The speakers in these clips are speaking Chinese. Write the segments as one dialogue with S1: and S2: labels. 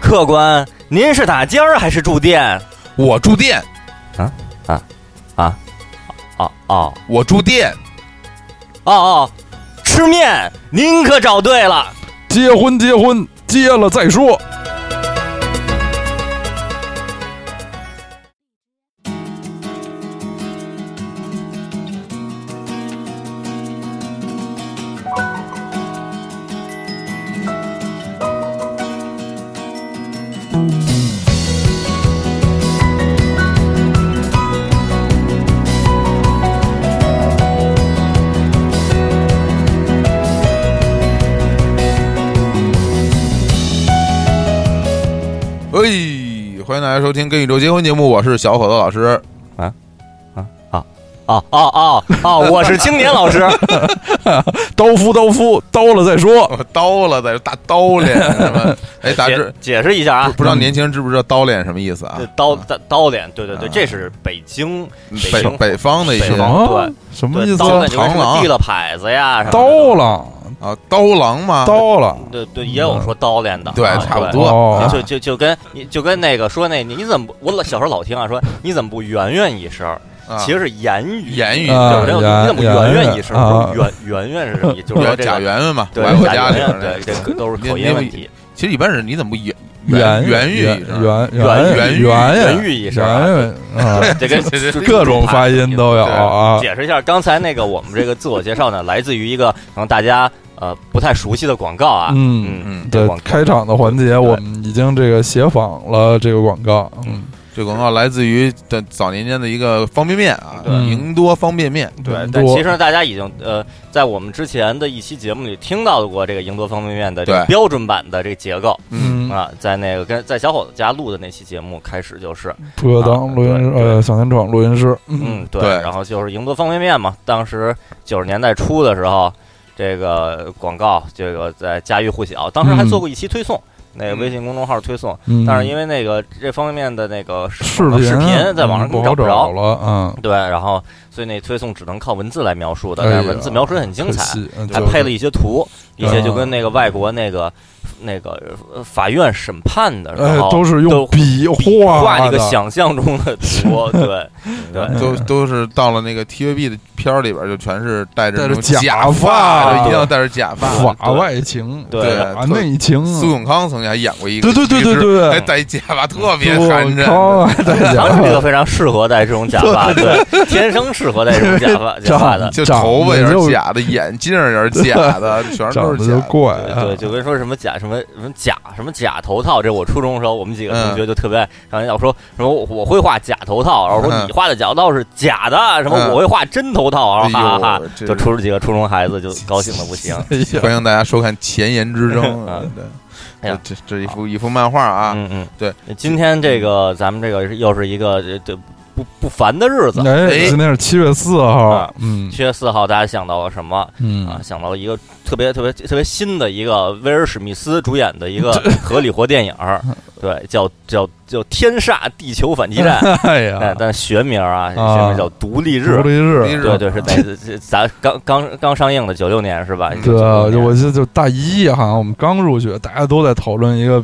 S1: 客官，您是打尖儿还是住店？
S2: 我住店，
S1: 哦哦
S2: 我住店，
S1: 哦哦，吃面，您可找对了。
S3: 结婚结婚，结了再说。
S2: 哎，欢迎大家收听《跟宇宙结婚》节目，我是小伙子老师。
S1: 哦哦哦 哦，我是青年老师。
S3: 刀夫刀夫，刀了再说。
S2: 我哦刀了，在大刀 脸什么？哎，大致
S1: 解解释一下啊，
S2: 不知道年轻人知不知道刀脸什么意思啊
S1: 这？刀刀刀脸，对对对，
S2: 啊
S1: 这是北京北
S2: 嗯北
S1: 京
S2: 北方的一些
S1: 北
S2: 啊，
S1: 方
S3: 啊，什么
S1: 对
S3: 意思？
S1: 刀
S2: 啊
S1: 脸就是什
S2: 螳
S1: 么
S2: 螂
S1: 递了啊牌子呀，什么的
S3: 刀了，
S2: 啊刀郎嘛，
S3: 刀了。
S1: 对对，也有说刀脸的，
S2: 对
S1: 啊
S2: 差不多
S3: 哦，
S1: 就就就跟你就跟那个说那你你怎么不我老小时候老听啊说你怎么不圆圆一声儿？
S2: 啊
S1: 其实是言语
S2: 言语
S3: 啊
S1: 对不对？你怎么不圆圆一声儿？
S3: 啊
S1: 圆圆圆是什么意思？就是说这
S2: 贾
S1: 个
S2: 圆圆嘛，
S1: 对
S2: 来我
S1: 贾
S2: 家里
S1: 圆
S2: 边
S1: 圆
S2: 儿
S1: 对，这个都是口
S2: 你
S1: 音
S2: 你
S1: 问题。
S2: 其实一般人你怎么不圆
S3: 圆
S2: 圆玉
S3: 圆
S2: 一声？
S3: 圆
S2: 圆
S3: 圆圆
S1: 圆玉一声啊
S3: 圆 圆啊，
S1: 这跟
S2: 这
S1: 就
S3: 各种发音都有啊。
S1: 解释一下，刚才那个我们这个自我介绍呢，来自于一个可能大家呃不太熟悉的广告啊，
S3: 嗯，
S2: 嗯，
S1: 这
S3: 对
S1: 广，告
S3: 开场的环节我们已经这个写仿了这个广告。嗯，
S2: 这广告来自于的早年间的一个方便面啊，
S3: 对
S2: 赢多方便面。
S1: 对
S3: 很，
S1: 但
S3: 嗯多
S1: 其实呢，大家已经呃，在我们之前的一期节目里听到过这个赢得方便面的这个
S2: 对
S1: 标准版的这个结构
S2: 嗯，
S3: 嗯，
S1: 啊，在那个跟在小伙子家录的那期节目开始就是，
S3: 不可当录音
S1: 啊
S3: 师，
S1: 对
S3: 呃，小田闯录音师。嗯，
S1: 嗯，对，
S2: 对
S1: 然后就是赢得方便面嘛，当时九十年代初的时候，这个广告这个在家喻户晓，当时还
S3: 嗯
S1: 做过一期推送，那个微信公众号推送，
S3: 嗯
S1: 但是因为那个这方便面的那个
S3: 视
S1: 频呃视
S3: 频嗯
S1: 在网上
S3: 不
S1: 根本
S3: 好
S1: 不着
S3: 找。了，嗯，
S1: 对，然后所以那推送只能靠文字来描述的，
S3: 哎呀
S1: 但是文字描述得很精彩，
S3: 可惜，嗯
S1: 还
S3: 就
S1: 配了一些图，一
S3: 对
S1: 些就跟那个外国那个那个呃法院审判的时
S3: 哎，
S1: 候，
S3: 都是用
S1: 都
S3: 笔
S1: 比
S3: 画
S1: 画那
S3: 的
S1: 个想象中的 图，对
S3: 嗯
S1: 对。
S2: 都都是到了那个 TVB 的片儿里边，就全是带着
S3: 带
S2: 那
S3: 着
S2: 种
S3: 假
S2: 假
S3: 发
S2: 就一定要
S3: 对
S2: 带着假发。
S3: 法外情，
S1: 对
S3: 法内情啊，
S2: 苏永康曾经还演过一个
S3: 对对对
S2: 律
S3: 对
S2: 师
S3: 对
S2: 还戴假发，特别
S3: 苏
S2: 寒
S3: 永
S2: 碜。
S3: 康啊，大
S1: 当时这个
S3: 家
S1: 非常适合戴这种 假发，对，天生适合戴这种假发，假发的，
S2: 就
S3: 长
S2: 头发也
S3: 得就是
S2: 假的，眼镜儿也是假的，全都
S3: 长
S2: 是
S3: 得
S2: 假
S3: 就
S2: 的。
S3: 怪啊，
S2: 嗯
S1: 对， 就跟说什么假什么什么假什么假头套，这我初中的时候，我们几个同
S2: 嗯
S1: 学就特别爱让人家说什么我会画假头套，然后说
S2: 嗯
S1: 你画的假头套是假的，什么
S2: 嗯
S1: 我会画真头套，然后哈哈
S2: 哎
S1: 哈，
S2: 呦，这
S1: 就出几个初中孩子就高兴的不行。
S3: 哎呀
S2: 欢迎大家收看《前言之争》
S1: 啊
S2: 对。
S1: 哎呀
S2: 这这一幅一幅漫画啊，
S1: 嗯嗯，
S2: 对。
S1: 今天这个咱们这个是又是一个这这不不凡的日子。
S2: 哎
S3: 哎，今天是七月四
S1: 啊
S3: 号，嗯
S1: 七月四号，大家想到了什么啊
S3: 嗯？，
S1: 想到了一个特别特别特别新的一个威尔史密斯主演的一 个合理活电影儿，对，叫叫叫《天煞地球反击 战》，
S3: 哎
S1: 但
S3: 呀，
S1: 但学名啊，学
S3: 啊
S1: 名叫《独立日
S3: 独》。立
S2: 独立
S3: 日
S2: 日，
S1: 对对，是在咱刚刚刚上映的九六年是吧？
S2: 嗯
S3: 对，
S1: 96
S3: 啊就
S1: 年
S3: 我记得就大一好像我们刚入学，大家都在讨论一个。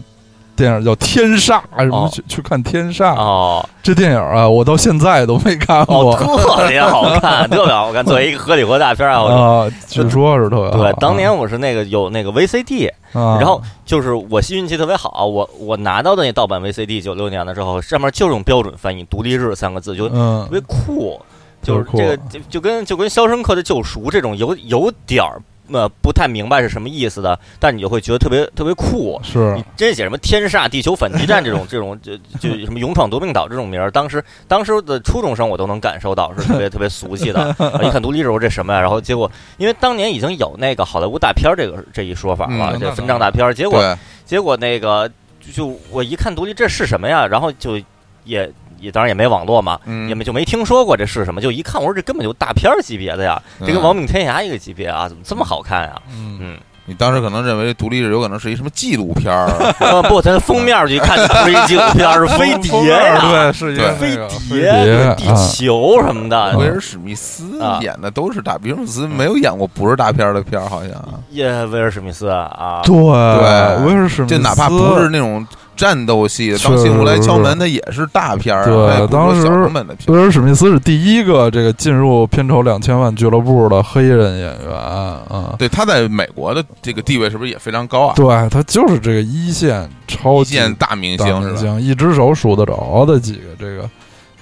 S3: 电影叫《天煞》，什么
S1: 哦
S3: 去去看《天煞》
S1: 哦
S3: 这电影啊，我到现在都没看过
S1: 哦，特别 好看，特别好看。作为一个合理活大片儿爱好者，
S3: 啊。据说是特别好
S1: 对，当年我是那个有那个 VCD，
S3: 啊
S1: 然后就是我运气特别好，我我拿到的那盗版 VCD 九六年的时候，上面就用标准翻译“独立日”三个字，就特
S3: 嗯，
S1: 别酷，就是
S3: 特别酷
S1: 这个就就跟就跟《肖申克的救赎》这种有有点儿呃不太明白是什么意思的，但你就会觉得特别特别酷。
S3: 是
S1: 你真写什么“天煞地球反击战”这种这种就就什么“勇闯夺命岛”这种名儿，当时当时的初中生我都能感受到是特别特别俗气的。啊 一看独立日，我说这什么呀？然后结果因为当年已经有那个好莱坞大片儿这个这一说法了，
S2: 嗯
S1: 这分账大片儿，结果
S2: 对，
S1: 结果那个就就我一看独立这是什么呀？然后就也也当然也没网络嘛。
S2: 嗯，
S1: 也没就没听说过这是什么，就一看我说这根本就大片儿级别的呀，这跟《
S2: 嗯
S1: 亡命天涯》一个级别啊，怎么这么好看呀？
S3: 嗯
S1: 嗯，
S2: 你当时可能认为《独立日》有可能是一什么纪录 片儿，
S1: 呃不，它的封面儿就一看不是一纪录片儿，是飞碟呀，
S3: 对，是一个
S1: 飞
S3: 那个
S1: 碟、对地
S3: 啊嗯
S1: 球什么的，
S2: 威尔史密斯
S1: 啊
S2: 演的都是大，威尔史密斯没有演过不是大片儿的片儿，好像
S1: 耶，威尔史密斯啊，
S3: 对，
S2: 对
S3: 威尔史密斯，
S2: 就哪怕不是那种战斗戏的，当幸福来敲门，它也是大片儿啊，
S3: 对
S2: 它也不
S3: 当
S2: 是
S3: 时
S2: 说小成本的片
S3: 威尔史密斯是第一个这个进入片酬两千万俱乐部的黑人演员啊
S2: 儿。，对，他在美国的这个地位是不是也非常高啊？
S3: 对他就是这个一线超
S2: 一
S3: 级
S2: 线大明
S3: 大
S2: 星
S3: 明
S2: 是吧？
S3: 星，一只手数得着的几个这个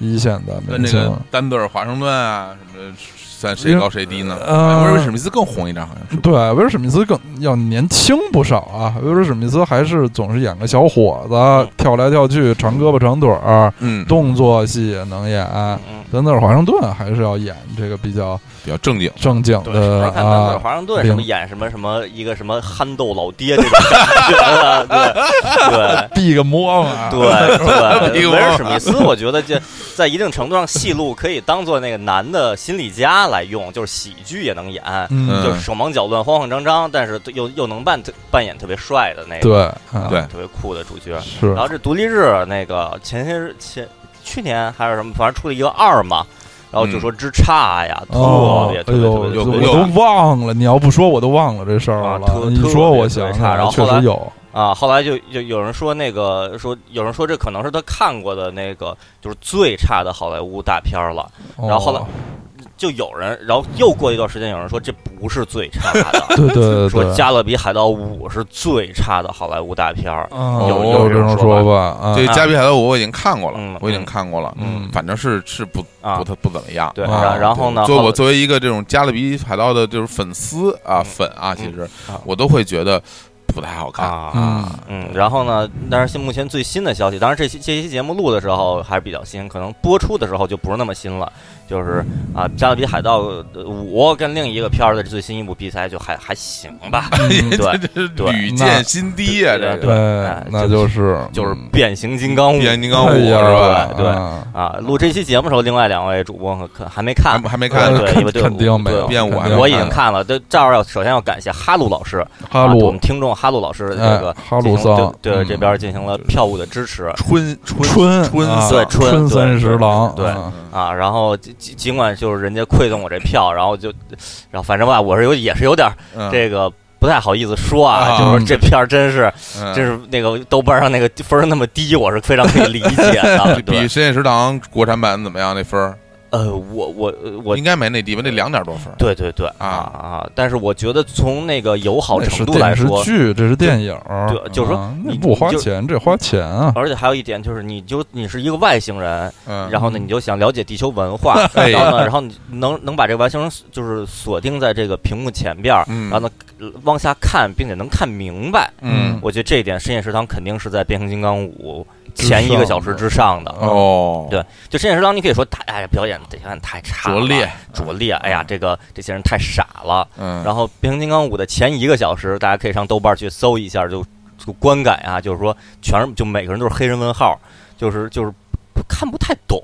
S3: 一线的
S2: 跟
S3: 明
S2: 那
S3: 星。
S2: 个丹泽尔华盛顿啊什么的，算谁高谁低呢？
S3: 呃
S2: 威尔史密斯更红一点，好像是吧。
S3: 对，威尔史密斯更要年轻不少啊。威尔史密斯还是总是演个小伙子，跳来跳去，长胳膊长腿儿，
S2: 嗯，
S3: 动作戏也能演。
S1: 嗯，
S3: 丹泽尔华盛顿还是要演这个比较
S2: 比较正经。
S3: 正经
S1: 对，我
S3: 的
S1: 看丹泽尔
S3: 啊，
S1: 华盛顿什么演什么什么一个什么憨豆老爹这种感觉啊，对对。
S3: 避个啊摸嘛。
S1: 对
S2: 比
S1: 对，
S2: 我
S1: 威尔史密斯，我觉得这在一定程度上，戏路可以当做那个男的心理家来用，就是喜剧也能演，
S3: 嗯，
S1: 就是手忙脚乱、慌慌张张，但是又又能扮扮演特别帅的那个，
S3: 对啊
S2: 对
S1: 特别酷的主角。
S3: 是
S1: 然后这独立日那个前些日前去年还是什么，反正出了一个二嘛，然后就说之差呀，
S3: 嗯哦
S1: 特别特
S3: 哎
S1: 别
S3: 呦，
S1: 特
S3: 我
S1: 别
S2: 有
S1: 特
S3: 都
S1: 别
S2: 有
S1: 特
S3: 我
S1: 别
S3: 都忘了，你要不说我都忘了这事儿
S1: 啊
S3: 了。
S1: 特
S3: 你
S1: 特
S3: 说
S1: 别
S3: 我
S1: 特别
S3: 想起
S1: 差
S3: 来
S1: 然
S3: 了，
S1: 后
S3: 确
S1: 后来
S3: 实有。
S1: 啊，后来就就有人说那个说有人说这可能是他看过的那个就是最差的好莱坞大片儿了， 然后后来
S3: 哦
S1: 就有人，然后又过一段时间有人说这不是最差 的，
S3: 对对对
S1: 说
S3: 对
S1: 《加勒比海盗五》是最差的好莱坞大片儿。
S3: 啊
S2: 有
S3: 有
S2: 有
S3: 这
S1: 这
S3: 种
S1: 种说
S3: 法啊。
S2: 这《加比海盗五》我已经看过
S1: 嗯
S2: 了，我已经看过了，
S3: 嗯
S2: 反正是是不
S1: 啊
S2: 不太不怎么样。
S1: 对，
S3: 啊
S1: 然然后呢？
S2: 作
S1: 后
S2: 我作为一个这种加勒比海盗的，就是粉丝
S1: 嗯
S2: 啊粉啊，其实
S1: 啊
S2: 我都会觉得不太好 看。
S1: 啊，
S3: 嗯
S1: 嗯，然后呢？但是现目前最新的消息，当然这期这期节目录的时候还是比较新，可能播出的时候就不是那么新了。就是啊，《加勒比海盗五》跟另一个片儿的最新一部比赛就还还行吧，
S2: 这
S1: 嗯对
S2: 这是
S1: 对
S2: 屡见新低啊！
S1: 对
S2: 这个
S3: 对
S1: 哎，
S3: 那
S1: 就
S3: 就是
S1: 就是变形金刚五
S2: 嗯变形金刚五
S3: 哎
S2: 是
S3: 呀
S2: 吧？
S1: 对
S3: 啊
S1: 啊。录这期节目的时候，另外两位主播可可还没看
S2: 还，还没看
S1: 对
S2: 呢，
S1: 对因为对
S3: 肯定没有
S1: 对
S2: 变五还没
S1: 我已
S2: 看
S1: 经看了。对，这儿要首先要感谢哈鲁老师，
S3: 哈
S1: 啊对我
S3: 鲁
S1: 们听众哈鲁老师的
S3: 哎
S1: 这个
S3: 哈鲁
S1: 进行
S3: 桑
S1: 对对
S3: 嗯
S1: 这边进行了票务的支持
S2: 春春
S3: 春
S2: 春
S3: 啊
S1: 对春
S3: 春三
S1: 对
S3: 十郎
S1: 对
S3: 啊
S2: 嗯
S1: 啊，然后尽尽尽管就是人家馈赠我这票，然后就，然后反正吧，我是有也是有点儿
S2: 嗯
S1: 这个。不太好意思说啊，
S2: 啊
S1: 就是说这片儿真是，
S2: 嗯
S1: 真是那个豆瓣上那个分儿那么低，我是非常可以理解 的。
S2: 比
S1: 对
S2: 《，深夜食堂》国产版怎么样？那分儿
S1: 呃，我我我
S2: 应该没那低吧？那两点多分儿。
S1: 对对对
S2: 啊
S1: 啊！但是我觉得从那个友好
S3: 那是
S1: 程度来
S3: 电视
S1: 说，
S3: 剧，这是电影，
S1: 对就是说
S3: 啊
S1: 你
S3: 那不花
S1: 你就
S3: 钱，这花钱啊，
S1: 而且还有一点就是，你就你是一个外星人，
S2: 嗯，
S1: 然后呢，你就想了解地球文 化，
S2: 哎
S1: 然后呢，然后你能能把这个外星人就是锁定在这个屏幕前边儿，
S2: 嗯
S1: 然后呢呃往下看，并且能看明白。
S2: 嗯
S1: 我觉得这一点，深夜食堂肯定是在《变形金刚五》前一个小时之上的。
S2: 哦，
S1: 对就深夜食堂，你可以说太哎呀表演表演太差了，
S2: 拙劣，
S1: 拙劣，哎呀，这个这些人太傻了。
S2: 嗯，
S1: 然后《变形金刚五》的前一个小时，大家可以上豆瓣去搜一下，就就观感啊，就是说全是就每个人都是黑人问号，就是就是看不太懂，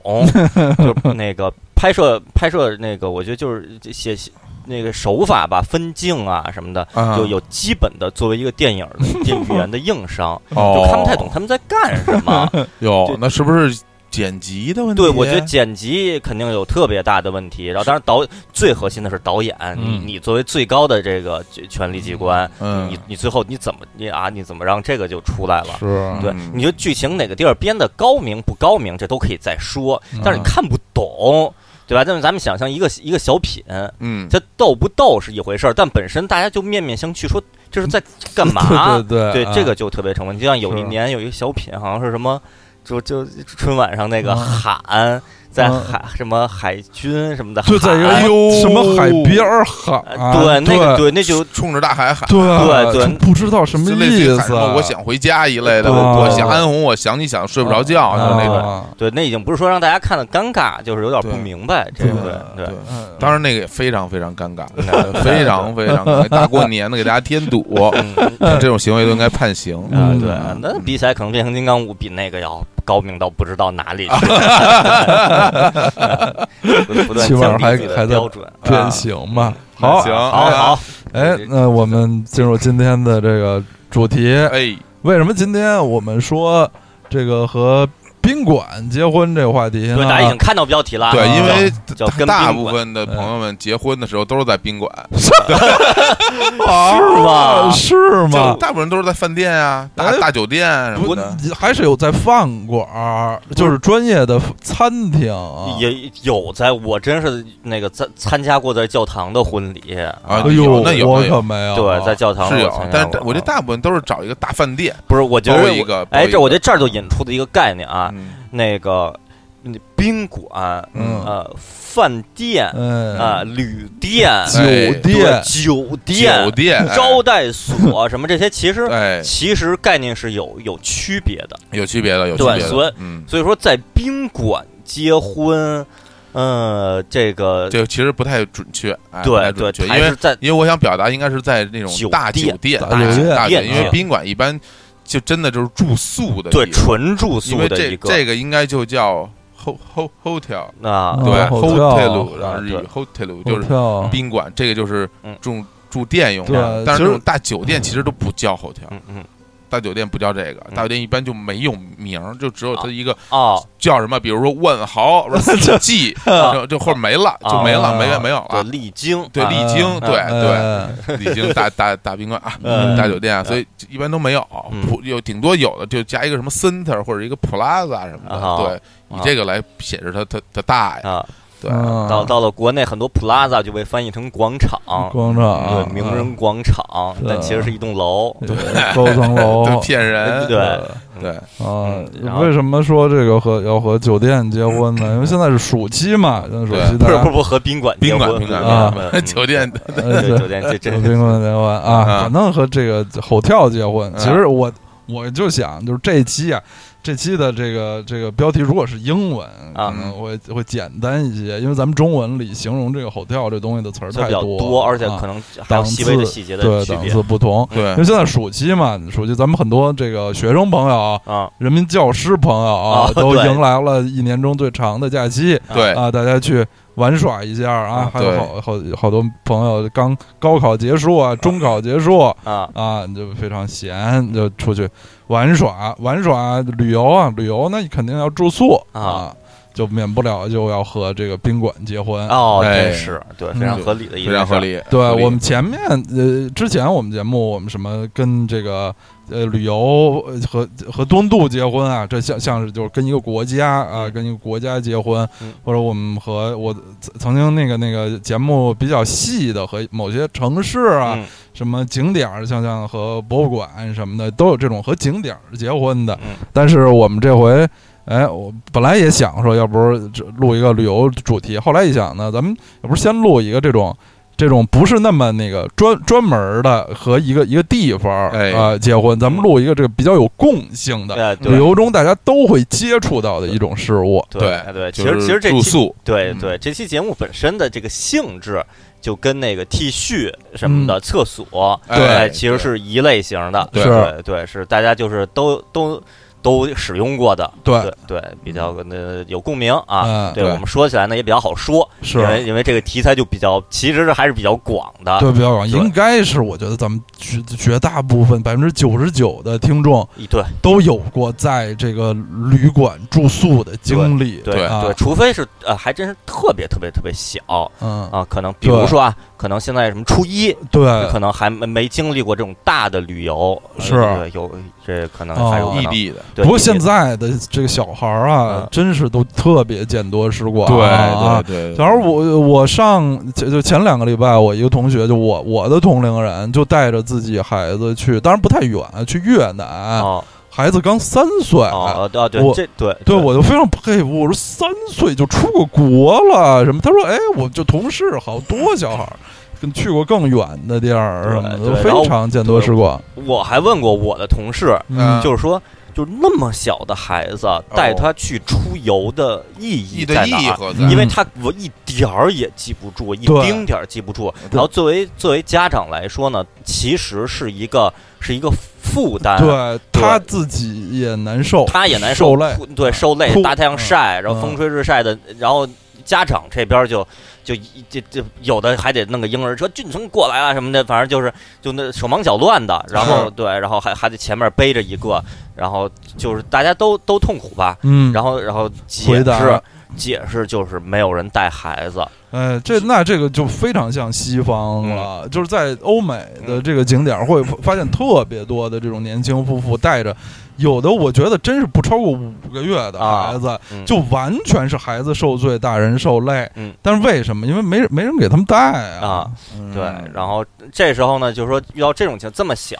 S1: 就是那个拍摄拍摄那个，我觉得就是写写那个手法吧，分镜啊什么的，
S2: 后
S1: 就有基本的作为一个电影的电语言的硬伤，就
S2: 就
S1: 看不太懂他们在干什么。
S2: 哦哟
S1: 就，
S2: 那是不是剪辑的问题？
S1: 对，我觉得剪辑肯定有特别大的问题，然后当然导最核心的是导演，你
S3: 嗯
S1: 你作为最高的这个权力机关。
S2: 嗯，
S1: 你你最后你怎么你啊你怎么让这个就出来了？
S3: 是
S1: 对
S2: 嗯，
S1: 你说剧情哪个地儿编的高明不高明，这都可以再说
S3: 嗯，
S1: 但是你看不懂，对吧？但是咱们想象一个一个小品，
S2: 嗯，
S1: 它逗不逗是一回事儿，但本身大家就面面相觑，说这是在干
S3: 对
S1: 嘛？
S3: 对
S1: 对
S3: 对，，
S1: 这个就特别成问题。就像有一
S3: 是
S1: 年有一个小品，好像是什么，就就春晚上那个
S3: 嗯
S1: 喊，在
S3: 嗯
S1: 海什么海军什么的喊，
S3: 啊就在
S2: 哎
S3: 一个啊
S2: 呦
S3: 什么海边儿喊
S1: 呃，对那个对那就
S2: 冲着大海喊，
S3: 对
S1: 对对
S3: 就不知道什么
S2: 就类似于
S3: 意
S2: 喊
S3: 思啊
S2: 什么，我想回家一类的，
S1: 对对
S2: 我
S3: 对
S2: 想安红，我想你想睡不着觉，
S1: 啊
S2: 就
S1: 对
S2: 那种。
S3: 种。
S1: 对，那已经不是说让大家看的尴尬，就是有点不
S2: 对
S1: 明白这
S3: 对
S1: 个对
S2: 对
S1: 对。
S3: 嗯
S2: 当然，那个也非常非常尴尬，
S1: 嗯
S2: 非常非常尴尬。大过年的给大家添 堵，
S1: 嗯
S2: 这种行为都应该判刑。
S1: 啊，
S3: 嗯
S1: 对，那比起来可能变形金刚五比那个要高明到不知道哪 里去，不断
S3: 起码
S1: 降低
S3: 还
S1: 自己
S3: 还
S1: 的
S3: 在
S1: 标准。啊
S3: 变形吧，
S1: 嗯
S3: 好，
S2: 行，啊
S1: 好好，
S3: 哎，那我们进入今天的这个主题。
S2: 哎，
S3: 为什么今天我们说这个和宾馆结婚这个话题呢，
S1: 对，大家已经看到标题了啊，
S2: 对，因为
S1: 叫跟
S2: 大
S1: 宾
S2: 部
S1: 馆
S2: 分的朋友们结婚的时候都是在宾馆，
S3: 啊
S1: 是吧
S3: 是
S2: 就
S3: 吗？
S2: 大部分都是在饭店啊、大
S3: 哎
S2: 大酒店啊什
S3: 不
S2: 么的。，
S3: 还是有在饭馆儿，就是专业的餐厅啊。
S1: 也有在我真是那个参参加过在教堂的婚礼，
S2: 啊
S3: 哎呦，
S2: 有那有
S3: 我
S2: 那有
S3: 可没有。
S1: 对，在教堂
S2: 是
S1: 我
S2: 有
S1: 参，加
S2: 但是
S1: 过啊
S2: 我觉得大部分都是找一个大饭店，
S1: 不是，我觉得
S2: 包一个
S1: 我
S2: 包一
S1: 哎，
S2: 个
S1: 这我觉得这儿就引出的一个概念啊，
S2: 嗯
S1: 那个那宾馆、
S3: 嗯
S1: 呃饭店
S3: 嗯
S1: 啊、旅店、
S3: 酒
S1: 对
S3: 店，
S1: 酒
S2: 酒
S1: 店、
S2: 店哎
S1: 招待所什么这些，其实
S2: 哎
S1: 其实概念是有有区别的。
S2: 有区别的，有区
S1: 对
S2: 别的，
S1: 所以
S2: 嗯，
S1: 所以说，在宾馆结婚，呃，这个
S2: 这个其实不太准确，哎不
S1: 对
S2: 太
S1: 对
S2: 准，确，
S1: 还
S2: 因
S1: 是
S2: 为
S1: 在
S2: 因为我想表达应该是在那
S1: 酒
S2: 种大
S1: 店
S2: 酒店、
S3: 大
S2: 大
S3: 酒店
S2: 大
S1: 啊
S2: 因为宾馆一般就真的就是住宿的地方，
S1: 对纯住
S2: 因
S1: 宿
S2: 为
S1: 的
S2: 这
S1: 一
S2: 这个应该就叫 ho ho hotel，
S1: 啊，
S2: 对
S3: 啊
S2: hotel，
S3: hotel
S2: 然后日语
S1: 对
S2: hotel
S3: 我
S2: 就是
S3: 跳
S2: 宾馆，这个就是
S1: 嗯
S2: 住住店用的
S3: 对，
S2: 但是
S3: 其
S2: 这
S3: 实
S2: 种大酒店其实都不叫 hotel，
S1: 嗯嗯
S2: 大酒店不叫这个，大酒店一般就没有名儿，就只有它一个
S1: 哦，
S2: 叫什么，比如说 万豪、不是四季，就就或者没了，就没了，
S3: 啊
S2: 没了没有
S1: 对，
S2: 了。
S1: 丽晶，
S2: 对，
S1: 啊
S2: 丽晶，对对，
S3: 哎
S2: 丽晶大大大宾馆啊，
S1: 嗯
S2: 大酒店啊，所以一般都没有
S1: 嗯，
S2: 普有顶多有的就加一个什么 center 或者一个 plaza 什么
S1: 啊
S2: 的，对，以这个来显示它它它大呀，
S1: 啊，
S2: 对，
S3: 嗯
S1: 到到了国内很多 plaza 就被翻译成广场，
S3: 广场啊，
S1: 对，名人广场，
S3: 是
S1: 但其实是一栋楼，
S3: 对高层
S2: 对
S3: 楼，
S2: 骗人，
S1: 对
S2: 对，
S3: 啊
S1: 嗯然，后
S3: 为什么说这个和要和酒店结婚呢？因为现在是暑期嘛，现在暑期
S1: 不
S3: 大
S1: 是
S3: 家
S1: 不是不是和宾馆结
S2: 宾馆
S1: 婚嗯
S2: 宾馆
S3: 啊
S2: 宾馆 酒店
S3: 哎
S1: 对酒店这
S3: 和
S1: 真
S3: 冰棍结婚啊，
S2: 嗯
S3: 反正和这个吼跳结婚。
S1: 啊
S2: 嗯
S3: 其实我我就想，就是这期啊，这期的这个这个标题如果是英文，
S1: 啊
S3: 可能会会简单一些，因为咱们中文里形容这个吼跳这东西的词儿
S1: 就
S3: 太
S1: 比较
S3: 多，
S1: 而且
S3: 啊
S1: 可能还有细微的细节的
S3: 对
S1: 区
S3: 档
S1: 别嗯
S3: 次不同。
S2: 对
S1: 啊
S3: 因为现在暑期嘛，暑期咱们很多这个学生朋友啊、
S1: 啊
S3: 人民教师朋友啊
S1: 啊，
S3: 都
S1: 对
S3: 迎来了一年中最长的假期。
S2: 对，
S3: 啊，大家去玩耍一下啊
S1: 啊！
S3: 还有
S2: 哎对
S3: 好好好多朋友刚高考结束啊，中考结束
S1: 啊
S3: 啊，就非常闲，就出去玩耍、玩耍、旅游啊，旅游那肯定要住宿
S1: 啊
S3: 啊，就免不了就要和这个宾馆结婚。
S1: 哦，
S2: 哎
S1: 真是对，非常合理的一
S2: 非
S1: 件
S2: 常
S1: 事
S2: 合。理。
S3: 对
S2: 合理
S3: 我们前面呃，之前我们节目我们什么跟这个呃旅游呃和和东渡结婚啊，这像像是就是跟一个国家啊，
S1: 嗯
S3: 跟一个国家结婚
S1: 嗯，
S3: 或者我们和我曾曾经那个那个节目比较细的和某些城市啊，
S1: 嗯
S3: 什么景点儿，像像和博物馆什么的，都有这种和景点儿结婚的
S1: 嗯。
S3: 但是我们这回，哎，我本来也想说，要不是这录一个旅游主题，后来一想呢，咱们要不是先录一个这种。这种不是那么那个专专门儿的和一个一个地方儿
S2: 哎
S3: 啊结婚，咱们录一个这个比较有共性的
S1: 哎，
S3: 旅
S1: 对
S3: 游中大家都会接触到的一种事物。
S1: 对哎对，其实其实这
S2: 住
S1: 期
S2: 宿
S1: 对
S2: 嗯
S1: 对，这期节目本身的这个性质就跟那个 T 恤什么的、厕所，
S2: 哎
S1: 哎
S2: 对
S1: 其实是一类型的，
S2: 对
S1: 对对，是大家就是都都都使用过的，
S3: 对
S1: 对对，比较呃有共鸣啊
S3: 哎嗯。
S1: 对
S2: 对
S1: 我们说起来呢也比较好说，
S3: 是啊
S1: 因为因为这个题材就比较，其实是还是比较广的，
S3: 对，比较广，
S1: 啊对
S3: 应该是我觉得咱们绝绝大部分百分之九十九的听众
S1: 对
S3: 都有过在这个旅馆住宿的经历。
S1: 对
S2: 对
S3: 啊
S1: 对，除非是呃还真是特别特别特别小
S3: 嗯，
S1: 啊，可能比如说啊，可能现在什么初一，
S3: 对，
S1: 可能还没没经历过这种大的旅游，呃
S3: 是
S1: 对有这可能还有
S3: 哦
S1: 可
S2: 异
S1: 能
S2: 地的，
S1: 对
S3: 不过
S1: 异地
S3: 现在的这个小孩儿啊
S1: 嗯，
S3: 真是都特别见多识广啊。
S2: 对对对。
S3: 小时候我我上就就前两个礼拜，我一个同学就我我的同龄人就带着自己孩子去，当然不太远，去越南，
S1: 哦
S3: 孩子刚三岁，
S1: 哦哦对
S3: 啊我
S1: 这对
S3: 对，我就非常佩服。我说三岁就出过国了，什么？他说，哎，我就同事好多小孩儿，跟去过更远的地儿什么
S1: 对
S3: 的，
S1: 对然后
S3: 非常见多识广。
S1: 我还问过我的同事，
S2: 嗯
S1: 就是说就是那么小的孩子带
S3: 哦
S1: 他去出游的意
S2: 异
S1: 义
S2: 的
S1: 在
S2: 意
S1: 哪
S2: 义
S1: 儿？
S2: 何
S3: 嗯
S2: 在？
S1: 因为他我一点儿也记不住，一
S3: 对
S1: 丁点儿记不住。
S3: 对
S1: 然后作为作为家长来说呢，其实是一个是一个负担，
S3: 对
S1: 对
S3: 他自己也难受，
S1: 他也难
S3: 受
S1: 受，
S3: 累。嗯
S1: 哭对，受累
S3: 哭，
S1: 大太阳晒，然后
S3: 嗯
S1: 风吹日晒的，然后家长这边就就一这这有的还得弄个婴儿车，俊聪过来啊了什么的，反正就是就那手忙脚乱的，然后
S2: 是
S1: 对，然后还还得前面背着一个，然后就是大家都都痛苦吧，
S3: 嗯，
S1: 然后然后解
S3: 回答
S1: 释解释就是没有人带孩子，啊
S3: 呃，这那这个就非常像西方了，
S1: 嗯
S3: 就是在欧美的这个景点儿会发现特别多的这种年轻夫妇带着，有的我觉得真是不超过五个月的
S1: 啊
S3: 孩子，
S1: 嗯
S3: 就完全是孩子受罪，大人受累。
S1: 嗯
S3: 但是为什么？因为没人没人给他们带
S1: 啊
S3: 啊。
S2: 嗯
S1: 对， 然后这时候呢，就是说遇到这种情况这么小，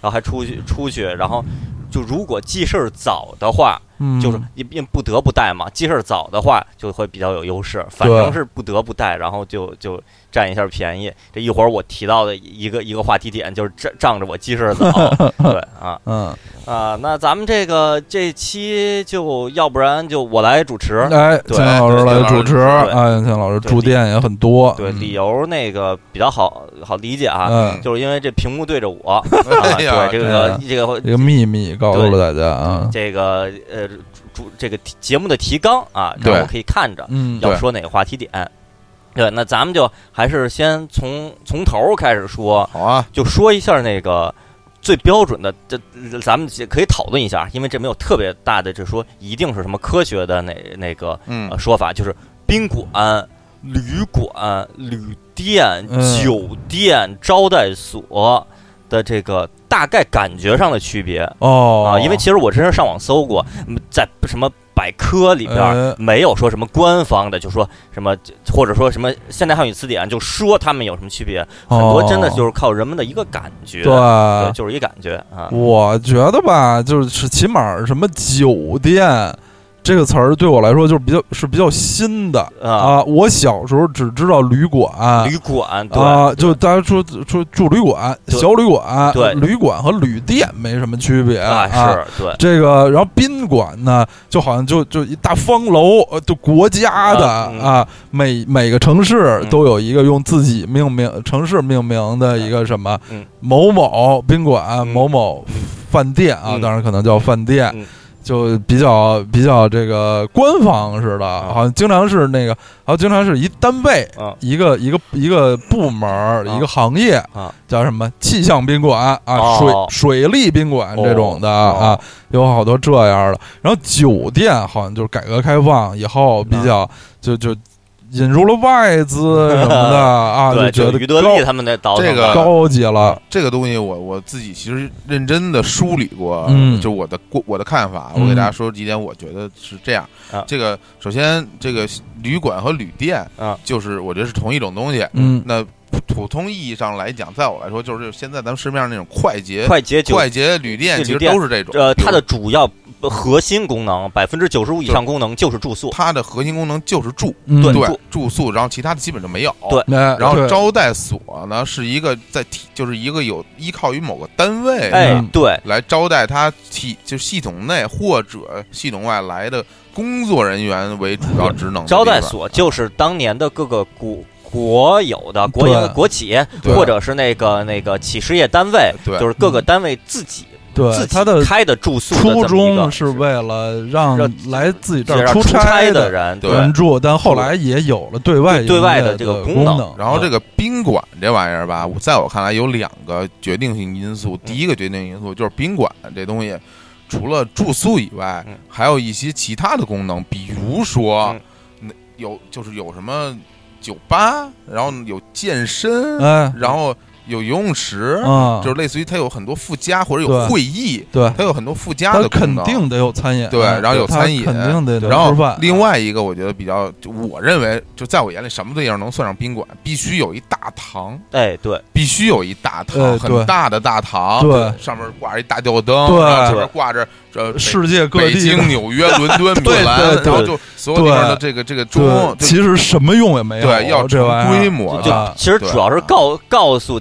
S1: 然后还出
S3: 嗯
S1: 去出去，然后就如果记事儿早的话，
S3: 嗯，
S1: 就是因因不得不带嘛，记事儿早的话就会比较有优势，反正是不得不带，然后就就占一下便宜。这一会儿我提到的一个一个话题点就是仗仗着我记事儿 早，对啊
S3: 嗯，
S1: 啊，那咱们这个这期就要不然就我来主持，
S3: 哎，
S1: 对
S3: 秦老师来主持，
S1: 对
S3: 哎，秦老师
S1: 对
S3: 住店也很多，
S1: 对
S3: 嗯
S1: 理由那个比较好好理解啊，
S3: 嗯，
S1: 就是因为这屏幕对着我，啊，
S2: 哎呀，
S1: 对这
S2: 嗯
S3: 对
S1: 个呃
S3: 啊
S1: 这个
S3: 一个秘密告诉了大家啊，
S1: 这个呃主这个题节目的提纲啊，
S2: 对
S1: 然后可以看着
S3: 嗯，
S1: 要
S2: 对
S1: 说哪个话题点。对，那咱们就还是先从从头开始说，
S2: 好啊，
S1: 就说一下那个最标准的，这咱们也可以讨论一下，因为这没有特别大的，就说一定是什么科学的那那个
S2: 嗯
S1: 呃，说法，就是宾馆、旅馆、旅店、
S3: 嗯
S1: 酒店、招待所的这个大概感觉上的区别
S3: 哦
S1: 啊。，因为其实我之前上网搜过，嗯在什么百科里边
S3: 呃
S1: 儿没有说什么官方的，就说什么或者说什么现代汉语词典就说他们有什么区别，很多真的就是是靠人们的一个感觉，
S3: 哦对。啊
S1: 对，就是一感觉啊。
S3: 我觉得吧，就是起码什么酒店这个词儿对我来说就是比较是比较新的
S1: 啊，
S3: 啊。我小时候只知道旅馆
S1: 旅馆对
S3: 啊，就大家说说住旅馆、
S1: 对
S3: 小旅馆，
S1: 对
S3: 旅馆和旅店没什么区别
S1: 啊
S3: 啊。
S1: 是对
S3: 这个，然后宾馆呢，就好像就就一大方楼，呃，就国家的
S1: 啊嗯
S3: 啊，每每个城市
S1: 嗯
S3: 都有一个用自己命名城市命名的一个什么
S1: 嗯
S3: 某某宾馆、
S1: 嗯
S3: 某某饭店啊，
S1: 嗯
S3: 当然可能叫饭店
S1: 嗯，
S3: 就比较比较这个官方似的，好像经常是那个，好像经常是一单位
S1: 啊。
S3: 一个一个一个部门儿、一个行业
S1: 啊，
S3: 叫什么气象宾馆啊、
S1: 哦
S3: 水水利宾馆这种的、
S1: 哦
S3: 啊，有好多这样的。然后酒店好像就是改革开放以后比较、
S1: 啊
S3: 就就引入了外资什 么的啊，
S1: 对，
S3: 觉
S1: 就
S3: 得
S1: 于德利他们那倒腾
S2: 这个
S1: 的啊
S3: 高高级了。
S2: 啊这个东西我我自己其实认真的梳理过，啊
S3: 嗯
S2: 就我的过我的看法，啊
S3: 嗯
S2: 我给大家说几点，我觉得是这样。
S1: 啊
S2: 这个首先，这个旅馆和旅店，
S1: 啊
S2: 就是我觉得是同一种东西。
S3: 嗯
S2: 那普通意义上来讲，在我来说，就是现在咱们市面上那种快捷
S1: 快捷酒
S2: 快捷旅店，
S1: 这
S2: 其
S1: 旅
S2: 实
S1: 店
S2: 都是这种。
S1: 呃，它
S2: 就是
S1: 的主要呃核心功能，百分之九十五以上功能就是住宿。
S2: 它的核心功能就是住，
S3: 嗯，
S1: 对
S2: 对
S1: 住
S2: 住宿，然后其他的基本就没有。
S1: 对
S3: 哎
S2: 然后
S3: 对
S2: 招待所呢，是一个在体，就是一个有依靠于某个单位的
S1: 哎
S3: 嗯，
S1: 对，
S2: 来招待他体就系统内或者系统外来的工作人员为主要职能的地方。
S1: 招待所就是当年的各个国国有的国
S3: 对
S1: 营国企，
S2: 对
S1: 或者是那个那个企事业单位，
S2: 对
S1: 就是各个单位自己自
S3: 对
S1: 己
S3: 他的
S1: 开的住宿的这
S3: 初
S1: 么一个
S3: 衷是为了让
S1: 让
S3: 来自己这
S1: 就
S3: 儿
S1: 让出
S3: 差
S1: 的
S3: 的
S1: 人，嗯
S2: 对
S1: 对
S3: 人住，但后来也有了对外
S1: 对对外
S3: 营业
S1: 的
S3: 的
S1: 这个
S3: 功
S1: 功能
S2: 然后这个宾馆这玩意儿吧，
S1: 嗯
S2: 我在我看来有两个决定性因素。第一个决定因素就是宾馆这东西，除了住宿以外
S1: 嗯，
S2: 还有一些其他的功能，比如说
S1: 嗯
S2: 那有就是有什么酒吧，然后有健身，
S1: 嗯
S3: 哎
S2: 然后有游泳池，
S3: 啊，
S2: 就是类似于它有很多附加或者
S3: 对
S2: 有会议，
S3: 对，
S2: 它有很多附加
S3: 他
S2: 的功
S3: 肯
S2: 能。
S3: 定得有餐饮，哎
S2: 对然后有
S3: 他
S2: 餐饮
S3: 肯定得得
S2: 然后
S3: 吃饭，
S2: 另外一个，我觉得比较，就我认为就在我眼里，什么地方能算上宾馆，必须有一大堂，
S1: 哎，对，
S2: 必须有一大堂，
S3: 呃对
S2: 很大的大堂，
S3: 对
S2: 上面挂着一大吊灯，
S3: 对
S2: 然后上面挂着这
S3: 世界各
S2: 北
S3: 地的
S2: 京、纽约、伦敦、米
S3: 对对
S2: 兰，
S3: 对
S2: 然后就所有地方的这个这个钟，
S3: 其实什么用也没有，啊
S2: 对要
S3: 这
S2: 成
S3: 玩意
S2: 规
S3: 儿
S2: 模
S1: 就
S2: 的，
S3: 啊
S1: 其实
S2: 对
S1: 主要是告告诉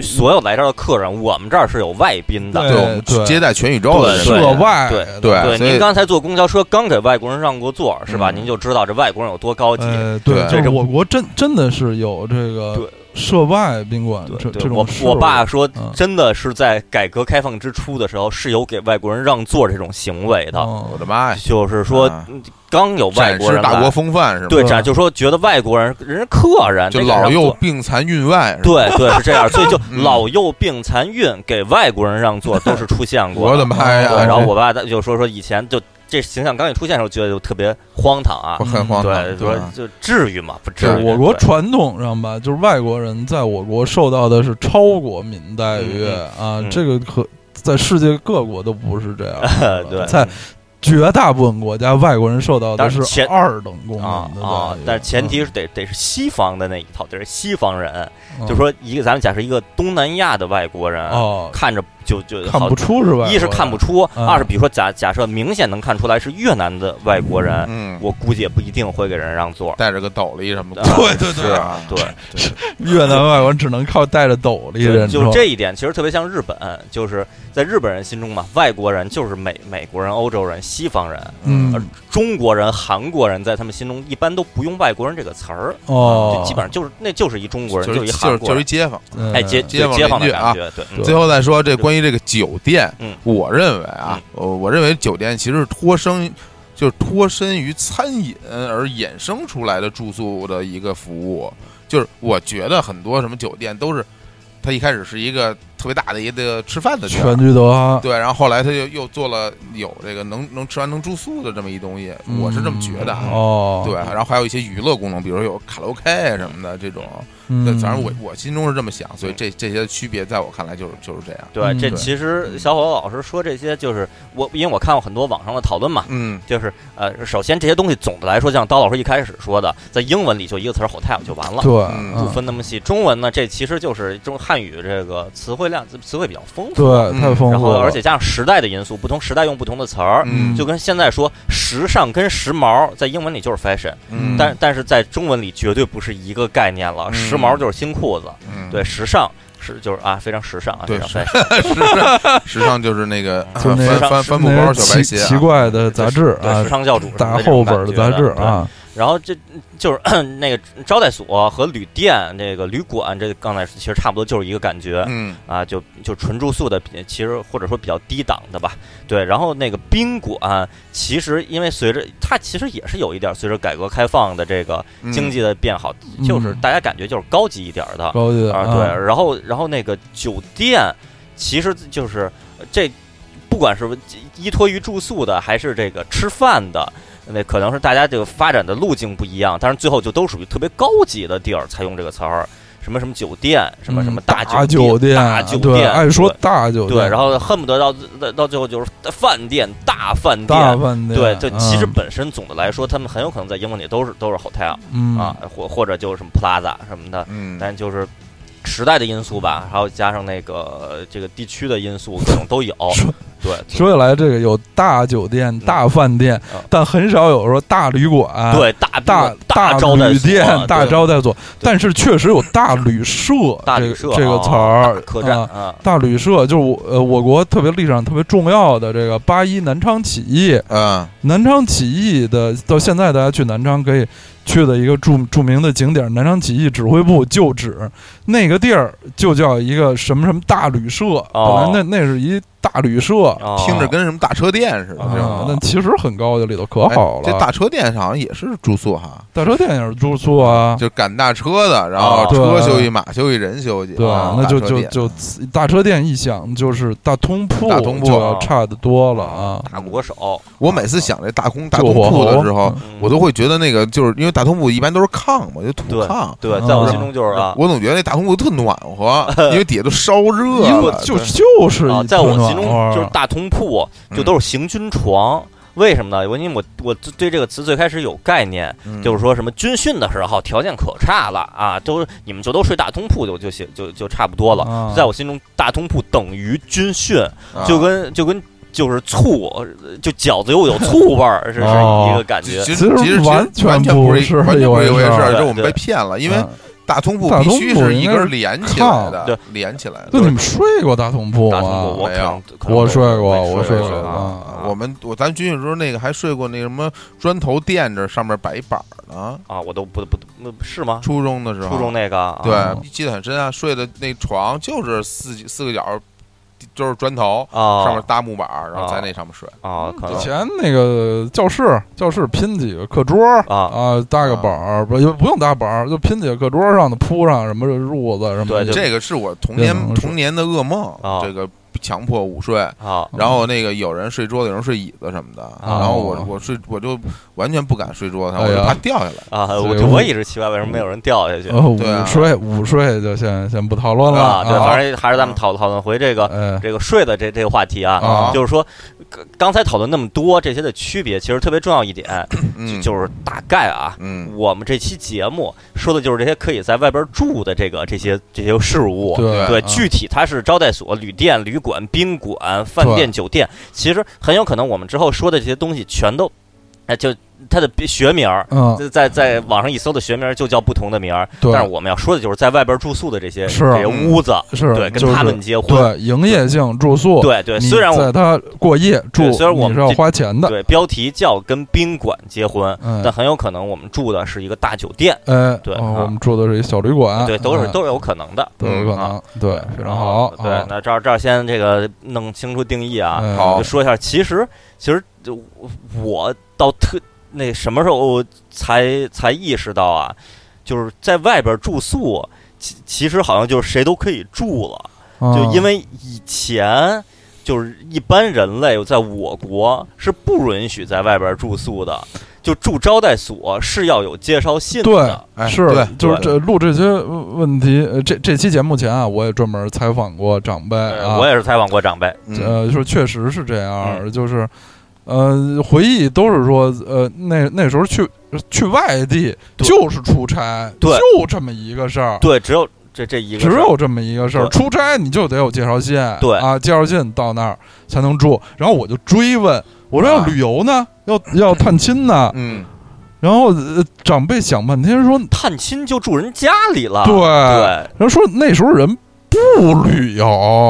S1: 所有来这儿的客人，我们这儿是有外宾的，
S2: 对
S3: 对
S2: 我们
S3: 对
S2: 接待全宇宙的人，
S1: 对
S3: 涉外
S1: 对
S3: 的
S2: 对
S1: 对，
S2: 所以
S1: 您刚才坐公交车刚给外国人让过座是吧？
S2: 嗯
S1: 您就知道这外国人有多高级。
S3: 呃，
S2: 对
S3: 就是
S1: 这
S3: 我国真真的是有这个
S1: 对
S3: 涉外宾馆
S1: 对
S3: 啊这
S1: 对
S3: 这种
S1: 我
S3: 事物，
S1: 我爸说
S3: 嗯，
S1: 真的是在改革开放之初的时候，是有给外国人让座这种行为的。
S2: 我
S3: 嗯
S2: 的妈呀！
S1: 就是说
S2: 啊，
S1: 嗯刚有外
S2: 展
S1: 国
S2: 示
S1: 人
S2: 大国
S1: 来，
S2: 风范是吧？
S1: 对，
S3: 吧
S1: 展就说觉得外国人人是客人，
S2: 就
S1: 得给让
S2: 老幼
S1: 座。
S2: 病残孕外是吧？
S1: 对对是这样，所以就
S2: 嗯
S1: 老幼病残孕给外国人让座都是出现过
S2: 我的妈呀！
S1: 对，
S3: 哎
S1: 然后我爸他就说说以前就这形象刚一出现的时候，觉得就特别荒唐啊
S2: 我，很
S3: 嗯
S2: 荒唐，啊
S1: 对，说
S2: 吧
S1: 就至于吗？不至
S3: 对
S1: 于。
S3: 我国
S1: 对
S3: 传统上吧，就是外国人在我国受到的是超国民待遇
S1: 嗯
S3: 啊
S1: 嗯，
S3: 这个可在世界各国都不 是这样的。
S1: 对
S3: 在绝大部分国家，外国人受到的
S1: 但是
S3: 是
S1: 前
S3: 二等公民
S1: 啊
S3: 的
S1: 啊
S3: 待遇，
S1: 但是前提
S3: 嗯
S1: 是得得是西方的那一套，得是西方人。
S3: 嗯
S1: 就说一个，咱们假设一个东南亚的外国人，
S3: 哦，
S1: 看着就就
S3: 看
S1: 好
S3: 不，出是吧？
S1: 一是看不出，
S3: 嗯
S1: 二是比如说假假设明显能看出来是越南的外国人，
S2: 嗯，
S1: 我估计也不一定会给人让座。
S2: 带着个斗笠什么的，
S1: 啊
S3: 对对对
S2: 是啊，
S1: 对，
S3: 越南外国人只能靠戴着斗笠认
S1: 就
S3: 出。
S1: 这一点，其实特别像日本，就是在日本人心中嘛，外国人就是美美国人、欧洲人、西方人，
S3: 嗯
S1: 而中国人、韩国人在他们心中一般都不用“外国人”这个词儿，
S3: 哦，
S1: 就基本上就是那就是一中国人，
S2: 就是
S1: 一
S2: 就
S1: 韩
S2: 是
S1: 国
S2: 就是一
S1: 人，
S2: 街坊。
S3: 嗯
S1: 哎，街
S2: 街坊
S1: 街坊的
S2: 邻居
S1: 感
S2: 啊
S1: 觉，对，嗯
S3: 对
S2: 最后再说这关于这个酒店，
S1: 嗯
S2: 我认为啊，我我认为酒店其实是脱生，就是脱身于餐饮而衍生出来的住宿的一个服务。就是我觉得很多什么酒店都是，它一开始是一个特别大的一个吃饭的地儿
S3: 全聚德啊，
S2: 对，然后后来他就又做了有这个能能吃完能住宿的这么一东西，我是这么觉得
S3: 嗯
S2: 啊。
S3: 哦，
S2: 对，然后还有一些娱乐功能，比如说有卡拉 OK 什么的这种。
S3: 嗯，
S2: 对，反正我我心中是这么想，所以这这些区别在我看来就是就是这样。
S1: 对，
S3: 嗯
S1: 这
S3: 对
S1: 其实小伙老师说这些，就是我，因为我看过很多网上的讨论嘛，
S2: 嗯，
S1: 就是呃，首先这些东西总的来说，像刀老师一开始说的，在英文里就一个词儿 hotel 就完了。
S3: 对
S2: 嗯
S1: 不
S3: 嗯
S1: 分那么细，中文呢，这其实就是中汉语这个词汇量词汇比较丰富，
S2: 嗯
S3: 对，嗯太丰
S1: 然
S3: 富
S1: 后
S3: 了，
S1: 而且加上时代的因素，不同时代用不同的词儿，
S2: 嗯
S1: 就跟现在说时尚跟时髦，在英文里就是 fashion，
S2: 嗯，
S1: 但但是在中文里绝对不是一个概念了，
S2: 嗯
S1: 时髦就是新裤子，
S2: 嗯
S1: 对，时尚是就是啊非常时尚啊，
S2: 对
S1: 非常 fashion，
S2: 时尚时尚就是那 个
S1: 嗯
S3: 就那
S2: 翻
S1: 个
S2: 翻翻布
S3: 那
S2: 包
S3: 是
S2: 小白
S3: 奇
S2: 鞋啊，
S3: 奇怪的杂志
S1: 对，
S3: 啊
S1: 时，尚教主
S3: 大厚本的杂志
S1: 啊。对
S3: 啊，
S1: 然后这就是 那个招待所和旅店、那个旅馆，这刚才其实差不多就是一个感觉
S2: 嗯
S1: 啊，就就纯住宿的，其实或者说比较低档的吧。对，然后那个宾馆，其实因为随着它其实也是有一点随着改革开放的这个
S2: 嗯
S1: 经济的变好，就是
S3: 嗯
S1: 大家感觉就是高级一点的
S3: 高级的嗯
S1: 啊，对。然后然后那个酒店，其实就是呃这，不管是依托于住宿的，还是这个吃饭的。那可能是大家这个发展的路径不一样，但是最后就都属于特别高级的地儿才用这个词儿，什么什么酒店，什么什么
S3: 嗯
S1: 大
S3: 大
S1: 酒
S3: 店，啊
S1: 大酒
S3: 对，爱说
S1: 对
S3: 大酒店，
S1: 对，然后恨不得到到到最后就是饭店、大饭店，
S3: 大饭店，
S1: 对，就其实
S3: 嗯
S1: 本身总的来说，他们很有可能在英文里都是都是 hotel
S3: 嗯
S1: 啊，或或者就是什么 plaza 什么的，
S2: 嗯，
S1: 但就是时代的因素吧，还有加上那个这个地区的因素，各种都有
S3: 说。
S1: 对，
S3: 说起来，这个有大酒店、大饭店
S1: 嗯啊，
S3: 但很少有说大旅馆、
S1: 对大
S3: 大
S1: 大招待
S3: 旅
S1: 所啊
S3: 店、大
S1: 对
S3: 招待所，但是确实有大旅社
S1: 大
S3: 这
S1: 旅
S3: 个
S1: 社
S3: 这个
S1: 啊
S3: 词
S1: 大
S3: 儿，
S1: 客栈
S3: 啊
S1: 啊，
S3: 大旅社就是我呃，我国特别历史上特别重要的这个八一南昌起义，
S2: 啊
S3: 南昌起义的到现在大家去南昌可以去的一个著著名的景点，南昌起义指挥部旧址，那个地儿就叫一个什么什么大旅社，
S1: 哦
S3: 本来那那是一大旅社，
S1: 哦
S2: 啊听着跟什么大车店似的
S1: 啊
S2: 这种
S3: 啊，
S2: 的
S3: 但。其实很高级，里头可
S2: 哎
S3: 好了。
S2: 这大车店好像也是住宿哈，
S3: 大车店也是住宿啊，
S2: 就赶大车的，然后
S1: 啊
S2: 车
S3: 哦对
S2: 休息，马休息，人休息。
S3: 对，
S2: 啊
S3: 那
S2: 大
S3: 就
S2: 车
S3: 就
S2: 店
S3: 就大车店一想就是大通铺，
S2: 大通铺
S3: 就要差的多了啊。
S1: 大国手，
S2: 我每次想这大空大
S3: 救
S2: 通
S3: 火
S2: 铺的
S3: 猴
S2: 时候，
S1: 嗯
S2: 我都会觉得那个就是因为大通铺一般都是炕嘛，就土炕，
S1: 对，在我
S3: 啊
S1: 心中就是啊。
S2: 我总觉得那大通铺特暖 和，因为底下都烧热
S3: 因为
S2: 了，
S3: 就
S2: 对
S3: 就是
S1: 啊，
S3: 一
S1: 在我
S3: 团啊
S1: 心中
S3: 暖和
S1: 就是大通铺，
S2: 嗯
S1: 就都是行军床。为什么呢？我因为我我对这个词最开始有概念，
S2: 嗯
S1: 就是说什么军训的时候条件可差了啊，都你们就都睡大通铺就就行就就差不多了。
S3: 啊
S1: 在我心中，大通铺等于军训，
S2: 啊
S1: 就跟就跟就是醋，呃就饺子又有醋味儿，是是
S3: 哦
S1: 一个感觉。
S2: 其
S3: 其实
S2: 其实
S3: 完
S2: 全完
S3: 全
S2: 不
S3: 不
S2: 是
S3: 是
S2: 完全不是
S3: 一
S2: 回
S3: 回事
S2: 事
S3: 儿
S2: 这
S1: 对
S2: 我们被骗了，因为
S3: 嗯
S2: 大通铺
S3: 大
S2: 必
S3: 通
S2: 须
S3: 铺
S2: 是一
S3: 应该
S2: 根
S3: 是
S2: 连起来
S1: 炕
S2: 的
S1: 对，
S2: 连起来的
S3: 就。你们睡过大通铺
S1: 大
S3: 吗？
S1: 通铺，我
S2: 没
S1: 可
S2: 有
S1: 能可能
S3: 我睡过
S1: 没
S3: 我
S2: 睡
S1: 睡
S2: 过
S1: 啊
S3: 啊
S1: 啊
S2: 我们我咱军训时候那个还睡过那什么砖头垫着，上面摆一板儿呢。
S1: 啊，我都不不不是吗？
S2: 初中的时候，
S1: 初中那个啊
S3: 哦
S2: 对，记得很深啊，睡的那床就是四四个角儿，都是砖头，
S1: 啊，
S2: 上面搭木板儿，然后在
S1: 哦
S2: 那上面睡。
S1: 啊，可
S3: 嗯以
S1: 能
S3: 前那个教室，教室拼几个课桌儿
S1: 啊，
S3: 啊，搭个板儿，不不用搭板儿，就拼几个课桌上的铺上什么褥子什么
S1: 对
S3: 的。
S1: 就
S2: 这个是我童年
S3: 嗯是
S2: 童年的噩梦
S1: 哦，
S2: 这个强迫午睡。
S1: 好
S2: 然后那个有人睡桌子，有人睡椅子什么的，
S1: 啊
S2: 然后我我睡我就完全不敢睡桌子上，
S3: 哎
S2: 我
S3: 呀
S2: 就怕掉下来。
S1: 啊，
S3: 对
S1: 我
S3: 我
S1: 我一直奇怪为什么没有人掉下去
S3: 呃，午
S2: 对啊
S3: 睡午睡就先先不讨论了
S1: 啊？对，反正还是咱们
S2: 啊
S1: 讨讨论回这个
S3: 哎
S1: 这个睡的这这个话题啊，
S3: 啊
S1: 就是说刚刚才讨论那么多这些的区别，其实特别重要一点，
S2: 嗯，
S1: 就是大概啊。
S2: 嗯，
S1: 我们这期节目说的就是这些可以在外边住的这个这些这些事物，
S3: 对
S1: 对，
S3: 啊
S1: 具体它是招待所、旅店、旅馆、宾馆、饭店、酒店，其实很有可能我们之后说的这些东西全都，哎，就它的学名儿，
S3: 嗯
S1: 在在在网上一搜的学名儿就叫不同的名儿，
S3: 对
S1: 但是我们要说的就是在外边住宿的这些
S3: 是嗯
S1: 这些屋子，
S3: 是
S1: 对，
S3: 就
S1: 跟
S3: 是
S1: 他们结婚，
S3: 对营业性住宿，
S1: 对对，
S3: 你
S1: 虽然我
S3: 在他过夜住，
S1: 对虽然我们
S3: 你是要
S1: 这
S3: 花钱的，
S1: 对标题叫跟宾馆结婚，
S3: 嗯
S1: 但很有可能我们住的是一个大酒店，
S3: 哎，
S1: 对
S3: 哦
S1: 啊
S3: 我们住的是一小旅馆，
S1: 对，都是
S3: 哎
S1: 都是有可能的。
S3: 都有可能，对，非常好，
S1: 哦对
S3: 啊，
S1: 那这儿这儿先这个弄清楚定义啊，
S3: 哎
S2: 好
S1: 就说一下，其实其实就我我到特那什么时候才才意识到啊，就是在外边住宿，其其实好像就是谁都可以住了，
S3: 嗯
S1: 就因为以前。就是一般人类在我国是不允许在外边住宿的，就住招待所是要有介绍信的。
S3: 啊
S2: 哎，
S3: 是
S2: 对，
S3: 就是
S1: 对
S3: 这录这些问题，呃这这期节目前啊，我也专门采访过长辈
S1: 呃
S3: 啊
S1: 我，也是嗯采访过长辈，
S2: 嗯
S3: 呃，说确实是这样，就是，呃，回忆都是说，呃，那那时候去去外地
S1: 对
S3: 就是出差，
S1: 对
S3: 就这么一个事儿，
S1: 对，只有这这一个
S3: 只
S1: 事儿，
S3: 有这么一个事儿，
S1: 对
S3: 出差你就得有介绍信，
S1: 对
S3: 啊，介绍信到那儿才能住。然后我就追问，我说要
S2: 啊
S3: 旅游呢，要要探亲呢，
S2: 嗯，
S3: 然后、呃长辈想半天说，
S1: 探亲就住人家里了。
S3: 对
S1: 啊对
S3: 然后说那时候人不旅游，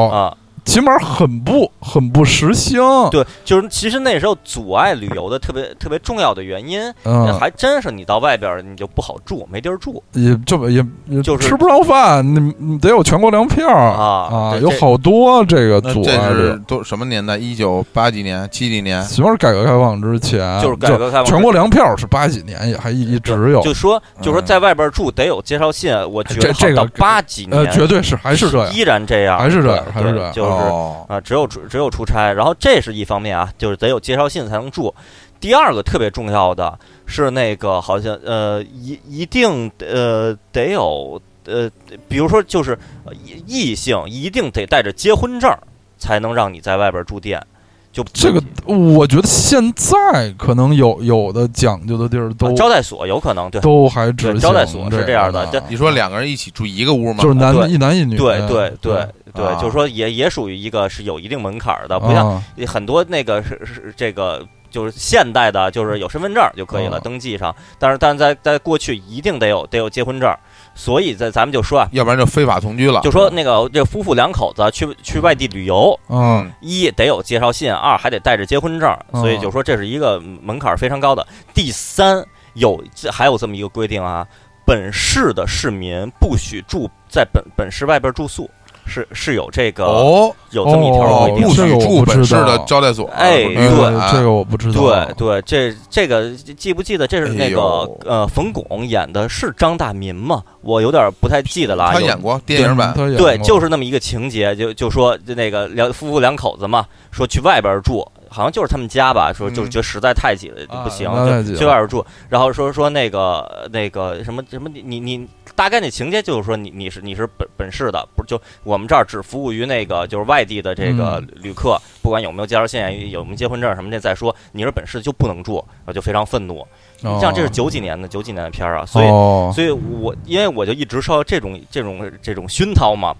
S1: 啊，
S3: 起码很不很不时兴，
S1: 对，就是其实那时候阻碍旅游的特别特别重要的原因，
S3: 嗯，
S1: 还真是你到外边儿你就不好住，没地儿住
S3: 也就也也
S1: 就是
S3: 吃不上饭，你你得有全国粮票啊
S1: 啊这
S3: 有
S1: 这
S3: 好多这个
S2: 那
S3: 阻
S2: 这
S3: 碍
S2: 是
S3: 的。
S2: 都什么年代？一九八几年、七几年？
S3: 起码是改革开放之前，
S1: 就是改革开放
S3: 全国粮票是八几年也还一一直有，
S1: 就说就说
S2: 嗯
S1: 在外边儿住得有介绍信，我觉得
S3: 哦这
S1: 好
S3: 这个
S1: 到八几
S3: 呃，绝
S1: 年
S3: 对是还是这样，
S1: 依然这样，
S3: 还是这样
S1: 对
S3: 还是这
S1: 对
S3: 样
S1: 就是
S2: 哦
S1: 啊，只有出只有出差，然后这是一方面啊，就是得有介绍信才能住。第二个特别重要的是那个好像呃一一定呃得有呃，比如说就是呃异性一定得带着结婚证儿才能让你在外边住店，就不
S3: 这个我觉得现在可能有有的讲究的地儿
S1: 啊
S3: 都
S1: 招待所有可能对
S3: 都还执行
S1: 对招待所是这样的
S3: 这啊
S1: 这啊
S2: 你说两个人一起住一个屋吗？
S3: 就是男
S1: 对
S3: 一男一女，
S1: 对对对对，
S2: 啊
S1: 就是说也也属于一个是有一定门槛儿的，不像
S3: 啊
S1: 很多那个是是这个就是现代的，就是有身份证儿就可以了，
S3: 哦
S1: 登记上。但是但是在在过去一定得有得有结婚证儿，所以在咱们就说啊，
S2: 要不然就非法同居了。
S1: 就说那个这夫妇两口子去去外地旅游。
S3: 嗯
S1: 一得有介绍信，二还得带着结婚证儿，
S3: 哦
S1: 所以就说这是一个门槛儿非常高的。第三，有这还有这么一个规定啊，本市的市民不许住在本本市外边住宿，是是有这个、
S2: 哦，
S1: 有这么一条
S3: 哦
S1: 规定的。
S2: 不
S3: 这
S2: 许
S3: 个
S2: 住
S3: 我不知道
S2: 本市的招待所。嗯
S1: 哎
S2: 旅
S1: 对
S2: 馆
S3: 这个我不知道，
S1: 对对，这这个记不记得？这是那个、
S2: 哎
S1: 呃，冯巩演的是张大民吗？我有点不太记得了啊。
S2: 他
S1: 有
S2: 演过电影版，
S3: 他演
S1: 对，
S3: 过
S1: 就是那么一个情节，就就说就那个两夫妇两口子嘛，说去外边住，好像就是他们家吧，说就是
S2: 嗯
S1: 觉得实在太挤了、就
S3: 啊
S1: 不行，
S3: 实在太挤
S1: 就
S3: 了
S1: 去外边住。然后说说那个那个什么什么你你你，大概那情节就是说你你是你是本本市的，不是就我们这儿只服务于那个就是外地的这个
S3: 嗯
S1: 旅客，不管有没有介绍信、有没有结婚证什么的再说，你是本市就不能住，我就非常愤怒。你像这是九几年的九几年的片儿啊，所以
S3: 哦
S1: 所以我因为我就一直受到这种这种这种熏陶嘛，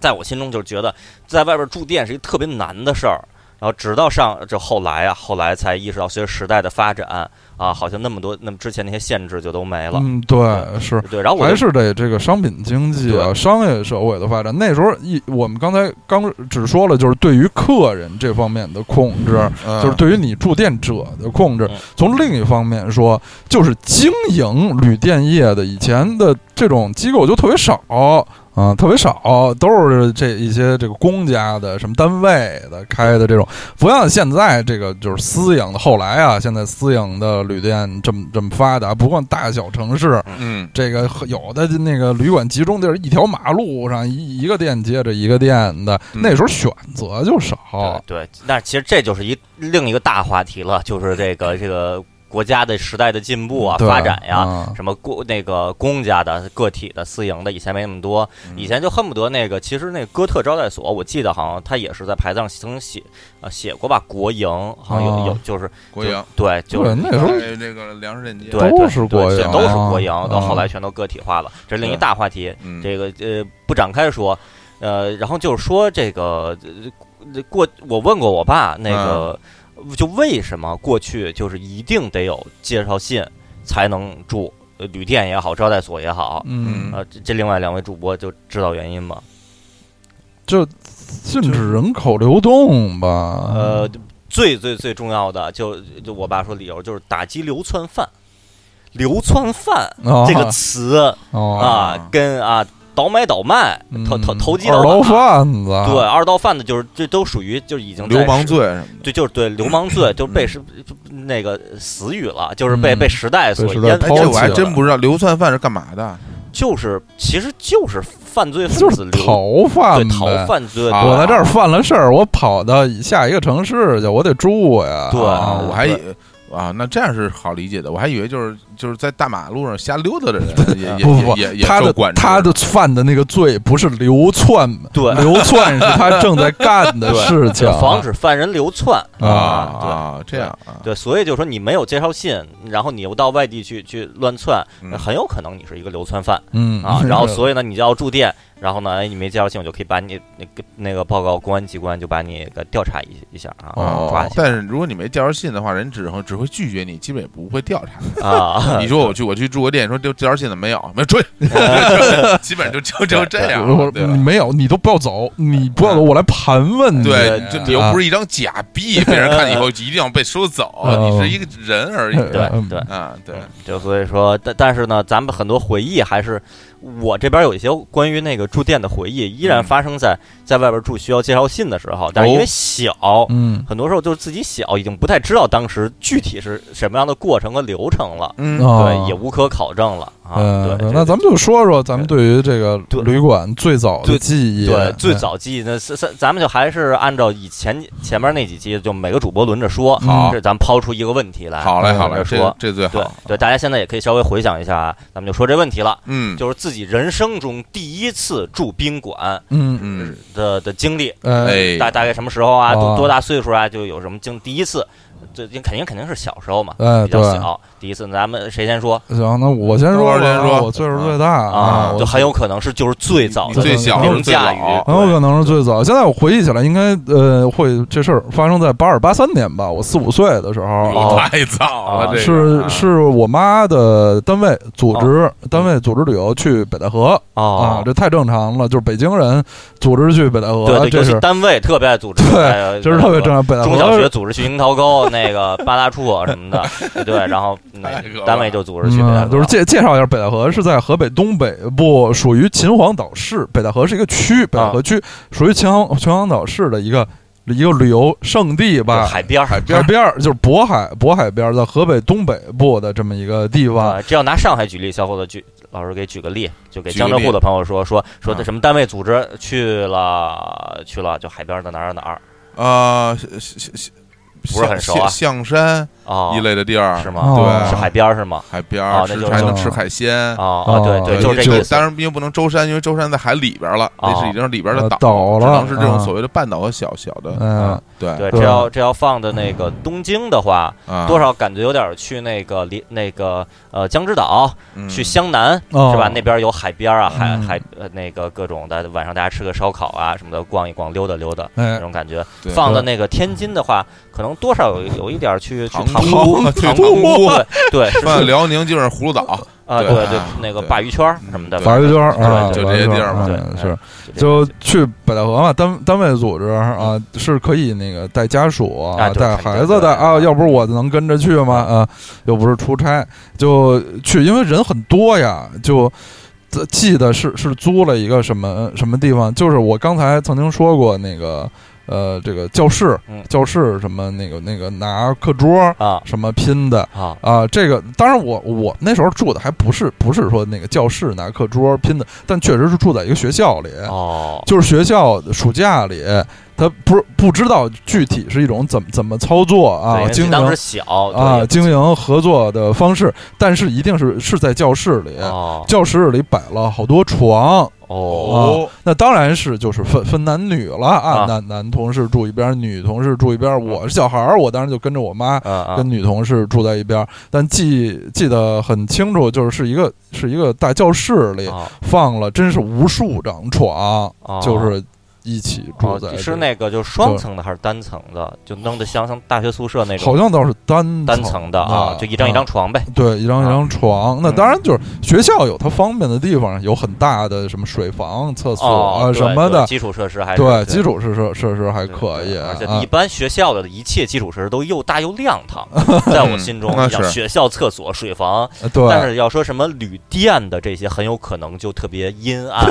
S1: 在我心中就是觉得在外边住店是一个特别难的事儿。然后直到上这后来啊，后来才意识到随着时代的发展啊，好像那么多那么之前那些限制就都没了。
S3: 嗯，对，是
S1: 对，然后我
S3: 还
S1: 就是
S3: 得这个商品经济啊，
S1: 对
S3: 商业社会的发展。那时候一，我们刚才刚只说了，就是对于客人这方面的控制，
S2: 嗯
S3: 就是对于你住店者的控制
S1: 嗯。
S3: 从另一方面说，就是经营旅店业的以前的这种机构就特别少啊，特别少，都是这一些这个公家的什么单位的开的这种，不像现在这个就是私营的。后来啊，现在私营的旅店这么这么发达，不光大小城市，
S2: 嗯
S3: 这个有的那个旅馆集中地儿，一条马路上一一个店接着一个店的，
S2: 嗯
S3: 那时候选择就少。
S1: 对，对那其实这就是一另一个大话题了，就是这个这个国家的时代的进步啊、
S3: 对
S1: 发展呀、
S3: 嗯
S1: 什么公那个公家的、个体的、私营的，以前没那么多，
S2: 嗯
S1: 以前就恨不得那个，其实那哥特招待所，我记得好像他也是在牌子上曾经写呃写过吧，国营好像有、
S3: 哦
S1: 有就是
S2: 国营
S1: 就，对，就
S3: 对
S1: 是
S3: 那时候
S2: 在这个粮食链接，
S1: 对
S3: 都
S1: 对
S3: 是
S1: 对
S3: 国
S1: 对
S3: 营
S1: 都是国
S3: 啊
S1: 营，到后来全都个体化了，这是另一大话题。
S2: 嗯，
S1: 这个呃不展开说，呃，然后就是说这个呃过，我问过我爸那个，
S2: 嗯
S1: 就为什么过去就是一定得有介绍信才能住呃旅店也好，招待所也好，
S2: 嗯，
S3: 嗯
S1: 呃，这这另外两位主播就知道原因吗？
S3: 就禁止人口流动吧。
S1: 呃，
S3: 嗯
S1: 最最最重要的就就我爸说理由就是打击流窜犯，流窜犯
S3: 啊，
S1: 呃这个词
S3: 啊，
S1: 啊，跟啊倒买倒卖、投投
S3: 嗯
S1: 投机
S3: 二
S1: 倒
S3: 道
S1: 把
S3: 贩子，
S1: 对，，啊二道贩子就是这都属于就是已经在
S2: 流氓
S1: 时，
S2: 罪什么的，
S1: 对，就是对流氓罪，就是被时就那个死语了，就是被
S3: 嗯
S1: 被时代所
S3: 被时代
S1: 淹
S2: 哎，
S3: 抛弃
S2: 这
S1: 没
S2: 我还
S1: 了
S2: 真不知道流窜犯是干嘛的，
S1: 就是其实就是犯罪分
S3: 就是
S1: 子流
S3: 逃贩
S1: 对
S3: 呗
S1: 逃。犯罪，
S2: 啊
S3: 我在这儿犯了事儿，我跑到下一个城市去，我得住呀。
S1: 对
S2: 啊，我还以
S1: 对
S2: 啊，那这样是好理解的，我还以为就是就是在大马路上瞎溜达的人也也
S3: 不不不
S2: 也也也
S3: 他
S2: 受
S3: 的
S2: 管制，
S3: 他的犯的那个罪不是流窜，
S1: 对
S3: 流窜是他正在干的
S1: 对
S3: 事情
S1: 就，防止犯人流窜
S3: 啊
S1: 对
S2: 啊，这样啊，
S1: 对，所以就是说你没有介绍信，然后你又到外地去去乱窜，
S2: 嗯
S1: 那很有可能你是一个流窜犯
S3: 嗯
S1: 啊。然后所以呢，你就要住店，然后呢，哎，你没介绍信，我就可以把你那个那个报告公安机关就把你给调查一一下啊
S3: 哦，
S1: 抓起
S2: 但是如果你没介绍信的话，人只会只会拒绝你，基本也不会调查。
S1: 来啊。
S2: 你说我去我去住个店，说丢介绍信怎么没有？没有追， 基本就就就这
S1: 啊
S2: 样了，
S3: 我说
S2: 对
S3: 你
S2: 吧？
S3: 没有，你都不要走，你不要走，我来盘问你。
S2: 对，
S1: 对
S2: 就你又不是一张假 币，被人看以后一定要被收走，你是一个人而已。
S1: 哦对
S3: 嗯
S1: 对，
S2: 啊，对，
S1: 嗯就所以说，但但是呢，咱们很多回忆还是我这边有一些关于那个住店的回忆，依然
S2: 嗯
S1: 发生在在外边住需要介绍信的时候，但是因为
S2: 哦
S1: 小，
S3: 嗯
S1: 很多时候就是自己小，已经不太知道当时具体是什么样的过程和流程了，
S2: 嗯
S3: 啊，
S1: 对，也无可考证了啊。
S3: 呃
S1: 对，哎
S3: 那咱们就说说咱们对于这个
S1: 对
S3: 旅馆最早的记忆，啊
S1: 对最早记忆呢，是是咱们就还是按照以前前面那几期，就每个主播轮着说，
S3: 好
S1: 这咱们抛出一个问题来。
S2: 好嘞，
S3: 嗯
S2: 好嘞，
S1: 说
S2: 这这最
S1: 对
S2: 好。
S1: 对，大家现在也可以稍微回想一下啊，咱们就说这问题了，
S2: 嗯，
S1: 就是自己人生中第一次住宾馆
S3: 嗯
S2: 嗯，
S1: 的的经历，
S3: 呃
S2: 哎，
S1: 大大概什么时候啊？
S3: 啊
S1: 多多大岁数啊？就有什么经第一次，这肯定肯定是小时候嘛，
S3: 哎
S1: 比较
S3: 对，
S1: 小，第一次。咱们谁先说？
S3: 行，那我先
S2: 嗯等会
S3: 说
S2: 儿
S3: 吧，
S2: 先说
S3: 我岁数最大
S1: 啊，
S3: 我
S1: 就很有可能是就是最早
S2: 你
S1: 的
S2: 最小
S1: 凌
S2: 是最
S1: 驾于
S2: 老，
S3: 很有可能是最早。现在我回忆起来，应该呃会这事儿发生在八二八三年吧，我四五岁的时候，
S1: 哦
S2: 太早
S1: 啊
S2: 了，这个
S3: 是
S2: 啊
S3: 是我妈的单位组织，单位组织旅游去北戴河、啊
S1: 哦，，
S3: 这太正常了，就是北京人组织去北戴河，
S1: 对对，
S3: 这
S1: 尤其
S3: 是
S1: 单位特别爱组织，
S3: 对
S1: 哎
S3: 这是特别正。常。北戴河
S1: 中小学组织去樱桃沟那个八大处什么 的，对，然后那
S2: 太可怕了
S1: 单位就组织去北戴河，
S3: 嗯，就是介介绍一下，北戴河是在河北东北部，属于秦皇岛市。北戴河是一个区，北戴河区属于秦皇秦皇岛市的一个一个旅游胜地
S1: 就
S3: 吧。
S1: 海边儿
S2: 海边
S3: 边
S2: 儿
S3: 边儿就是渤海，渤海边儿在河北东北部的这么一个地方。
S1: 啊，这要拿上海举例，小伙子举老师给举个例，就给
S2: 举
S1: 江
S2: 个
S1: 浙
S2: 例
S1: 沪的朋友说说说
S2: 啊
S1: 这什么单位组织去了去了，就海边的哪儿哪儿哪儿
S2: 呃啊，是是是
S1: 不是很熟啊
S2: 象象山
S1: 哦
S2: 一，类的地儿，
S1: 是吗？
S3: 哦
S2: 对，
S1: 是海边儿是吗？
S2: 海边
S1: 哦
S2: 儿
S1: 那
S2: 吃
S1: 就是
S2: 还能
S3: 说
S2: 吃海鲜。
S1: 哦哦，对对，
S2: 对，
S1: 就是这意哦思
S2: 当。然，因为不能舟山，因为舟山在海里边了，那是已经是里边的
S3: 呃岛
S2: 只
S3: 了
S2: 能是这种
S3: 啊
S2: 所谓的半岛和小小的。
S3: 嗯，
S2: 对
S1: 对，
S3: 对
S1: 这要这要放的那个东京的话，
S2: 啊，
S1: 多少感觉有点儿去那个离那个呃江之岛，
S2: 嗯
S1: 去湘南
S3: 哦
S1: 是吧？那边有海边啊，海
S3: 嗯
S1: 海呃那个各种的，晚上大家吃个烧烤啊什么的，逛一逛，溜达溜达那
S3: 哎，
S1: 种感觉。
S2: 对
S1: 放到那个天津的话，可能多少有有一点儿去去
S2: 塘
S1: 塘沽，
S2: 沽 对
S1: 塘
S2: 塘
S1: 沽
S2: 沽
S1: 对 对
S2: 放在辽宁就是葫芦岛，
S1: 啊
S2: 对
S1: 对对
S2: 啊，
S1: 那个
S2: 对
S1: 鲅鱼圈儿什么的，
S2: 对
S3: 鲅鱼圈儿啊，
S1: 对
S2: 就这些地儿嘛
S3: 嘛，
S1: 对
S3: 嗯
S1: 对
S3: 是
S1: 就
S3: 就去北戴河嘛，单单位组织啊，是可以那个带家属
S1: 嗯啊对
S3: 带孩子的
S1: 对
S3: 啊，
S1: 对
S3: 要不是我能跟着去吗？
S1: 嗯
S3: 啊，又不是出差，就去，因为人很多呀，就。呃记得是是租了一个什么什么地方，就是我刚才曾经说过那个呃，这个教室
S1: 嗯，
S3: 教室什么那个那个拿课桌
S1: 啊
S3: 什么拼的，
S1: 啊
S3: 啊，这个当然我我那时候住的还不是不是说那个教室拿课桌拼的，但确实是住在一个学校里，
S1: 哦
S3: 就是学校暑假里，他不是不知道具体是一种怎么怎么操作
S1: 对因
S3: 啊，
S1: 为
S3: 经
S1: 当时
S3: 营
S1: 小
S3: 啊
S1: 对
S3: 经营合作的方式，但是一定是是在教室里，
S1: 哦
S3: 教室里摆了好多床，啊
S1: 哦
S3: 那当然是就是分分男女了啊，
S1: 啊
S3: 男男同事住一边，女同事住一边，我是小孩儿，我当然就跟着我妈。
S1: 嗯嗯
S3: 跟女同事住在一边儿，但记记得很清楚，就是是一个是一个大教室里
S1: 哦
S3: 放了真是无数张床，
S1: 哦
S3: 就是一起住
S1: 哦
S3: 在、，
S1: 是那个就是双层的还是单层的？就弄得像像大学宿舍那种
S3: 好像倒是单
S1: 单层的啊，就一张一张
S3: 啊
S1: 床呗。
S3: 对，一张一张床。那
S1: 嗯
S3: 当然就是学校有它方便的地方，有很大的什么水房、厕所、
S1: 哦，对
S3: 啊什么
S1: 对
S3: 的，
S1: 基础设施还是
S3: 对，基础设施设施还
S1: 对
S3: 可以
S1: 对而且
S3: 啊
S1: 一般学校的一切基础设施都又大又亮堂，在我心中
S2: 那，
S1: 像
S2: 是
S1: 学校、厕所、水房，
S3: 嗯对，
S1: 但是要说什么旅店的这些，很有可能就特别阴暗，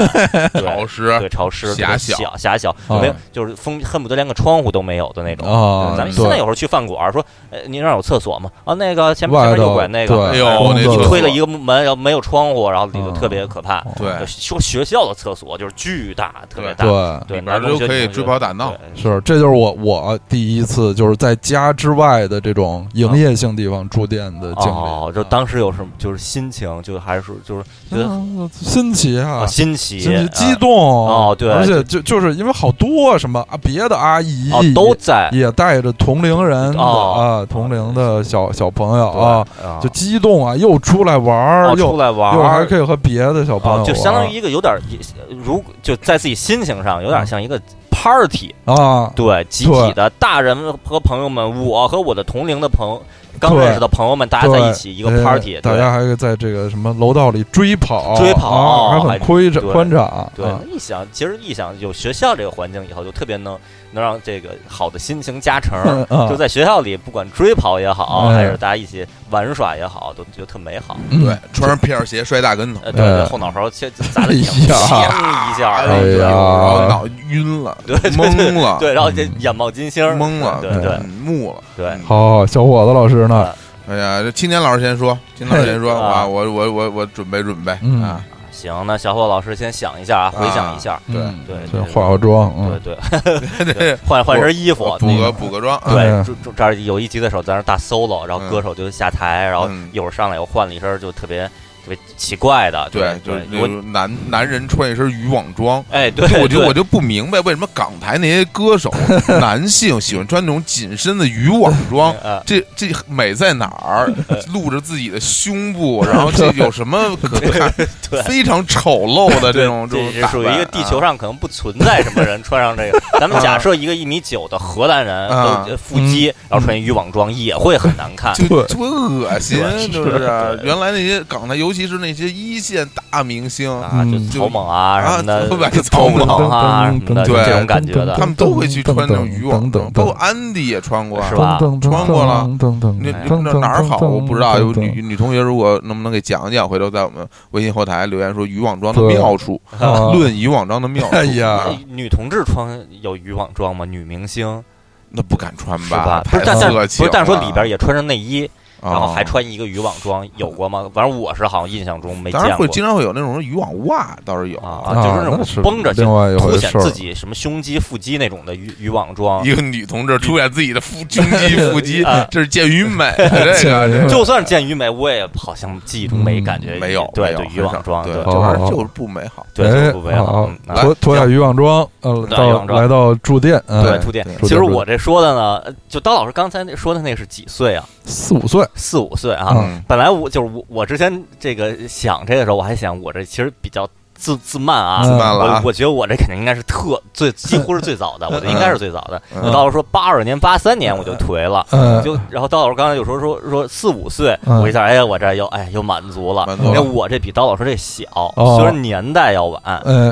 S2: 潮
S1: 对
S2: 湿，
S1: 对，潮湿、
S2: 狭
S1: 特别
S2: 小
S1: 小、狭小，
S3: 啊
S1: 没有就是风，恨不得连个窗户都没有的那种。
S3: 啊，
S1: 咱们现在
S3: 对
S1: 有时候去饭馆说，呃，您那儿有厕所吗？啊，那个前面
S3: 外
S1: 前面右
S3: 头
S1: 拐那个，
S3: 对
S2: 哎呦
S3: 工
S2: 那
S3: 作
S2: 厕
S1: 推了
S2: 所
S1: 一个门，然后没有窗户，然后里头特
S3: 嗯
S1: 别可怕。
S2: 对
S1: 就说学校的厕所就是巨大，特别大，
S3: 对。
S1: 对，
S2: 里边儿都可以追跑打闹
S1: 对
S3: 是，这就是我我第一次就是在家之外的这种营业性地方住店的经历。
S1: 哦，就当时有什么就是心情，就还是就是觉得
S3: 啊新奇啊，
S1: 啊新奇，
S3: 新奇激
S1: 啊
S3: 动
S1: 哦对
S3: 而且就就是因为好多什么啊，别的阿姨
S1: 哦都在
S3: 也带着同龄人的
S1: 哦
S3: 啊，同龄的小小朋友
S1: 对
S3: 啊，就激动啊，又出来玩
S1: 哦
S3: 儿，
S1: 出
S3: 又
S1: 来玩
S3: 又还
S1: 儿。
S3: 可以和别的小朋友
S1: 哦，
S3: 啊玩
S1: 就
S3: 儿，
S1: 相当于一个有点儿，也如就在自己心情上有
S3: 嗯
S1: 点像一个 party，
S3: 啊，
S1: 对，集体的大人和朋友们，我和我的同龄的朋友，刚
S3: 对
S1: 认识的朋友们，大家在一起
S3: 对
S1: 一个
S3: 哎
S1: party，
S3: 大
S1: 对
S3: 家还可以在这个什么楼道里追跑，
S1: 追跑
S3: 啊
S1: 还
S3: 还很宽敞
S1: 对
S3: 宽敞，
S1: 对，
S3: 啊
S1: 一想，其实一想有学校这个环境以后，就特别能能让这个好的心情加成。
S3: 啊
S1: 就在学校里，不管追跑也好，
S3: 哎
S1: 还是大家一起玩耍也好，都觉得特美好。
S3: 嗯
S2: 对，穿上皮尔鞋摔大跟头，
S1: 呃，对对，
S3: 哎
S1: 后脑勺切砸的
S3: 哎
S1: 挺
S3: 呀
S1: 一下儿，
S3: 哎呀
S1: 对
S2: 然后脑晕了，
S1: 对对
S2: 懵了，
S1: 对，然后
S3: 嗯
S1: 这眼冒金星，
S2: 懵了，
S1: 对对
S2: 嗯木了，
S1: 对
S2: 嗯
S3: 好，小伙子老师呢？
S2: 哎呀，这青年老师先说，青年老师先说
S1: 嘿
S2: 啊，
S1: 啊
S2: 我我我我准备准备
S3: 嗯
S2: 啊，
S1: 行，那小伙老师先想一下啊，回想一下，
S2: 对
S3: 嗯
S1: 对
S3: 就
S1: 对
S3: 化化妆，
S1: 对
S3: 嗯，
S1: 对，
S2: 这这
S1: 换换身衣服，
S2: 补
S1: 那
S2: 个
S1: 个嗯
S2: 补个妆啊，
S3: 哎呀
S1: 对，这这这儿有一吉他手在那儿大 solo，然后歌手就下台，然后
S2: 嗯
S1: 一会儿上来又换了一身就特别特别奇怪的，
S2: 对，就
S1: 对
S2: 是，
S1: 我
S2: 就是男男人穿一身渔网装。
S1: 哎对，
S2: 我就
S1: 对
S2: 我就不明白为什么港台那些歌手 男性喜欢穿那种紧身的渔网 装，
S1: 呃
S2: 这这美在哪 儿？露着自己的胸部，然后这有什么可看？
S1: 对
S2: 非常丑陋的这种
S1: 这
S2: 种
S1: 是
S2: 打
S1: 属于一个地球
S2: 扮啊
S1: 上可能不存在什么人穿上这 个。咱们假设一个一米九的荷兰人
S2: 啊
S1: 都呃腹肌，然后穿一渔网装也会很难看。
S2: 就
S3: 对
S2: 就恶心，
S1: 对
S2: 就是啊
S1: 对
S2: 原来那些港台，尤其是那些一线大明星，
S1: 啊，就
S3: 嗯
S1: 草蜢啊
S2: 啊
S1: 什么的
S2: 对吧，
S1: 草蜢啊什么的，就
S2: 对
S1: 这种感觉的
S2: 他们都会去穿这种渔网
S3: 等等
S2: 装，包括安迪也穿过，
S1: 是吧
S2: 穿过了
S3: 噔噔
S2: 那
S1: 哎
S2: 那哪儿好？我不知道。有女女同学如果能不能给讲一讲，回头在我们微信后台留言说渔网装的
S3: 对
S2: 妙处，
S3: 啊
S2: 论渔网装的妙处。
S3: 哎呀
S1: 哎女同志穿有渔网装吗？女明星
S2: 那不敢穿
S1: 是吧？不
S2: 太
S1: 是，但但
S2: 色
S1: 不
S2: 情
S1: 是，
S2: 了。
S1: 但是说里边也穿上内衣，然后还
S2: 哦
S1: 穿一个渔网装，有过吗？反正我是好像印象中没见
S2: 当然
S1: 过
S2: 会经常会有那种渔网袜，倒是有
S1: 啊，就是那
S3: 那
S1: 种绷着
S3: 另
S1: 显
S3: 外一
S1: 凸
S3: 回
S1: 显
S3: 事儿
S1: 自己什么胸肌、腹肌那种的渔渔网装。
S2: 一个女同志出演自己的腹胸肌、腹肌
S1: 啊，
S2: 这是鉴于 美，这
S3: 鉴于美
S2: 个
S1: 就算是见于美，我也好像记忆中没感觉
S2: 这没有
S1: 对
S2: 没有
S1: 对
S2: 很
S1: 渔网
S2: 少
S1: 装，
S2: 对，
S1: 对
S2: 这玩意
S3: 哦
S2: 儿
S3: 哦
S2: 就是不美好。
S1: 对，
S3: 哎
S1: 就不为好
S3: 好
S1: 嗯啊
S2: 来
S3: 脱脱下渔网装，呃，
S1: 脱下渔
S3: 到
S1: 网装
S3: 来到住店，
S1: 对，
S3: 嗯，
S1: 触电。
S2: 对
S1: 其
S3: 触
S1: 实
S3: 电
S1: 我这说的呢，呃就刀老师刚才那说的那是几岁啊？
S3: 四五岁，
S1: 四五岁啊。
S2: 嗯
S1: 本来我就是我，我之前这个想这个时候，我还想我这其实比较自自慢啊，
S3: 自
S2: 慢了啊
S1: 我我觉得我这肯定应该是特最几乎是最早的，我这应该是最早的。
S2: 嗯
S1: 我到时候说八二年、八三年我就颓了。
S3: 嗯，
S1: 就然后刀老师刚才有时候说说四五岁，
S3: 嗯
S1: 我一下哎呀我这又哎又满足了
S2: 满，足
S1: 因
S2: 了
S1: 为我这比刀老师这小，
S3: 哦
S1: 虽然年代要晚，
S3: 嗯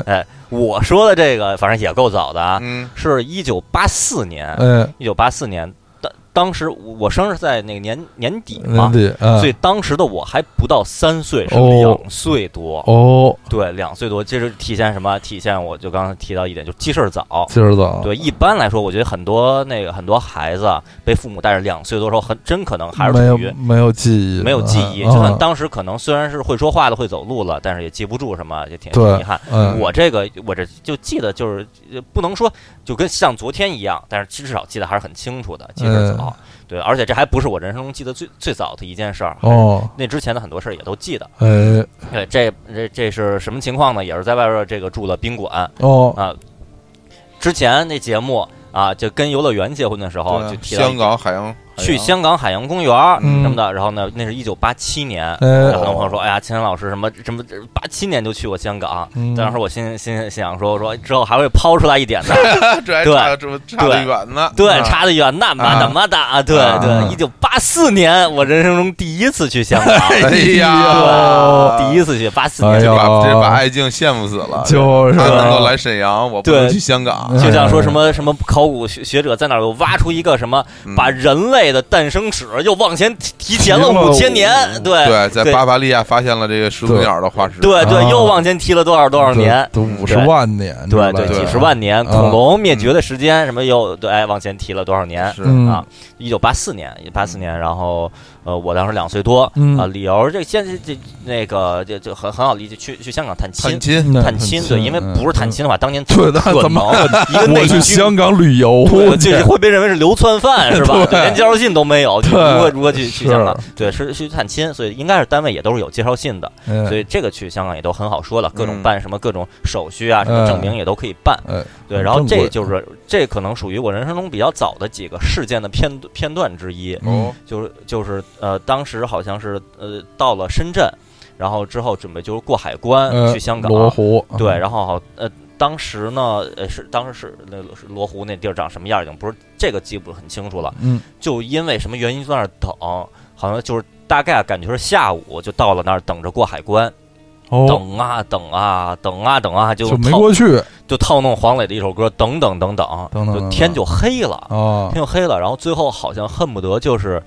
S1: 我说的这个反正也够早的啊，
S2: 嗯，
S1: 是一九八四年，
S3: 嗯，
S1: 一九八四年当当时我我生日在那个年年底嘛
S3: 年，底，嗯
S1: 所以当时的我还不到三岁，是
S3: 哦
S1: 两岁多，
S3: 哦，
S1: 对，两岁多，这是体现什么？体现我就刚才提到一点，就记事儿早。
S3: 今儿早，
S1: 对，一般来说，我觉得很多那个很多孩子啊，被父母带着两岁多的时候，很真可能还是
S3: 没有
S1: 处于
S3: 没有记忆，
S1: 没有记忆。
S3: 嗯
S1: 就算当时可能虽然是会说话了、会走路了，但是也记不住什么，也挺挺
S3: 对
S1: 遗憾。
S3: 嗯
S1: 我这个我这就记得就是呃不能说就跟像昨天一样，但是至少记得还是很清楚的，记得早。对，而且这还不是我人生中记得最最早的一件事儿。
S3: 哦，
S1: 那之前的很多事儿也都记得，
S3: 哎
S1: 对，这这这是什么情况呢？也是在外边儿这个住了宾馆
S3: 哦，
S1: 啊。之前那节目啊，就跟游乐园结婚的时候
S2: 对啊
S1: 就提到
S2: 香港哎海洋
S1: 去
S2: 香
S1: 香港海洋公园儿
S3: 嗯
S1: 什么的，然后呢，那是一九八七年，
S3: 哎
S2: 呃
S1: 然后很多朋友说，哎呀，秦岚老师什么什么八七年就去过香港，
S3: 嗯
S1: 当时我心心想说说哎之后还会抛出来一 点的，
S2: 这还
S1: 对
S2: 差这差得远呢。
S1: 对，
S2: 啊
S1: 差得远，那么
S2: 啊
S1: 的么的啊，对
S2: 啊
S1: 对，一九八四年我人生中第一次去香 港，
S2: 哎呀，
S1: 对，第一次去八四
S3: 哎
S1: 年
S3: 呀
S2: 这把这把爱静羡慕死了。
S3: 就是嗯
S2: 他能够来沈阳，我不能
S1: 对
S2: 去香港。
S3: 哎
S1: 就像说什么什么考古学学者在那儿又挖出一个什么，
S2: 嗯
S1: 把人类的诞生史又往前提提前了
S3: 提了
S1: 五千年，对
S2: 嗯对，在
S1: 对
S2: 巴伐利亚发现了这个始祖鸟的化石。
S1: 对对，
S3: 啊
S1: 又往前提了多少多少年。
S3: 都五十万年，
S1: 对
S3: 对
S1: 对，
S2: 对
S1: 几十万年，
S3: 啊
S1: 恐龙灭绝的时间什么又对，哎，往前提了多少年？
S2: 是
S3: 嗯
S1: 啊，一九八四年，八四年，然后呃，我当时两岁多
S3: 嗯
S1: 啊，理由这现在这那个这这很很好理解，去去香港探亲
S2: 探。亲，
S1: 探亲对，因为不是探，亲的话，当年
S3: 对那
S1: 可
S3: 怎么
S1: 能一个内
S3: 嗯我去
S1: 地居
S3: 香港旅游
S1: 对，
S3: 去
S1: 就是，会被认为是流窜 犯是吧？
S3: 对
S1: 连介绍信都没有，就
S3: 对
S1: 如何如何去去
S3: 是
S1: 香港？对，是去探亲，所以应该是单位也都是有介绍信的，
S3: 嗯哎
S1: 所以这个去香港也都很好说了，各种
S2: 嗯
S1: 办什么各种手续啊，什么
S3: 嗯
S1: 证明也都可以办
S3: 哎。
S1: 对，然后
S3: 很正
S1: 这
S3: 规
S1: 就是这可能属于我人生中比较早的几个事件的片片段之一，
S3: 哦，
S1: 就是就是呃，当时好像是呃到了深圳，然后之后准备就是过海关
S3: 呃
S1: 去香港，
S3: 罗湖，
S1: 对，然后好呃，当时呢，呃是当时是那个是罗湖那地儿长什么样，已经不是这个记不很清楚了。
S3: 嗯，
S1: 就因为什么原因在那儿等，好像就是大概感觉是下午就到了那儿，等着过海关，
S3: 哦，
S1: 等啊等啊等啊等啊，就
S3: 就没
S1: 套
S3: 过去
S1: 就套弄黄磊的一首歌，等等等等，
S3: 等等等
S1: 就
S3: 等
S1: 天就黑了，
S3: 啊
S1: 天，就黑了，然后最后好像恨不得就是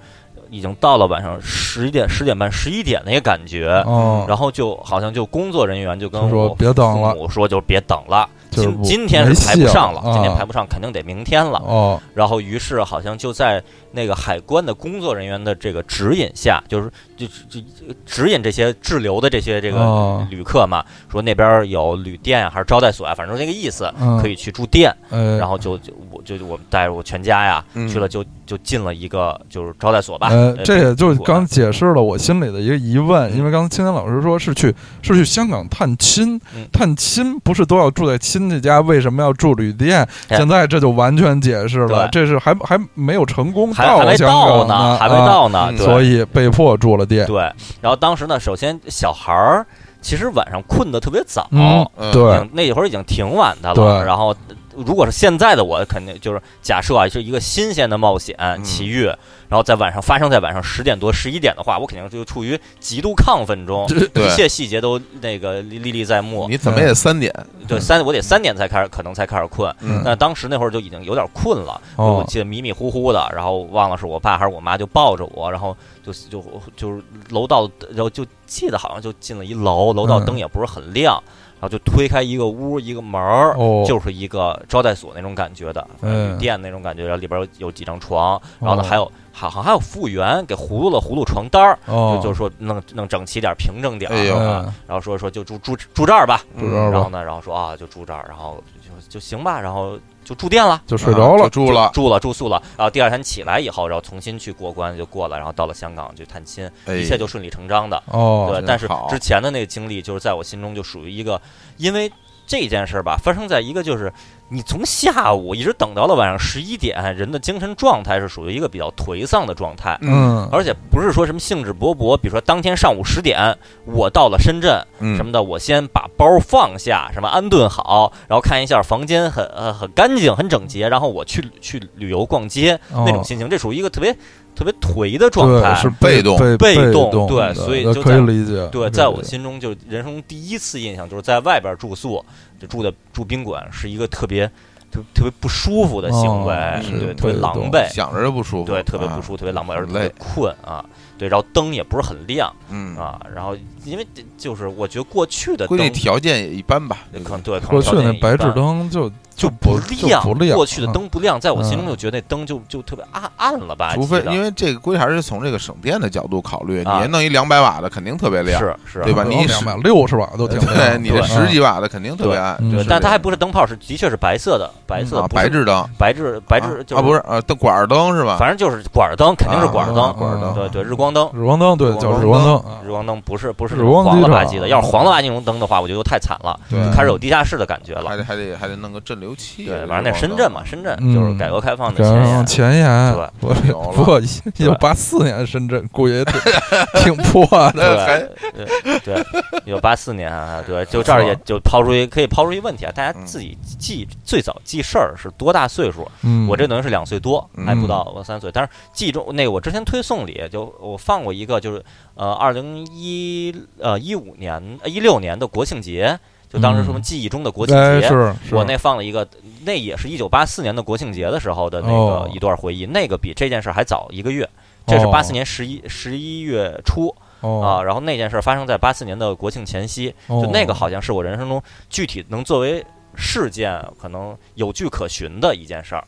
S1: 已经到了晚上十一点、十点半、十一点那个感觉，
S3: 哦，
S1: 然后就好像就工作人员就跟
S3: 就说
S1: 我
S3: 别等了
S1: 父母说就别等了，
S3: 就是
S1: 今
S3: 不
S1: 今天是
S3: 没
S1: 排
S3: 戏
S1: 不
S3: 了
S1: 上了，今天
S3: 啊
S1: 排不上，肯定得明天了。
S3: 哦，
S1: 然后于是好像就在那个海关的工作人员的这个指引下，就是就就就指引这些滞留的这些这个
S3: 哦
S1: 旅客嘛，说那边有旅店啊还是招待所啊，反正那个意思。
S3: 嗯，
S1: 可以，去住店，
S3: 呃，
S1: 然后就就我就我们带着我全家呀、
S2: 嗯
S1: 去了就，就进了一个就是招待所吧。
S3: 呃，这也就
S1: 宾馆
S3: 刚解释了我心里的一个疑
S1: 嗯
S3: 问，因为刚才青年老师说是去是去香港探亲
S1: 嗯，
S3: 探亲不是都要住在亲戚家，为什么要住旅店？
S1: 哎
S3: 现在这就完全解释了，
S1: 对
S3: 这是还还没有成功
S1: 还还没
S3: 香
S1: 到
S3: 港
S1: 呢，还没
S3: 啊
S1: 到呢，
S2: 嗯
S1: 对
S3: 所以被迫住了店。
S1: 对，然后当时呢，首先小孩儿其实晚上困得特别早，
S3: 嗯
S2: 嗯，
S1: 已
S3: 对
S1: 经，那会儿已经挺晚的了。
S3: 对
S1: 然后呃如果是现在的我，肯定就是假设啊，是一个新鲜的冒险奇遇，然后在晚上发生在晚上十点多、十一点的话，我肯定就处于极度亢奋中。
S3: 这
S2: 对
S1: 一切细节都那个历历历在目，
S2: 你怎么也三点，
S1: 对三我得三点才开始，可能才开始困。
S2: 嗯，
S1: 那当时那会儿就已经有点困了，
S3: 哦
S1: 我记得迷迷糊糊的，然后忘了是我爸还是我妈就抱着我，然后就就就是楼道，然后就记得好像就进了一楼，楼道灯也不是很亮，后就推开一个屋一个门儿，
S3: 哦，
S1: 就是一个招待所那种感觉的，反正
S3: 嗯哦
S1: 旅店那种感觉，然后里边有有几张床，然后呢还有好像还有服务员给葫芦了葫芦床单儿，
S3: 哦嗯
S1: 就，就说弄弄整齐点儿平整点儿
S2: 哎呦
S1: 啊，然后说说就住住住这儿吧，
S3: 住这儿
S1: 然
S3: 吧
S1: 后，呢，然后说啊就住这儿，然后就就行吧，然后就住店了。
S3: 就睡着
S2: 啊
S3: 了
S2: 就，住了，
S1: 住了住宿了，然后第二天起来以后，然后重新去过关就过了，然后到了香港去探亲，一切
S2: 就
S1: 就顺理成章的。
S3: 哎哦，
S1: 对
S2: 真，
S1: 但是
S2: 好
S1: 之前的那个经历，就是在我心中就属于一个，因为这件事儿吧，发生在一个就是你从下午一直等到了晚上十一点，人的精神状态是属于一个比较颓丧的状态。
S3: 嗯，
S1: 而且不是说什么兴致勃勃，比如说当天上午十点，我到了深圳
S2: 嗯
S1: 什么的，我先把包放下，什么安顿好，然后看一下房间很呃很干净、很整洁，然后我去去旅游逛街那种
S3: 哦
S1: 心情，这属于一个特别特别颓的状态
S3: 对，是
S2: 被动
S3: 被
S1: 被动
S3: 动
S1: 对
S3: 的，
S1: 所以
S3: 那
S1: 就
S3: 可
S1: 在
S3: 以理解。可
S1: 对，
S3: 以
S1: 在
S3: 理
S1: 我
S3: 解
S1: 心中就是人生中第一次印象，就是在外边住宿，就住的住宾馆是一个特别特别特别不舒服的行为，
S3: 哦
S2: 是
S1: 对，特别
S3: 对
S1: 狼
S3: 懂
S1: 狈，
S2: 想着就不舒服，
S1: 对，特别不
S2: 服，
S1: 舒服，特别狼狈，
S2: 啊很
S1: 而且特别
S2: 累
S1: 困啊。对，然后灯也不是很亮
S2: 嗯，
S1: 啊，然后因为这就是我觉得过去的
S2: 估
S1: 灯
S2: 计条件也一般吧，
S1: 可能对，可能
S3: 过去
S1: 条件
S3: 那
S1: 也一
S3: 白
S1: 般
S3: 炽灯就
S1: 就
S3: 不就
S1: 亮，
S3: 不亮
S1: 过去的灯不亮，在我心中
S3: 嗯
S1: 就觉得那灯就就特别暗暗了吧，
S2: 除非
S1: 记得
S2: 因为这个估计还是从这个省电的角度考虑，
S1: 啊
S2: 你弄一两百瓦的肯定特别亮，
S1: 是是，
S2: 对吧你一
S3: 嗯两
S2: 时
S3: 百六十瓦都挺 亮
S2: 对，
S3: 的，
S2: 你这
S1: 对
S2: 十几瓦的肯定特别暗，
S3: 嗯
S1: 对
S2: 是，
S1: 但
S2: 这
S1: 它还
S2: 样
S1: 不是灯泡，是的确是白色的，白色
S2: 啊
S1: 的，不
S2: 白
S1: 是
S2: 炽灯，
S1: 白炽白
S2: 啊
S1: 炽就
S2: 啊不是呃灯管儿灯是吧？
S1: 反正就是管儿灯，肯定是管儿灯，
S3: 啊管儿灯
S1: 对对，嗯日光灯，
S3: 日光灯对叫
S2: 日
S3: 日
S2: 光
S3: 光灯啊
S1: 日光灯不是不是
S3: 日光
S1: 黄了
S3: 灯
S1: 吧
S3: 是吧嗯
S1: 唧的，要是黄了吧唧那种灯的话，我觉得就太惨了，
S2: 对
S1: 开始有地下室的感觉
S2: 还
S1: 了。
S2: 得还得还得弄个镇流器，
S1: 对，反正那深圳嘛，深圳
S3: 嗯
S1: 就是改革开放的
S3: 赶
S1: 前
S3: 上
S1: 沿，
S3: 前沿
S1: 对，
S3: 我
S2: 有了
S3: 不过一九八四年深圳估计 也挺挺破的，
S1: 对对对，有八四年啊，对，就这 儿也就抛出一可以抛出一问题啊，大家自己记最早记事儿是多大岁数？
S3: 嗯，
S1: 我这等于是两岁多，
S2: 嗯
S1: 还不到我三岁。但是记中那个我之前推送里就我放过一个，就是呃二零一呃一五年一六年的国庆节，就当时什么
S3: 嗯
S1: 记忆中的国庆
S3: 哎
S1: 节。
S3: 是是
S1: 我那放了一个，那也是一九八四年的国庆节的时候的那个
S3: 哦
S1: 一段回忆，那个比这件事儿还早一个月，这是
S3: 哦
S1: 八四年十一十一月初啊，
S3: 哦
S1: 然后那件事儿发生在八四年的国庆前夕，就
S3: 哦
S1: 那个好像是我人生中具体能作为事件可能有据可循的一件事儿，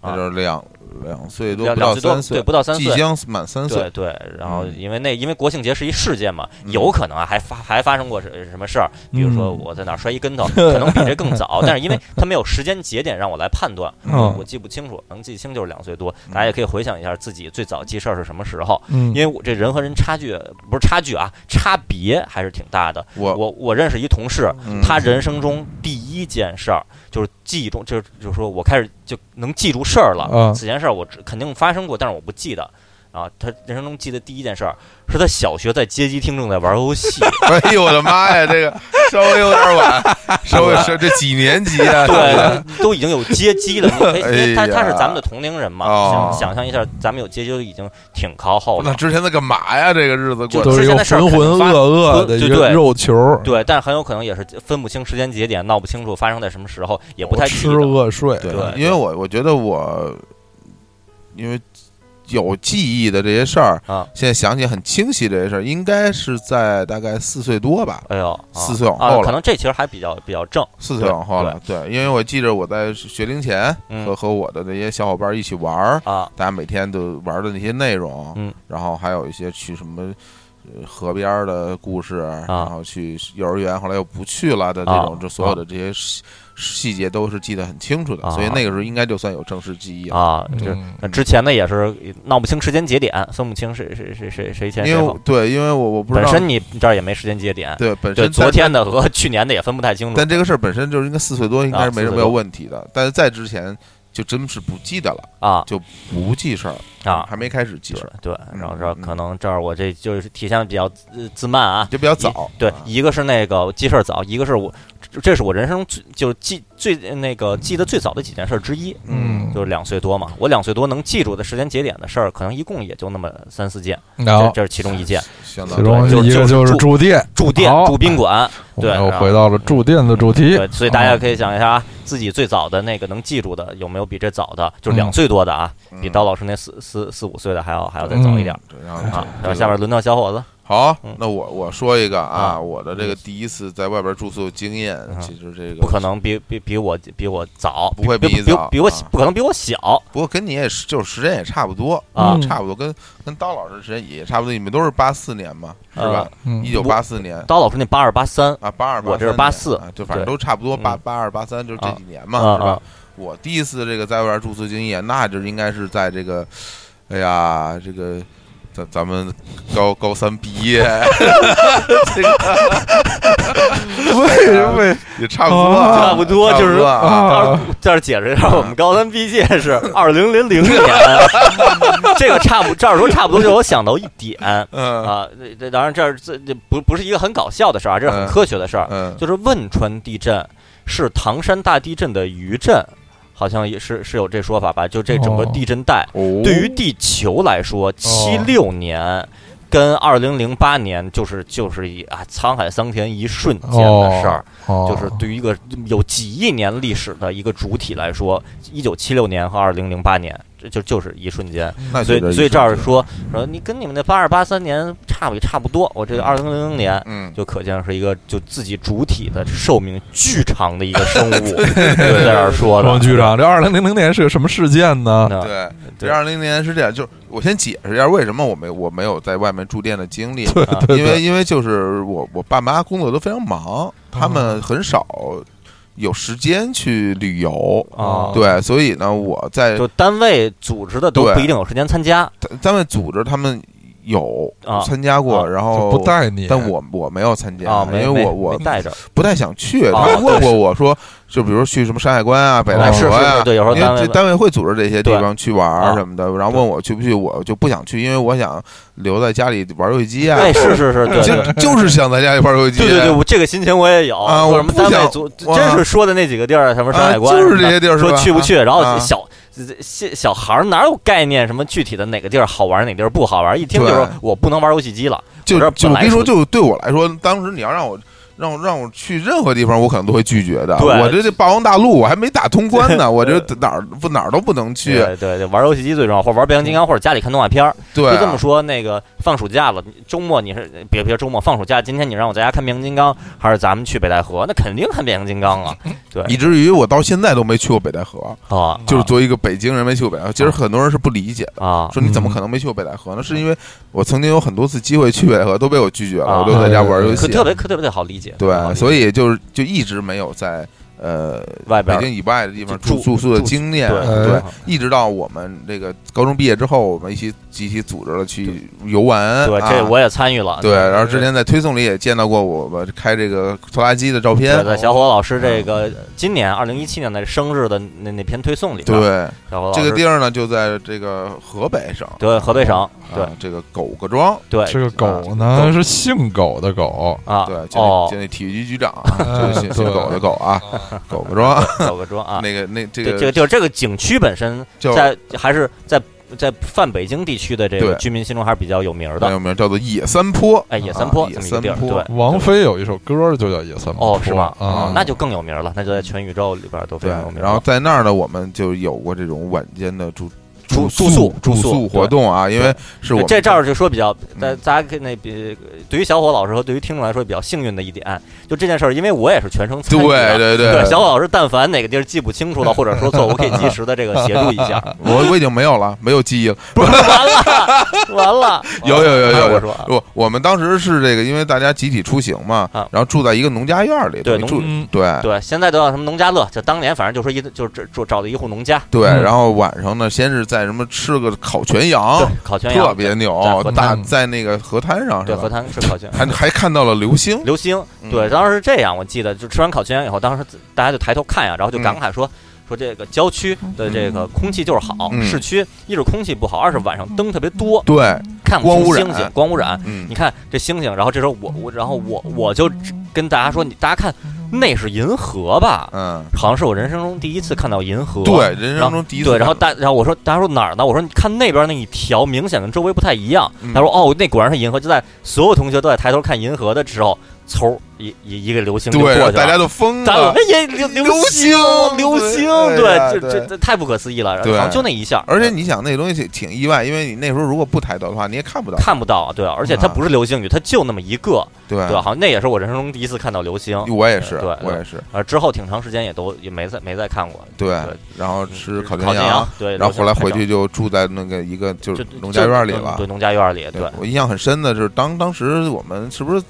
S2: 那就是两两岁多
S1: 啊两
S2: 不
S1: 两
S2: 到
S1: 岁多
S2: 三
S1: 对，不到三
S2: 即
S1: 岁，
S2: 将满三岁
S1: 对，对，然后
S2: 嗯
S1: 因为那因为国庆节是一事件嘛，
S2: 嗯
S1: 有可能啊还发还发生过什什么事儿，比如说
S3: 嗯
S1: 我在哪儿摔一跟头，可能比这更 早，但是因为它没有时间节点让我来判断，
S3: 嗯
S1: 我记不清楚，能记清就是两岁多，
S2: 嗯
S1: 大家也可以回想一下自己最早记事儿是什么时候，
S3: 嗯
S1: 因为我这人和人差距不是差距啊，差别还是挺大的。
S2: 我
S1: 我我认识一同事，
S2: 嗯
S1: 他人生中第一件事儿就是记住，就是就是说我开始就能记住事儿了。
S3: 嗯
S1: 此件事儿我只肯定发生过，但是我不记得。啊，他人生中记得第一件事儿是他小学在街机厅正在玩游 戏，
S2: 哎呦我的妈 呀，这个稍微有点晚，稍微是这几年级啊？
S1: 对， 都已经有街机 了。你可以，因为他
S2: 哎呀
S1: 他是咱们的同龄人嘛，
S2: 哦
S1: 想想象一下，咱们有街机就已经挺靠后
S2: 那
S1: 了。
S2: 之前在干嘛呀？这个日子过
S1: 就
S2: 得
S3: 都是一
S1: 现
S3: 个
S1: 在事儿
S3: 浑
S1: 肯
S3: 浑
S1: 定发
S3: 噩噩的
S1: 对
S3: 一
S1: 对
S3: 个肉球儿，
S1: 对，但很有可能也是分不清时间节点，闹不清楚发生在什么时候，也不太记
S3: 吃
S1: 得。
S3: 饿睡，
S1: 对对
S2: 因为我我觉得我因为有记忆的这些事儿
S1: 啊
S2: 现在想起很清晰这些事儿，应该是在大概四岁多吧，
S1: 哎呦，啊
S2: 四岁往后
S1: 啊，
S2: 了
S1: 可能这其实还比较比较正。
S2: 四岁往后了。对，因为我记着我在学龄前
S1: 嗯
S2: 和和我的那些小伙伴一起玩儿，
S1: 啊，
S2: 大家每天都玩的那些内容，
S1: 嗯，
S2: 然后还有一些去什么。呃河边儿的故事，然后去幼儿园，后来又不去了的这种，
S1: 啊
S2: 这所有的这些细细节都是记得很清楚的，
S1: 啊
S2: 所以那个时候应该就算有正式记忆了。
S1: 啊，就是
S3: 嗯
S1: 那之前的也是闹不清时间节点，分不清谁谁谁谁谁前谁
S2: 因为
S1: 后
S2: 我。对，因为我我不知
S1: 本
S2: 道，
S1: 身你这儿也没时间节点，
S2: 对本
S1: 对
S2: 身
S1: 昨
S2: 但
S1: 天的和去年的也分不太清楚
S2: 但这个事儿本身就是应该四岁多，应该
S1: 啊
S2: 是
S1: 四
S2: 没什
S1: 岁
S2: 么有
S1: 多
S2: 问题的。但是在之前就真是不记得了，
S1: 啊
S2: 就不记事儿
S1: 啊，
S2: 嗯还没开始记
S1: 对
S2: 事儿，
S1: 对，然后
S2: 嗯
S1: 这儿
S2: 嗯
S1: 可能这儿我这就是体现得比较自自慢啊，
S2: 就比较早。
S1: 对
S2: 啊，
S1: 一个是那个记事儿早，一个是我这这是我人生中最就是记最那个记得最早的几件事儿之一，
S2: 嗯
S3: 嗯，
S1: 就是两岁多嘛，我两岁多能记住的时间节点的事儿，可能一共也就那么三四件，
S3: 然
S1: 这
S3: 后
S1: 这是其中一件，
S2: 相当
S3: 其中
S1: 对就是
S3: 一个
S1: 就是是
S3: 住店，
S1: 住店
S3: 好
S1: 住宾馆，
S3: 我
S1: 对
S3: 们又
S1: 然后
S3: 回到了住店的主题，
S1: 对，所以大
S2: 哦
S1: 家可以想一下啊，自己最早的那个能记住的有没有比这早的，就是
S2: 嗯
S1: 两岁多的啊，比刀老师那四四四五岁的还要还要再早一点儿
S2: 嗯然后
S1: 啊。
S2: 这
S1: 然后
S2: 个
S1: 下面轮到小伙子，
S2: 好
S1: 嗯，
S2: 那我我说一个啊，
S1: 啊
S2: 我的这个第一次在外边住宿经验，
S1: 嗯
S2: 其实这个
S1: 不可，能比比比我比我早，
S2: 不会
S1: 比
S2: 比
S1: 比
S2: 你早
S1: 比比我
S2: 啊
S1: 不可能比我小
S2: 不过跟你也是，就是时间也差不多
S1: 啊
S3: 嗯
S2: 差不多跟跟刀老师时间也差不多，你们都是八四年嘛，是吧？
S3: 嗯
S2: 一九八四年
S1: 刀老师那八二八三
S2: 啊，八二
S1: 我这是84
S2: 啊，就反
S1: 对
S2: 正都差不多
S1: 嗯
S2: 八八二八三，就是这几年嘛，
S1: 啊
S2: 嗯是吧
S1: 啊？，
S2: 我第一次这个在外边住宿经验，那就应该是在这个，哎呀，这个咱咱们高高三毕业，这个
S3: 为为
S2: 也差不多啊，
S1: 哦差不多就是
S2: 差不啊
S1: 到
S3: 啊
S1: 时候这儿解释一
S2: 嗯
S1: 下，我们高三毕业是二零零零年，这个差不这儿说差不多，就我想到一点
S2: 嗯
S1: 啊，这这当然这儿这这不不是一个很搞笑的事儿啊，这是很
S2: 嗯
S1: 科学的事儿，
S2: 嗯，
S1: 就是汶川地震是唐山大地震的余震，好像也是是有这说法吧？就这整个
S3: 哦
S1: 地震带，
S2: 哦
S1: 对于地球来说，七六年跟二零零八年就是就是一啊沧海桑田一瞬间的事儿。
S3: 哦
S1: 就是对于一个有几亿年历史的一个主体来说，一九七六年和二零零八年，这就就是一瞬间。
S2: 那
S1: 所
S2: 就
S1: 以，
S2: 是
S1: 所以
S2: 一
S1: 这儿
S2: 瞬间，
S1: 说说你跟你们的八二八三年差不也差不多，我这二零零零年
S2: 嗯，
S1: 就可见是一个就自己主体的寿命巨长的一个 生物，就在这儿说的
S3: 庄局长，这二零零零年是个什么事件呢？
S1: 那
S2: 嗯对，
S1: 对
S2: 这二零年是这样，就是我先解释一下为什么我没我没有在外面住店的 经历，
S3: 对
S1: 啊
S3: 对
S2: 因
S3: 对，
S2: 为因为就是我我爸妈工作都非常忙，他
S1: 哦
S2: 们很少有时间去旅游。
S1: 啊，
S2: 对，所以呢，我在
S1: 就单位组织的都
S2: 对
S1: 不一定有时间参加
S2: 单位组织他们有
S1: 啊
S2: 参加过，
S1: 啊
S2: 然
S3: 就
S2: 后
S3: 不，带你，
S2: 但我我没有参加，
S1: 啊，
S2: 因
S1: 没
S2: 为
S1: 没
S2: 我我哦
S1: 没带着
S2: 不太想去。
S1: 啊
S2: 他们问过我说，就比如去什么山海关啊、北
S3: 啊
S2: 戴
S3: 是
S2: 河
S1: 哦哎是
S2: 呀
S1: 是，对有时候
S2: 因
S1: 单
S2: 为
S1: 位
S2: 这单位会组织这些地
S1: 对
S2: 方去玩
S1: 啊
S2: 儿什么的，然后问我去不去，我就不想去，因为我想留在家里玩游戏机啊。
S1: 哎，是是是，对对
S2: 就就是想在家里玩游戏机。
S1: 对对对，我这个心情我也有。
S2: 啊
S1: 说
S2: 我
S1: 什么
S2: 不
S1: 单位
S2: 想
S1: 组，
S2: 哇
S1: 真是说的那几个地儿，什么山
S2: 啊，
S1: 海关，
S2: 就是这些地儿，
S1: 什么的
S2: 是吧
S1: 说去不去，然
S2: 啊
S1: 后小小小孩儿哪有概念什么具体的哪个地儿好玩，哪个地儿不好玩？一听就
S2: 对
S1: 说我不能玩游戏机了。
S2: 就
S1: 我这儿
S2: 就
S1: 本
S2: 我
S1: 来
S2: 跟你说，
S1: 属于
S2: 就对我来说，当时你要让我让我让我去任何地方，我可能都会拒绝的。
S1: 对
S2: 我这这霸王大陆我还没打通 关呢，我这哪儿不哪儿都不能去。
S1: 对对对，玩游戏机最重要，或者玩变形金刚，或者家里看动画片儿。
S2: 对
S1: 就
S2: 啊，
S1: 这么说，那个放暑假了，你周末你是别别周末放暑假，今天你让我在家看变形金刚，还是咱们去北戴河？那肯定看变形金 刚啊。对
S2: 以至于我到现在都没去过北戴河，
S1: 啊，
S2: 就是作为一个北京人没去过北戴河。其实
S1: 啊
S2: 很多人是不理解的。
S1: 啊嗯
S2: 说你怎么可能没去过北戴河呢？是因为我曾经有很多次机会去北戴河，都被我拒绝了，
S1: 啊
S2: 我都在家玩游
S1: 可
S2: 戏。
S1: 特别可啊特别好理解。
S2: 对，所
S1: 以
S2: 以就是就一直没有在呃
S1: 外边
S2: 北
S1: 儿
S2: 京以外的地方
S1: 就
S2: 住
S1: 住
S2: 住宿的
S1: 住
S2: 经验，
S1: 对
S3: 呃
S2: 对，一直到我们这个高中毕业之后，我们一起集体组织了去游玩。
S1: 对
S2: 啊
S1: 这我也参与了。
S2: 对，然后之前在推送里也见到过我们开这个拖拉机的照片
S1: 对。对，小伙老师这个今年二零一七年的生日的那那篇推送里边，
S2: 对，
S1: 小伙老
S2: 这
S1: 师
S2: 个地儿呢就在这个河北省，
S1: 对河北省，对
S2: 啊，这个狗各庄，
S1: 对
S3: 这个狗呢是姓狗的 狗，
S1: 啊
S2: 对，就那
S1: 哦
S2: 就，那体育局局长啊，就是姓
S3: 哎
S2: 姓
S3: 对
S2: 狗的狗啊，狗各庄。
S1: 小各庄嗯啊，
S2: 那个那这
S1: 对这
S2: 个
S1: 个就是这个景区本身
S2: 叫
S1: 在还是在在泛北京地区的这个
S2: 对
S1: 居民心中还是比较有名儿
S2: 很
S1: 的。
S2: 有名，叫做野三坡。
S1: 哎，野三
S2: 啊
S1: 坡
S2: 野
S1: 这么一
S2: 三
S1: 个地儿，
S2: 坡
S1: 对，
S3: 王
S1: 对
S3: 菲有一首歌就叫《野三坡》
S1: 哦是吗？
S3: 啊
S1: 哦，那就更有名儿了，那就在全宇宙里边儿都非
S2: 对
S1: 常有名，儿了。
S2: 然后在那儿呢，我们就有过这种晚间的住
S1: 住
S2: 住
S1: 住宿
S2: 住
S1: 住宿
S2: 活动啊，因为是
S1: 对
S2: 我们
S1: 这这儿就说比较，大
S2: 嗯
S1: 大家跟那比，对于小伙老师和对于听众来说比较幸运的一点，就这件事儿，因为我也是全程参
S2: 对
S1: 与的，
S2: 对对
S1: 对小伙老师，但凡哪个地儿记不清楚了，或者说错，我可以及时的这个协助一 下。
S2: 我我已经没有了，没有记忆了。
S1: 完了，完了，
S2: 有有有有
S1: 哎
S2: 有
S1: 啊我说啊
S2: 我我们当时是这个，因为大家集体出行嘛
S1: 啊，
S2: 然后住在一个农家院儿里，
S1: 对
S2: 等于
S1: 农
S2: 住
S3: 嗯
S2: 对
S1: 对，现在都叫什么农家乐，就当年反正就说一就是这就找的一户农家，
S2: 对，
S3: 嗯
S2: 然后晚上呢，先是在什么吃个烤全
S1: 对
S2: 羊，，
S1: 烤全羊，
S2: 特别
S1: 在
S2: 牛
S1: 河，
S2: 大
S3: 滩
S2: 在那个河滩上
S1: 对
S2: 是
S1: 河
S2: 吧？
S1: 滩吃烤全。
S2: 还还看到了流星，
S1: 流星，
S2: 嗯
S1: 对，当时是这样，我记得就吃完烤全羊以后，当时大家就抬头看呀，然
S2: 嗯
S1: 后就感慨说。说这个郊区的这个空气就是好，
S2: 嗯
S1: 市区一是空气不好，二是晚上灯特别多，
S2: 对，
S1: 看不
S2: 嗯光
S1: 清
S2: 污染
S1: 星星，光污染。
S2: 嗯
S1: 你，看这星星，然后这时候我我然后我我就只跟大家说，你大家看那是银河吧？
S2: 嗯，
S1: 好像是我人生中第一次看到银河。
S2: 对，人
S1: 然后
S2: 生中第一次
S1: 对，
S2: 看到，
S1: 然后大然后我说大家说哪儿呢？我说你看那边那一条，明显跟周围不太一样
S2: 嗯。
S1: 他说哦，那果然是银河。就在所有同学都在抬头看银河的时候，嗖儿一一一个流星就过去
S2: 对，
S1: 了，
S2: 大家都疯
S1: 咱我
S2: 了
S1: 们。也流流
S2: 流
S1: 星啊
S2: 星
S1: 流
S2: 对
S1: 星，
S2: 哎呀
S1: 对，这这
S2: 对
S1: 这太不可思议了，然后
S2: 对
S1: 好像就那一下，
S2: 而且你想那东西挺挺意外，因为你那时候如果不抬头的话，你也看不到。
S1: 看不到，对，而且它
S2: 嗯
S1: 不是流星雨，它就那么一个，
S2: 对，
S1: 对，好像那也是我人生中第一次看到流星，
S2: 我也是
S1: 对，对
S2: 我也是，
S1: 呃，之后挺长时间也都也没再没再看过，
S2: 对
S1: 对。嗯
S2: 然后吃
S1: 烤
S2: 烤全羊
S1: 羊，，对，
S2: 然后后来
S1: 流星
S2: 回
S1: 拍
S2: 去就住在那个一个就
S1: 照
S2: 是
S1: 就
S2: 农家院里
S1: 就嗯
S2: 了。
S1: 对，农家院里，对，
S2: 我印象很深的是，当当时我们是不是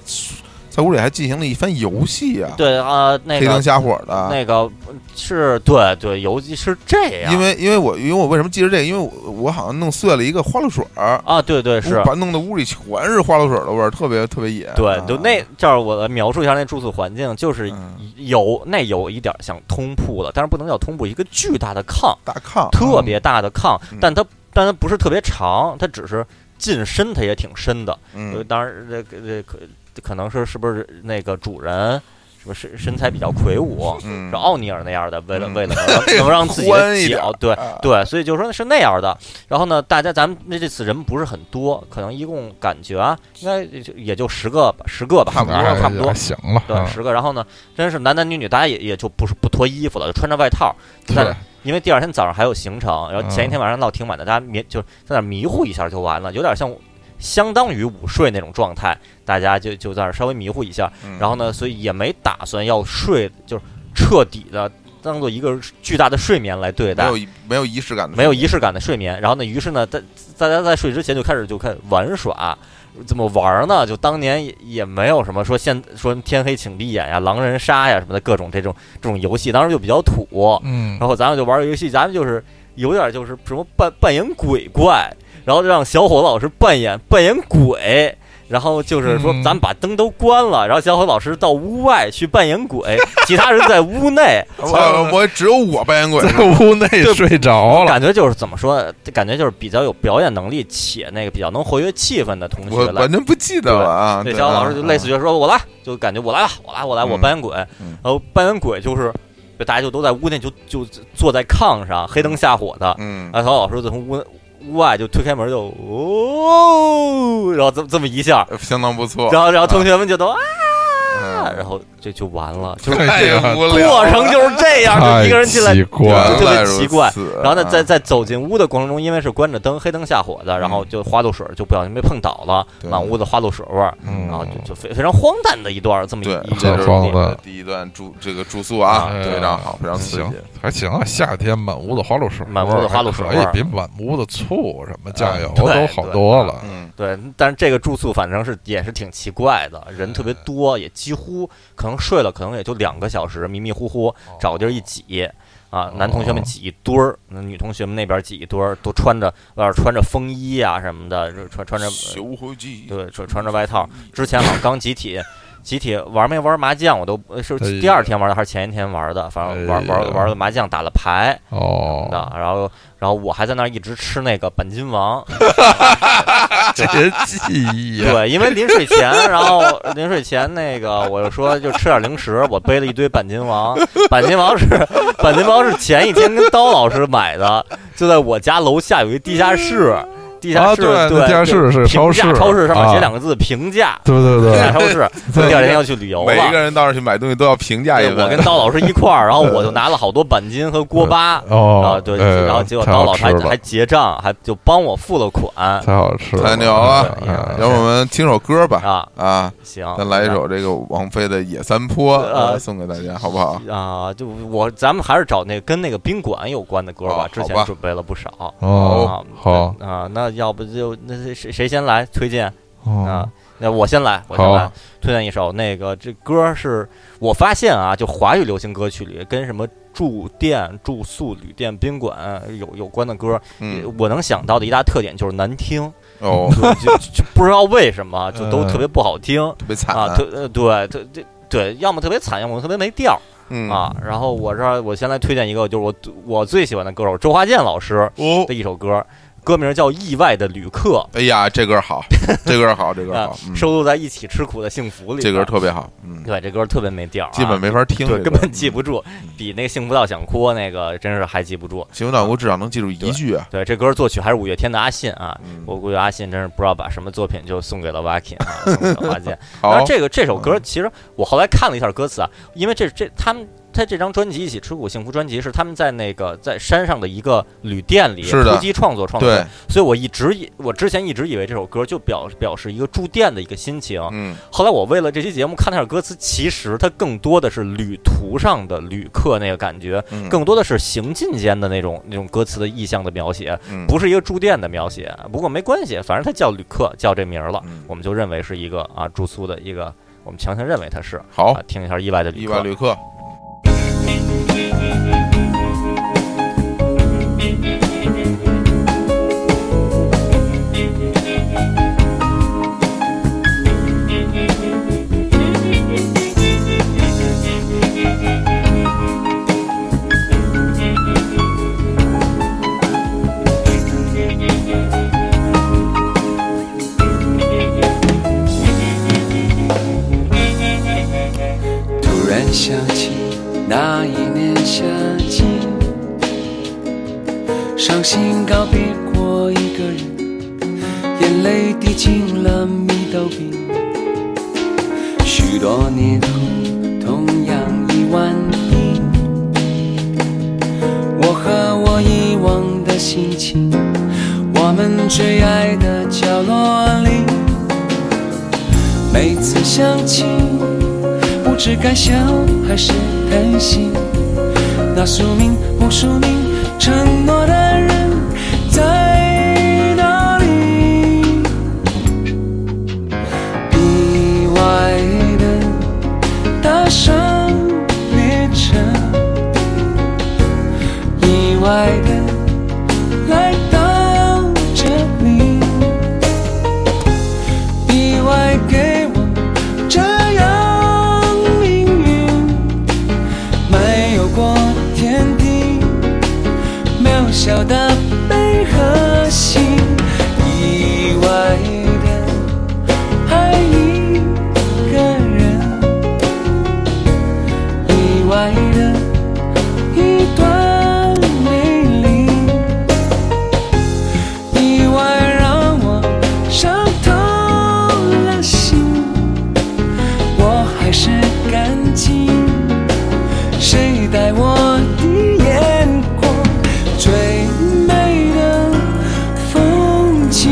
S2: 在屋里还进行了一番游戏啊？
S1: 对啊，呃那
S2: 黑灯
S1: 个
S2: 瞎火的。
S1: 那个是，对对，尤其是这样，
S2: 因为因为我因为我为什么记着这个？因为我我好像弄碎了一个花露水儿，
S1: 啊，对对是
S2: 我，把弄得屋里全是花露水的味儿，特别特别野。
S1: 对
S2: 啊，
S1: 就那这儿我来描述一下那住宿环境，就是
S2: 嗯
S1: 有那有一点像通铺了，但是不能叫通铺，一个巨大的炕，
S2: 大炕，
S1: 特别大的炕
S2: 哦嗯，
S1: 但它但它不是特别长，它只是近身，它也挺深的。呃
S2: 嗯，
S1: 当然，这这可可能是是不是那个主人是不是身材比较魁梧，
S2: 嗯
S1: 是奥尼尔那样的，为了
S2: 嗯
S1: 为了能让能让自己
S2: 宽一
S1: 的
S2: 点
S1: 脚对
S2: 啊
S1: 对，所以就说是那样的。然后呢，大家咱们那这次人不是很多，可能一共感觉啊，应该也就也就十个吧，十个吧，
S2: 差不多
S1: 应该是差不
S3: 还
S1: 多。
S3: 行了，
S1: 对，
S3: 嗯
S1: 十个。然后呢，真是男男女女，大家也也就不是不脱衣服了，就穿着外套，在那
S3: 对
S1: 因为第二天早上还有行程，然后
S2: 嗯
S1: 前一天晚上闹挺晚的，大家迷就是在那儿迷糊一下就完了，有点像相当于午睡那种状态，大家就就在那儿稍微迷糊一下，
S2: 嗯
S1: 然后呢，所以也没打算要睡，就是彻底的当做一个巨大的睡眠来对
S2: 没
S1: 待
S2: 有。仪没有仪式感的，
S1: 没有仪式感的睡眠，然后呢，于是呢，在大家在睡之前就开始就开始玩耍，怎么玩呢？就当年也也没有什么说现说天黑请闭眼呀、狼人杀呀什么的各种这种这种游戏，当时就比较土，
S3: 嗯
S1: 然后咱们就玩儿游戏，咱们就是有点就是什么扮扮演鬼怪，然后让小伙子老师扮演扮演鬼，然后就是说
S3: 嗯
S1: 咱们把灯都关了，然后小伙子老师到屋外去扮演鬼，其他人在屋内，
S2: 我我只有我扮演鬼，
S3: 在屋内睡着了，
S1: 感觉就是怎么说，感觉就是比较有表演能力且那个比较能活跃气氛的同
S2: 我
S1: 学来
S2: 完。全不记得了啊。
S1: 对，
S2: 对
S1: 小伙子老师就类似
S2: 于
S1: 于说：“我来，就感觉我来吧，我来，我来，我
S2: 嗯
S1: 扮演鬼。”
S2: 嗯
S1: 然后扮演鬼就是，就大家就都在屋内就就坐在炕上，黑灯瞎火的，
S2: 嗯，
S1: 然后老师就从屋屋外就推开门就哦，然后这么这么一下，
S2: 呃相当不错。
S1: 然后然后同学们就都啊，啊
S2: 嗯
S1: 然后就就完了，就
S3: 哎
S2: 太
S3: 呀，
S2: 无聊
S1: 过
S2: 了，
S1: 程就是这样，就一个人进来
S3: 太奇。怪
S1: 就
S3: 了
S1: 特别
S2: 原来如
S1: 奇怪
S2: 此
S1: 然后呢，在
S2: 啊
S1: 在走进屋的过程中，因为是关着灯，黑灯瞎火的，然后就花露水就不小心被碰倒了，
S2: 嗯对
S1: 满屋子花露水味儿，
S2: 嗯
S1: 然后就就非非常荒诞的一段儿这么一
S2: 对
S1: 一
S2: 这
S1: 个
S2: 是
S3: 荒诞
S2: 第一段住这个住宿啊，
S3: 哎
S2: 非常好，非常刺激
S3: 行。，还行啊。夏天满屋子花露水味儿，
S1: 满屋子花露水
S3: 还
S1: 味
S3: 可
S1: 儿啊
S3: 以比满屋子醋什么酱油
S1: 对
S3: 都好多了。
S2: 嗯，
S1: 对，但是这个住宿反正是也是挺奇怪的，人
S2: 嗯
S1: 特别多，也几乎可能睡了，可能也就两个小时，迷迷糊糊找个地儿一挤啊，男同学
S2: 哦
S1: 们挤一堆儿，那女同学们那边挤一堆儿，都穿着外边穿着风衣啊什么的，就穿穿着
S2: 修回记，
S1: 对穿穿着外套。之前好像刚集体集体玩没玩麻将，我都呃是
S3: 哎呀
S1: 第二天玩的还是前一天玩的，反正玩
S3: 哎
S1: 玩
S3: 呀
S1: 玩了麻将，打了牌，
S3: 哦，
S1: 的，然后然后我还在那儿一直吃那个板筋王，
S3: 这 些记忆啊，
S1: 对，因为临睡前，然后临睡前那个我就说就吃点零食，我背了一堆板筋王，板筋王是板筋王是前一天跟刀老师买的，就在我家楼下有一地下室，地下
S3: 啊
S1: 室、
S3: 对那
S1: 对，
S3: 地下室是超
S1: 超
S3: 市
S1: 超市上面写
S3: 啊
S1: 两个字平价，
S3: 对对
S1: 平
S3: 对
S1: 价，超市，第
S3: 对
S1: 二天要去旅游
S2: 每一个
S1: 了。
S2: 人到那儿去买东西都要评价一
S1: 对，
S2: 番。
S1: 我 跟刀老师一块儿，然后我就拿了好多板筋和锅巴，啊，
S3: 哦，
S1: 对，
S3: 哎
S1: 然后结果
S3: 太
S1: 刀
S3: 好
S1: 老师
S3: 吃
S1: 还还
S3: 了，
S1: 结账，还就帮我付了款
S3: 太好吃了，
S2: 太牛了
S3: 哎呀
S1: 对
S2: 然后我们听首歌吧，
S1: 啊，
S2: 啊，
S1: 行，
S2: 咱来一首这个王菲的《野三坡》
S1: 呃
S2: 啊送给大家，好不好？
S1: 啊，就我咱们还是找那个跟那个宾馆有关的歌吧，
S2: 哦
S1: 之
S2: 好
S1: 前
S2: 吧
S1: 准备了不少。
S3: 哦，
S1: 啊
S3: 好
S1: 啊，那要不就那谁谁先来推荐啊
S3: 哦，？
S1: 那我先来，我先
S3: 好
S1: 来推荐一首那个这歌是我发现啊，就华语流行歌曲里跟什么住店、住宿、旅店、宾馆有有关的歌，
S2: 嗯，
S1: 我能想到的一大特点就是难听，
S2: 哦，
S1: 就就就不知道为什么啊就都特别不好听
S2: 特别惨
S1: 啊，特呃对特对对，要么特别惨，要么特别没调儿。
S2: 嗯，
S1: 啊，然后我这儿我先来推荐一个，就是我我最喜欢的歌手周华健老师
S2: 哦
S1: 的，一首歌，歌名叫《意外的旅客
S2: 哎呀，这 歌好，这歌好，这》歌
S1: 啊
S2: 好，，嗯
S1: 收录在《一起吃苦的幸福》里边。
S2: 这歌特别好，嗯，
S1: 对，这歌特别没调儿啊，
S2: 基本没法听，
S1: 对，
S2: 这
S1: 根
S2: 歌嗯
S1: 本记不。住，比那个《幸福到想哭》那个真是还记不住。
S2: 新闻岛国至少能记住一句啊，
S1: 对，这歌作曲还是五月天的阿信啊。
S2: 嗯
S1: 我估计阿信真是不知道把什么作品就送给了 Wakin 啊，送给了华 健。
S2: 好嗯
S1: 那，这个这首歌，其实我后来看了一下歌词啊，因为这这他们他这张专辑《一起吃苦幸福》专辑是他们在那个在山上的一个旅店里
S2: 是的
S1: 突击创作创作
S2: 对，，
S1: 所以我一直以我之前一直以为这首歌就表表示一个住店的一个心情。
S2: 嗯，
S1: 后来我为了这期节目看了一下歌词，其实它更多的是旅途上的旅客那个感觉，
S2: 嗯
S1: 更多的是行进间的那种那种歌词的意象的描写，
S2: 嗯
S1: 不是一个住店的描写。不过没关系，反正它叫旅客，叫这名儿了。
S2: 嗯
S1: 我们就认为是一个啊住宿的一个，我们强行认为它是
S2: 好
S1: 啊，，听一下意外的旅
S2: 意
S1: 客。
S2: 外旅客，
S4: 突然想起那一年夏季，伤心告别过一个人，眼泪滴进了米豆饼。许多年后，同样一万年，我和我以往的心情，我们最爱的角落里，每次想起。不知该笑还是叹息。那宿命不宿命承诺的人在哪里？意外的搭上列车，意外的来到这里，意外给我。这样命运，没有过天地，渺小的悲和喜，意外的爱一个人，意外的一段美丽。意外让我伤透了心，我还是感激谁带我的眼光，最美的风景。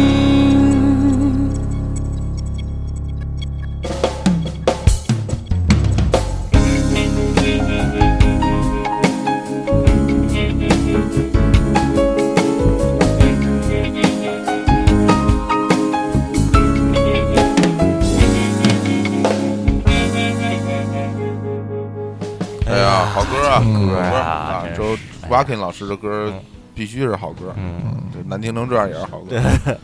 S2: 哎呀，好歌啊，
S3: 嗯
S2: 好歌
S1: 啊
S2: 啊，
S1: 真
S2: 周 Wakin 老师的歌
S1: 嗯
S2: 必须是好歌，
S1: 嗯，
S2: 这难听成这样也是好歌。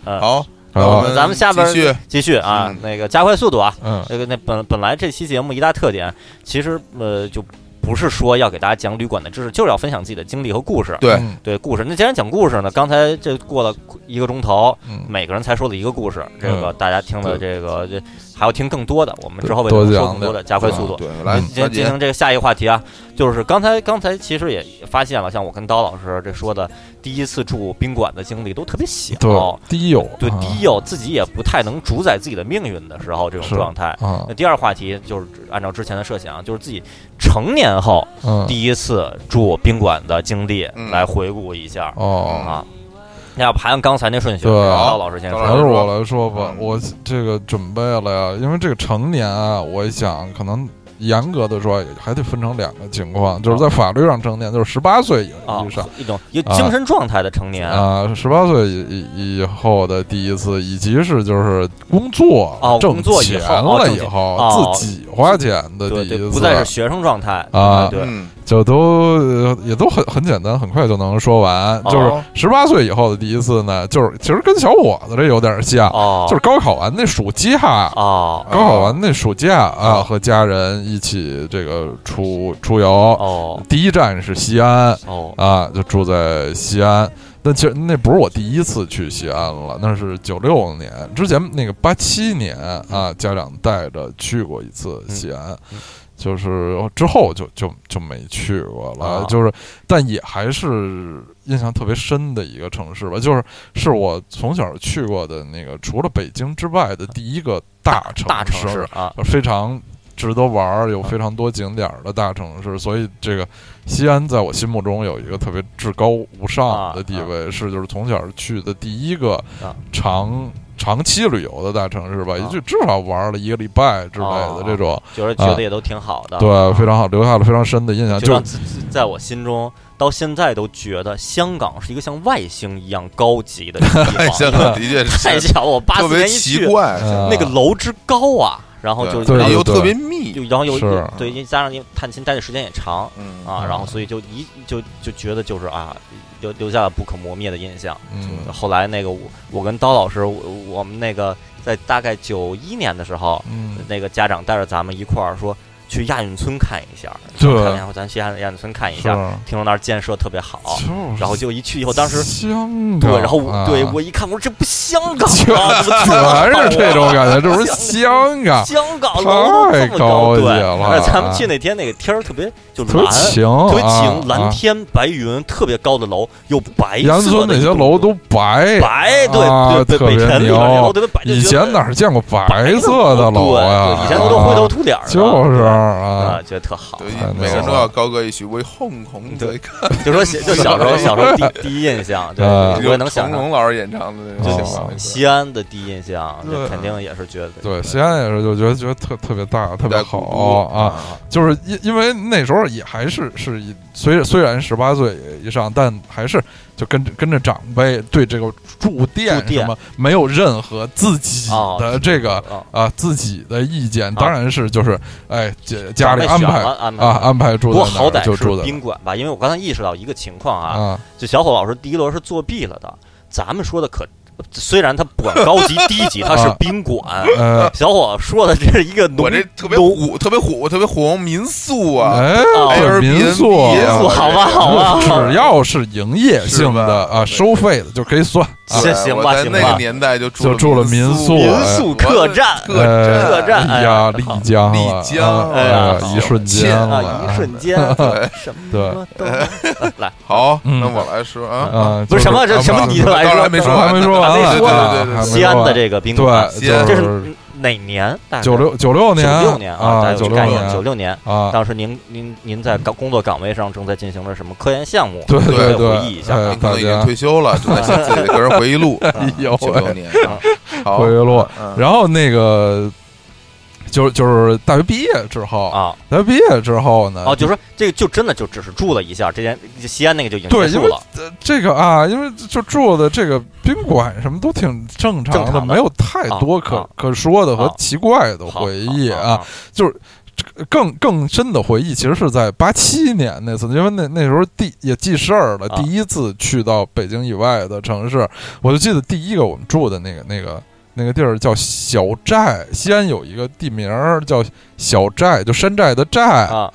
S1: 嗯
S2: 好，
S3: 好
S2: 们
S1: 咱们下边
S2: 继续，
S1: 继续啊，
S2: 嗯
S1: 那个加快速度啊。
S3: 嗯，
S1: 那个那本本来这期节目一大特点，其实呃就不是说要给大家讲旅馆的知识，就是要分享自己的经历和故事。
S2: 对
S3: 嗯
S1: 对故事，那既然讲故事呢，刚才这过了一个钟头，
S3: 嗯
S1: 每个人才说了一个故事，这个
S3: 嗯
S1: 大家听了这个这还要听更多的，我们之后会
S3: 多
S1: 说
S3: 讲
S1: 更多
S3: 的
S1: 的，加快速度。
S2: 啊对，来，
S1: 进进
S2: 三姐，
S1: 行这个下一个话题啊，就是刚才刚才其实也发现了，像我跟刀老师这说的，第一次住宾馆的经历都特别小，
S3: 对，低幼，
S1: 对，
S3: 啊
S1: 第一有自己也不太能主宰自己的命运的时候，这种
S3: 是
S1: 状态。
S3: 啊
S1: 那，第二话题就是按照之前的设想，就是自己成年后
S3: 嗯，
S1: 第一次住宾馆的经历
S2: 嗯
S1: 来回顾一下、
S3: 哦，
S1: 啊。那要不还按刚才那顺序，
S3: 对啊
S1: 高老师先
S2: 高
S3: 还
S1: 说。
S2: 老师
S3: 是我来说吧
S2: 嗯，
S3: 我这个准备了呀，因为这个成年啊，我想可能严格的说还得分成两个情况，就是在法律上成年，就是十八岁以
S1: 啊
S3: 以上，
S1: 一种一个精神状态的成年，
S3: 啊，十八岁以以以后的第一次，以及是就是工作
S1: 哦
S3: 挣
S1: 工作以
S3: 钱
S1: 后哦
S3: 了
S1: 挣
S3: 以
S1: 钱
S3: 后、
S1: 哦
S3: 自己花钱的第
S1: 对
S3: 一
S1: 对
S3: 次，，
S1: 不再是学生状态
S3: 啊
S1: 对，
S2: 嗯，
S3: 就都呃也都很很简单，很快就能说完。
S1: 哦
S3: 就是十八岁以后的第一次呢，就是其实跟小伙子这有点像，
S1: 哦，
S3: 嗯啊就是高考完那暑假，
S1: 哦
S3: 高考完那暑假啊，
S1: 哦
S3: 和家人一起这个出出游，
S1: 哦
S3: 第一站是西安
S1: 哦
S3: 啊，就住在西安。但其实那不是我第一次去西安了，那是九六年之前那个八七年啊，家长带着去过一次西安。
S1: 嗯
S3: 就是之后就就就没去过了，
S1: 啊
S3: 就是，但也还是印象特别深的一个城市吧，就是是我从小去过的那个除了北京之外的第一个大城市，
S1: 大城市啊，
S3: 非常值得玩儿，有非常多景点儿的大城市，所以这个西安在我心目中有一个特别至高无上的地位，是就是从小去的第一个
S1: 啊
S3: 长长期旅游的大城市吧，
S1: 啊
S3: 也就至少玩了一个礼拜之类的
S1: 啊
S3: 这种，
S1: 就是觉得也都挺好的，
S3: 啊对，非
S1: 常
S3: 常好，留下了非常深的印象。
S1: 就
S3: 就
S1: 让自自在我心中到现在都觉得香港是一个像外星一样高级的地
S3: 哎
S2: 香
S1: 方，
S2: 港的确是
S1: 太小了，我八
S2: 特
S1: 四
S2: 别
S1: 年一
S2: 奇
S1: 去，
S2: 怪，
S3: 嗯
S1: 那个楼之高啊，然后就是
S3: 对
S1: 然后
S2: 然后
S1: 又
S2: 又特别密，
S1: 就然后又
S3: 是
S1: 又对，因为加上因为探亲待的时间也长
S2: 嗯
S1: 啊，然后所以就一就就觉得就是啊，留留下了不可磨灭的印象。
S3: 嗯
S1: 后来那个我我跟刀老师，我我们那个在大概九一年的时候，
S3: 嗯，
S1: 那个家长带着咱们一块儿说去亚运村看一下，
S3: 对
S1: 看然后咱去亚亚运村看一
S3: 是，
S1: 下，听说那儿建设特别好，
S3: 就是
S1: 然后就一去以后，当时
S3: 香港，
S1: 对，然后我
S3: 啊
S1: 对我一看，我说这不香港
S3: 全
S1: 吗？怎么这么高
S3: 全是这
S1: 啊
S3: 种感觉，这不是香港，
S1: 香港楼都这么高，
S3: 啊太高级
S1: 对，
S3: 了
S1: 而且咱们去那天那个天儿特别就
S3: 特别
S1: 蓝，
S3: 晴，
S1: 特
S3: 特
S1: 别晴，蓝
S3: 啊
S1: 天白云，特别高的楼有白
S3: 杨
S1: 色
S3: 村
S1: 的
S3: 那些楼都白，
S1: 白，
S3: 啊
S1: 对对
S3: 特
S1: 对，北
S3: 别
S1: 辰里边那楼
S3: 牛。
S1: 特别白，就觉得
S3: 以前哪儿见过白色的楼
S1: 对
S3: 呀？
S1: 对以前都都灰头
S3: 啊
S1: 土脸儿的，
S3: 就是
S1: 啊
S3: 啊，，
S1: 觉得特好
S2: 对，
S3: 哎，
S2: 每个人
S3: 那
S2: 都
S3: 个
S2: 要高歌一曲，为哄哄的
S1: 对就说小就小时候小时候第第一印象，对，
S3: 啊
S1: 我也能想
S2: 成
S1: 象
S2: 龙老师演唱的那
S3: 对
S2: 个小
S1: 西安的第一印象，
S3: 对
S1: 这肯定也是觉得
S3: 对，西安也是，就觉得觉得特特别大，特别好啊。
S1: 啊，
S3: 就是因因为那时候也还是是一虽虽然十八岁以上，但还是就跟着跟着长辈对这个住店
S1: 住店
S3: 什么没有任何自己
S1: 哦
S3: 的这个
S1: 啊
S3: 啊自己的意见，
S1: 啊
S3: 当然是就是哎家家里
S1: 长
S3: 安
S1: 辈
S3: 排
S1: 选了安排
S3: 啊安排住
S1: 不
S3: 在
S1: 过
S3: 哪
S1: 好
S3: 儿
S1: 歹
S3: 就是住在哪
S1: 宾馆吧，因为我刚才意识到一个情况
S3: 儿
S1: 啊，
S3: 啊
S1: 就小伙老师第一轮是作弊了的，咱们说的可虽然他不管高 级低级，他是
S3: 啊
S1: 宾馆。
S3: 呃
S1: 小伙说的这是一个农
S2: 我这特别
S1: 农
S2: 虎，特别虎，特别红民宿啊，
S3: 哎
S1: 啊
S3: 对
S2: Airbnb
S3: 民宿
S1: 民
S3: 啊
S1: 宿好吧好吧，
S3: 只要是营业性的
S2: 是吧
S3: 啊收费的就可以算啊
S1: 行行
S2: 我
S1: 吧
S2: 在
S1: 行
S2: 那
S1: 吧
S2: 个年代就
S3: 就住了民
S2: 啊
S3: 宿
S1: 民
S3: 哎
S1: 宿客栈
S2: 各站
S1: 各站
S3: 哎
S1: 哎
S3: 呀，
S1: 呀啊
S3: 丽江
S2: 丽
S3: 了，
S2: 江
S3: 哎
S1: 了
S3: 呀，一瞬间
S2: 亲
S3: 了，
S1: 啊，一瞬间什么都来，
S2: 好，
S3: 嗯
S2: 那我来说啊，
S3: 啊，
S1: 不
S3: 就是
S1: 什么这
S2: 啊
S1: 什么你就
S2: 当
S1: 来
S2: 然
S1: 说
S2: 还没说
S3: 还没说啊完呢，
S1: 还没说呢
S3: 对对对对
S1: 西安的这个宾馆，啊
S3: 对，
S2: 西安
S1: 这嗯
S3: 就是
S1: 哪年？大概
S3: 九六九六
S1: 九
S3: 年，
S1: 六年啊，大
S3: 啊，
S1: 家有
S3: 九
S1: 这
S3: 六
S1: 概念，九
S3: 年
S1: 六年。
S3: 啊，
S1: 当时您您您在岗工作岗位上正在进行着什么科研项目？
S3: 对
S1: 对
S3: 对，
S1: 回忆一下
S3: 哎
S2: 您啊可
S3: 大
S2: 能已经
S3: 家
S2: 退休 了，正在写自己的个人回忆录，
S3: 哎呦
S2: 九
S3: 喂
S2: 六年 啊，好
S3: 回忆录，
S2: 嗯
S3: 然后那个。就就是大学毕业之后，
S1: 啊，
S3: 大学毕业之后呢，
S1: 哦，就是说这个就真的就只是住了一下，这间西安那个就已经
S3: 对
S1: 结
S3: 因
S1: 束
S3: 为
S1: 了。
S3: 呃这个啊，因为就住的这个宾馆什么都挺正常
S1: 正常的
S3: 没有太多可、
S1: 啊
S3: 可说的和
S1: 啊
S3: 奇怪的
S1: 好
S3: 回忆
S1: 好好
S3: 啊。就是这个更更深的回忆，其实是在八七年那次，因为那那时候第也记事儿了，
S1: 啊
S3: 第一次去到北京以外的城市，我就记得第一个我们住的那个那个。那个地儿叫小寨，西安有一个地名儿叫小寨，就山寨的寨
S1: 啊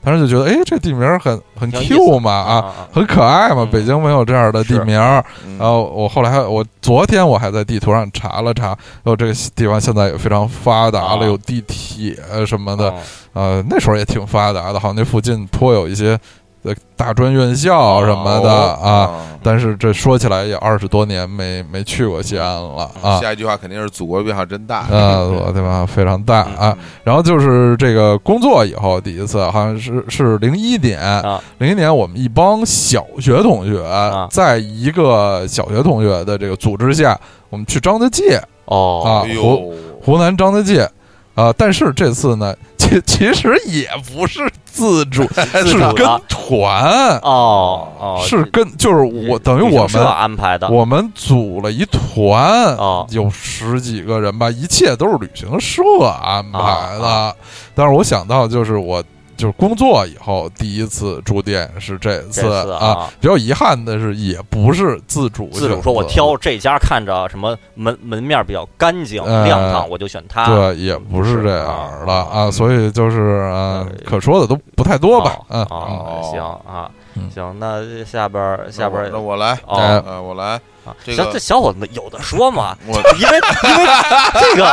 S3: 当时就觉得，哎，这地名儿很很
S1: 挺有意思
S3: Q 嘛啊，
S1: 啊
S3: 很可爱嘛。
S1: 嗯
S3: 北京没有这样的地名儿，
S2: 嗯
S3: 然后我后来还我昨天我还在地图上查了查，哦，这个地方现在也非常发达了，
S1: 啊
S3: 有地铁什么的，
S1: 嗯
S3: 呃，那时候也挺发达的，好像那附近颇有一些呃大专院校什么的啊。
S2: 哦
S3: 但是这说起来也二十多年没没去过西安了啊，
S2: 下一句话肯定是祖国变化真 大，
S3: 呃，我的妈，非常大啊！
S2: 嗯，
S3: 然后就是这个工作以后第一次，好像是是零一年，
S1: 啊
S3: 零一年我们一帮小学同学，在一个小学同学的这个组织下，我们去张家界
S1: 哦
S3: 啊
S2: 哎
S3: 湖
S2: 呦，
S3: 湖南张家界啊、但是这次呢， 其其实也不是自助，
S1: 自
S3: 是
S1: 主的啊
S3: 跟团，
S1: 哦哦，
S3: 啊是跟就是我等于
S1: 旅行
S3: 我
S1: 社啊
S3: 们
S1: 安排的
S3: 我们组了一团，
S1: 哦
S3: 有十几个人吧，一切都是旅行社安排的。
S1: 啊
S3: 但是我想到，就是我就是工作以后第一次住店是这
S1: 这
S3: 次
S1: 次
S3: 啊。
S1: 啊。
S3: 比较遗憾的是，也不是自主
S1: 自主
S3: 选
S1: 说，我
S3: 择
S1: 挑这家看着什么门门面比较干净
S3: 呃
S1: 亮堂，我就选它。哦
S3: 对，也不是这啊样的啊，所以就是啊，
S1: 嗯
S3: 可说的都不太多吧，
S1: 哦
S3: 嗯，
S1: 哦，行啊，
S3: 嗯哎
S1: 行，那下边儿下边儿
S2: 那我来，
S1: 哦，
S2: 呃，我来，
S1: 啊
S2: 这
S1: 行，
S2: 个
S1: 这小伙子有的说嘛，
S2: 我
S1: 因为因为这个，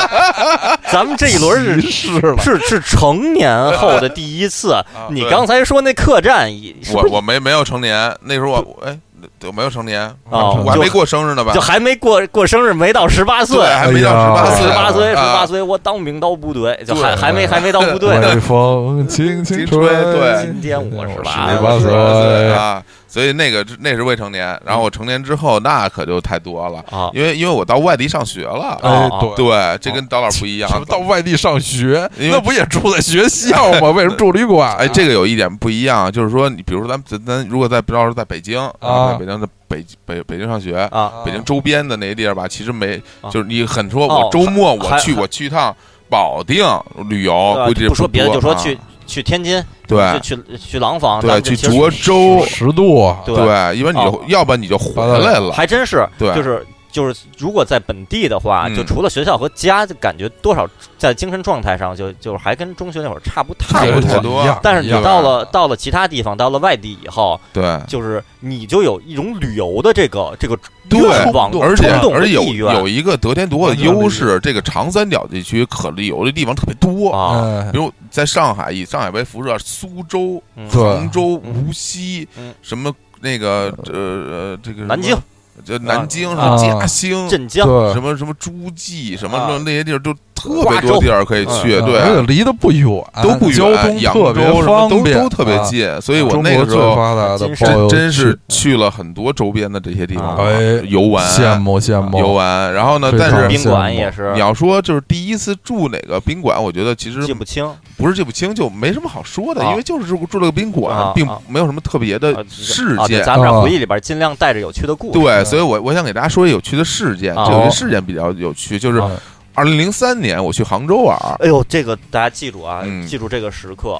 S1: 咱们这一轮是
S3: 是 了，
S1: 是是成 年后的第一次。你
S2: 啊对
S1: 刚才说那客栈也是
S2: 我
S1: 不是
S2: 我没没有成年，那时候我哎，对我没有成年，
S1: 哦
S2: 我还
S1: 就
S2: 没过生日呢吧
S1: 就？还没过过生日，没到十八岁
S2: 对，，还没到十
S3: 哎
S2: 八
S3: 呀
S2: 岁，
S1: 十八岁，十
S2: 啊
S1: 八岁，我当兵到部队，就还
S2: 对
S1: 还没还没到部队呢。
S3: 微风轻轻
S2: 轻吹对
S1: 今天我是
S3: 十
S1: 吧
S3: 八
S1: 我是
S3: 岁，
S2: 啊，所以那个那是未成年，然后我成年之后那可就太多了，
S1: 啊，
S2: 因为因为我到外地上学了，
S3: 哎
S1: 哦，
S3: 对。
S2: 对，这跟刀老不一样啊
S3: 什么，到外地上学，
S2: 因为
S3: 那不也住在学校吗？为什么住旅馆？
S1: 啊
S2: 哎，这个有一点不一样，啊就是说，你比如说咱们咱咱如果在，要是在北京
S3: 啊
S2: 在北京的北北北京上学，
S1: 啊
S2: 北京周边的那些地儿吧，其实没，
S1: 啊
S2: 就是你很说，
S1: 哦
S2: 我周末
S1: 还
S2: 我去
S1: 还
S2: 我去一趟保定旅游，
S1: 呃
S2: 哦估计
S1: 不说别的，
S2: 多
S1: 就说
S2: 啊
S1: 去去天津，
S2: 对
S1: 去去去廊坊，咱
S2: 对
S1: 们这
S2: 去
S1: 其实
S2: 涿州，
S3: 十度啊，
S1: 对
S2: 对，一般你就
S1: 哦
S2: 要不然你就回来了，
S1: 还真是，
S2: 对
S1: 就是就是，如果在本地的话，
S2: 嗯
S1: 就除了学校和家，就感觉多少在精神状态上就就是还跟中学那会儿差不太
S2: 差不
S1: 多。
S2: 太多
S3: 一样
S1: 但是你
S3: 一样
S1: 到了到了其他地方，到了外地以后，
S2: 对。
S1: 就是你就有一种旅游的这个这个
S2: 对
S1: 愿望，
S2: 而且
S1: 冲动
S2: 而
S1: 和
S2: 且有
S1: 意愿
S2: 有一个得天独厚的优势，这个长三角地区可旅游的地方特别多，
S1: 啊，
S3: 哎
S2: 比如在上海以上海为辐射，苏州、
S1: 嗯
S3: 对
S2: 杭州、
S1: 嗯
S2: 无锡
S1: 嗯，
S2: 什么那个呃呃这个
S1: 南
S2: 什么
S1: 京、
S2: 这南京、什
S3: 啊
S2: 么嘉兴、
S1: 镇江
S3: 对
S2: 什，么什么诸暨、什么
S1: 啊
S2: 什么那些地儿，就特别多地儿可以去，
S3: 嗯而且
S2: 对，
S3: 离得不远，
S2: 都不远，
S3: 交通
S2: 扬州
S3: 特别
S2: 什么
S3: 方
S2: 都
S3: 便，
S2: 都特别
S3: 啊。
S2: 近，所以我
S3: 中
S2: 那
S3: 国
S2: 个时
S3: 最
S2: 候
S3: 发达的
S1: 真是
S3: 包
S2: 真
S3: 邮
S2: 真是
S3: 区
S2: 去了很多周边的这些地方
S1: 啊
S3: 哎
S2: 游玩，啊
S3: 羡慕羡慕
S2: 游玩。然后呢，
S3: 非
S2: 但
S3: 常
S2: 是
S3: 羡
S1: 宾
S3: 慕
S1: 馆也是
S2: 你要说就是第一次住哪个宾馆，我觉得其实
S1: 记不清，
S2: 不是记不清，就没什么好说的，
S1: 啊
S2: 因为就是住了个宾
S1: 啊
S2: 馆，并
S1: 啊
S2: 没有什么特别
S1: 啊
S2: 的事
S1: 啊，对，
S2: 件。
S1: 咱们这
S3: 啊
S1: 回忆里边尽量带着有趣的故事。
S2: 呃对，所以我我想给大家说一有趣的事件，
S1: 啊
S2: 这有些事件比较有趣，就是
S3: 啊
S2: 二零零三年我去杭州玩儿，
S1: 哎呦，这个大家记住啊，
S2: 嗯
S1: 记住这个时刻。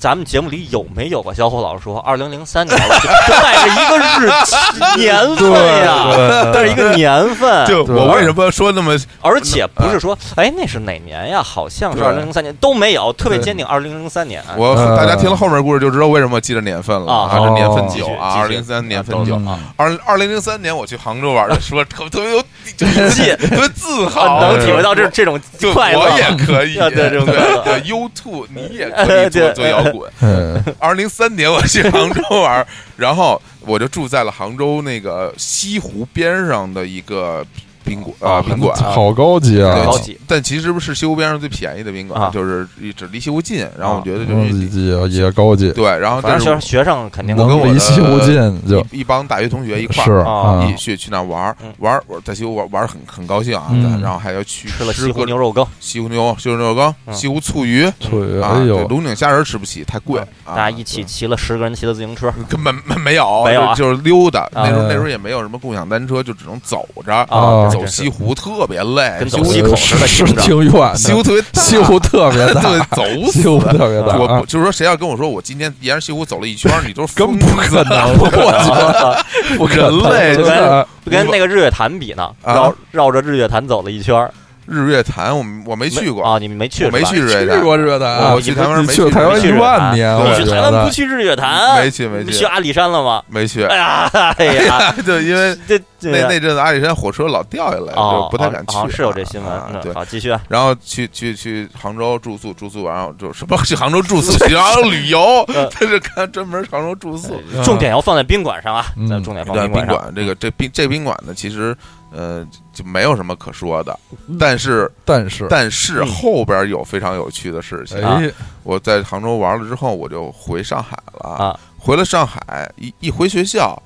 S1: 咱们节目里有没有个小伙老师说，二零零三年我就就带着一个日 年份呀，
S3: 对
S1: 带着一个年份，
S2: 就
S3: 对
S2: 我为什么说那么
S1: 而且不是说，哎，那是哪年呀？好像是
S2: 对
S1: 二零零三年，都没有，特别坚定二零零三年。
S2: 我
S3: 呃
S2: 大家听了后面的故事就知道为什么记着年份了
S1: 啊
S2: 这年份
S3: 哦
S2: 久啊，二
S1: 继续
S2: 零
S1: 继续
S2: 三年份
S1: 啊
S2: 久
S1: 懂。
S3: 嗯
S2: 二二零零三年我去杭州玩儿的时候，特别特别有 就有
S1: 记
S2: 特别自豪，
S1: 啊能体会到
S2: 我
S1: 这这种
S2: 就
S1: 快乐
S2: 我，也可以，
S1: 啊 对这种快乐
S2: 对 u two 你也可以做
S1: 对
S2: 做摇滚。
S3: 嗯
S2: 二零零三年我去杭州玩儿， 然后我就住在了杭州那个西湖边上的一个宾馆啊宾馆。
S3: 嗯好高级啊
S2: 对，
S1: 高级
S2: 但其实是西湖边上最便宜的宾馆，
S1: 啊
S2: 就是只离西湖近。然后我觉得就
S3: 高
S2: 是、
S3: 级啊也高级，
S2: 对，然后
S1: 反
S2: 但
S1: 正
S2: 是
S1: 学学生肯定
S2: 我跟
S3: 能
S2: 我
S3: 离
S2: 的
S3: 西湖近就
S2: 一一帮大学同学一块
S3: 是
S2: 儿。
S1: 啊
S3: 啊
S2: 一，去去那玩儿
S1: 嗯
S2: 玩儿，我在西湖玩玩儿很很高兴啊，
S3: 嗯
S2: 然后还要去
S1: 吃了西湖
S2: 各
S1: 牛肉羹，
S2: 西湖牛西湖牛肉
S1: 嗯
S2: 羹、西湖醋鱼，
S3: 对，
S2: 啊，
S3: 哎
S2: 对
S3: 呦，
S2: 龙井虾仁儿吃不起，太贵。啊
S1: 嗯大
S2: 嗯
S1: 家一起骑了十个人骑的自行车
S2: 对根本没有，
S1: 没有啊
S2: 就就是溜达。那时候
S3: 啊
S2: 那时候也没有什么共享单车，就只能走着
S1: 啊，
S3: 啊
S2: 走
S1: 真是
S2: 西湖特别累，
S1: 跟
S2: 西
S1: 走
S2: 湖
S1: 西口似的
S3: 是
S1: 听着
S3: 挺远的，
S2: 西湖特别大
S3: 西湖特别大，
S2: 对，走
S3: 西
S2: 死
S3: 湖
S2: 了。
S3: 特别大，
S2: 我
S3: 啊
S2: 不就是说，谁要跟我说我今天沿着西湖走了一圈儿，你都是
S3: 根
S2: 疯
S3: 不可
S2: 子
S3: 能，
S2: 我
S1: 啊
S2: 啊
S3: 不可
S2: 人
S3: 能
S2: 类
S3: 真的
S1: 就跟那个日月潭比呢，
S2: 啊
S1: 绕绕着日月潭走了一圈儿，
S2: 日月潭，我我没去过，
S1: 啊，你们没去
S2: 我没
S1: 是吧
S2: 去日月
S3: 去
S2: 潭，啊
S3: 过啊日月潭，
S2: 我去台湾
S3: 你
S2: 没
S3: 去台湾
S1: 去啊
S3: 一万年，
S2: 对
S3: 我
S1: 去
S3: 觉
S1: 台湾不
S3: 得
S1: 去日月潭，
S2: 没去没去
S1: 去阿里山了吗？
S2: 没去
S1: 哎，呀， 哎 呀，啊
S2: 就因为
S1: 这这
S2: 那那阵子阿里山火车老掉下来，
S1: 哦
S2: 就不太敢去
S1: 好像
S2: 啊。
S1: 是有这新闻
S2: 啊。对
S1: 嗯，好，继续啊。
S2: 然后去去去杭州住宿，住宿完后就什么 去杭州住 宿，去杭州旅游，
S1: 嗯
S2: 他是看专门杭州住宿。
S3: 嗯
S1: 重点要放在宾馆上啊，
S3: 嗯
S1: 咱们重点放
S2: 对宾
S1: 馆上。
S2: 馆这个这宾这宾馆呢，其实呃就没有什么可说的，但是
S3: 但是
S2: 但是
S1: 嗯
S2: 后边有非常有趣的事情。
S1: 啊
S3: 哎，
S2: 我在杭州玩了之后，我就回上海了
S1: 啊。
S2: 回了上海，一一回学校，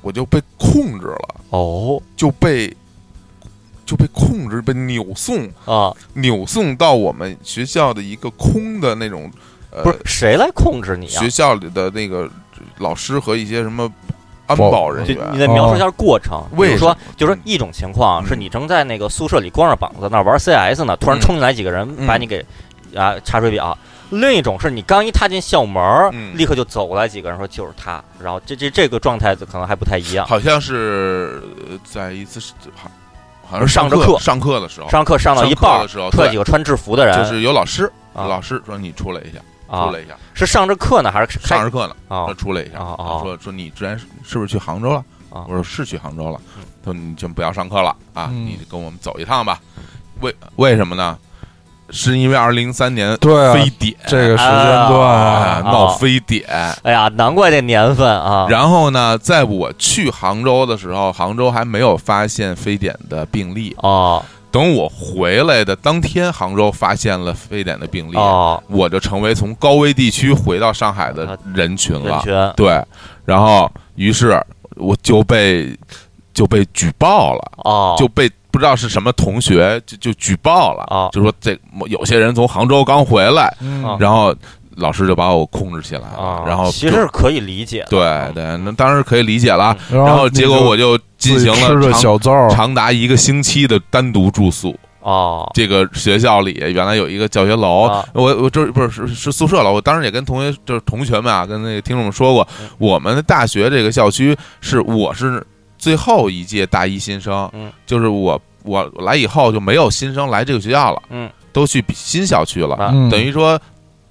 S2: 我就被控制了，
S1: 哦
S2: 就被就被控制，被扭送
S1: 啊，
S2: 扭送到我们学校的一个空的那种，呃，
S1: 不是谁来控制你啊
S2: 学？校里的那个老师和一些什么安
S3: 保
S2: 保人
S1: 就
S2: 员
S1: 你，得描述一下过程，比
S2: 啊为
S1: 如说
S2: 什么，
S1: 就说一种情况
S2: 嗯
S1: 是你正在那个宿舍里光着膀子那儿玩 CS 呢，突然
S2: 嗯
S1: 冲进来几个人
S2: 嗯
S1: 把你给啊查水表；另一种是你刚一踏进校门儿，
S2: 嗯
S1: 立刻就走过来几个人说就是他，然后这这这个状态可能还不太一样。
S2: 好像是呃在一次是好好像是
S1: 上着
S2: 课
S1: 课
S2: 上课的时候，
S1: 上课上到一半
S2: 哦上课
S1: 儿
S2: 的时候，
S1: 出来
S2: 对
S1: 几，个穿制服的人，
S2: 就是有老师，
S1: 啊
S2: 老师说你出来一下，
S1: 啊
S2: 出来一下，
S1: 是上着课呢还是开
S2: 上着课呢，
S1: 啊
S2: 他？出来一下，
S1: 哦哦
S2: 他说说你之前是是不是去杭州了？
S1: 啊
S2: 我说是去杭州了
S1: 嗯。
S2: 他说你就不要上课了啊，
S3: 嗯
S2: 你跟我们走一趟吧。为为什么呢？是因为二零三年
S3: 对啊
S2: 非典
S3: 这个时间
S2: 啊
S3: 段
S1: 啊
S2: 闹非典，
S1: 哎呀，难怪这年份啊！
S2: 然后呢，在我去杭州的时候，杭州还没有发现非典的病例。
S1: 哦
S2: 等我回来的当天，杭州发现了非典的病例，
S1: 哦，
S2: 我就成为从高危地区回到上海的人群
S1: 啊人
S2: 了。
S1: 群
S2: 对，然后于是我就被就被举报了，
S1: 哦，
S2: 就被不知道是什么同学就就举报了，
S1: 哦
S2: 就说这某有些人从杭州刚回来，
S3: 嗯
S1: 啊
S2: 然后老师就把我控制起来了，
S1: 啊，
S2: 然后
S1: 其
S2: 就
S1: 实是嗯可以理解的，
S2: 对对，那当然可以理解了。然
S3: 然
S2: 后
S3: 后
S2: 结果我就进行
S3: 自己吃
S2: 了
S3: 着
S2: 长
S3: 小灶儿，
S2: 长达一个星期的单独住宿。
S1: 哦
S2: 这个学校里原来有一个教学楼，
S1: 啊
S2: 我我这不是是是宿舍楼。我当时也跟同学就是同学们啊，跟那个听众们说过，
S1: 嗯
S2: 我们的大学这个校区是我是最后一届大一新生，
S1: 嗯
S2: 就是我我来以后就没有新生来这个学校了，
S1: 嗯，
S2: 都去新校区了，
S1: 啊
S3: 嗯
S2: 等于说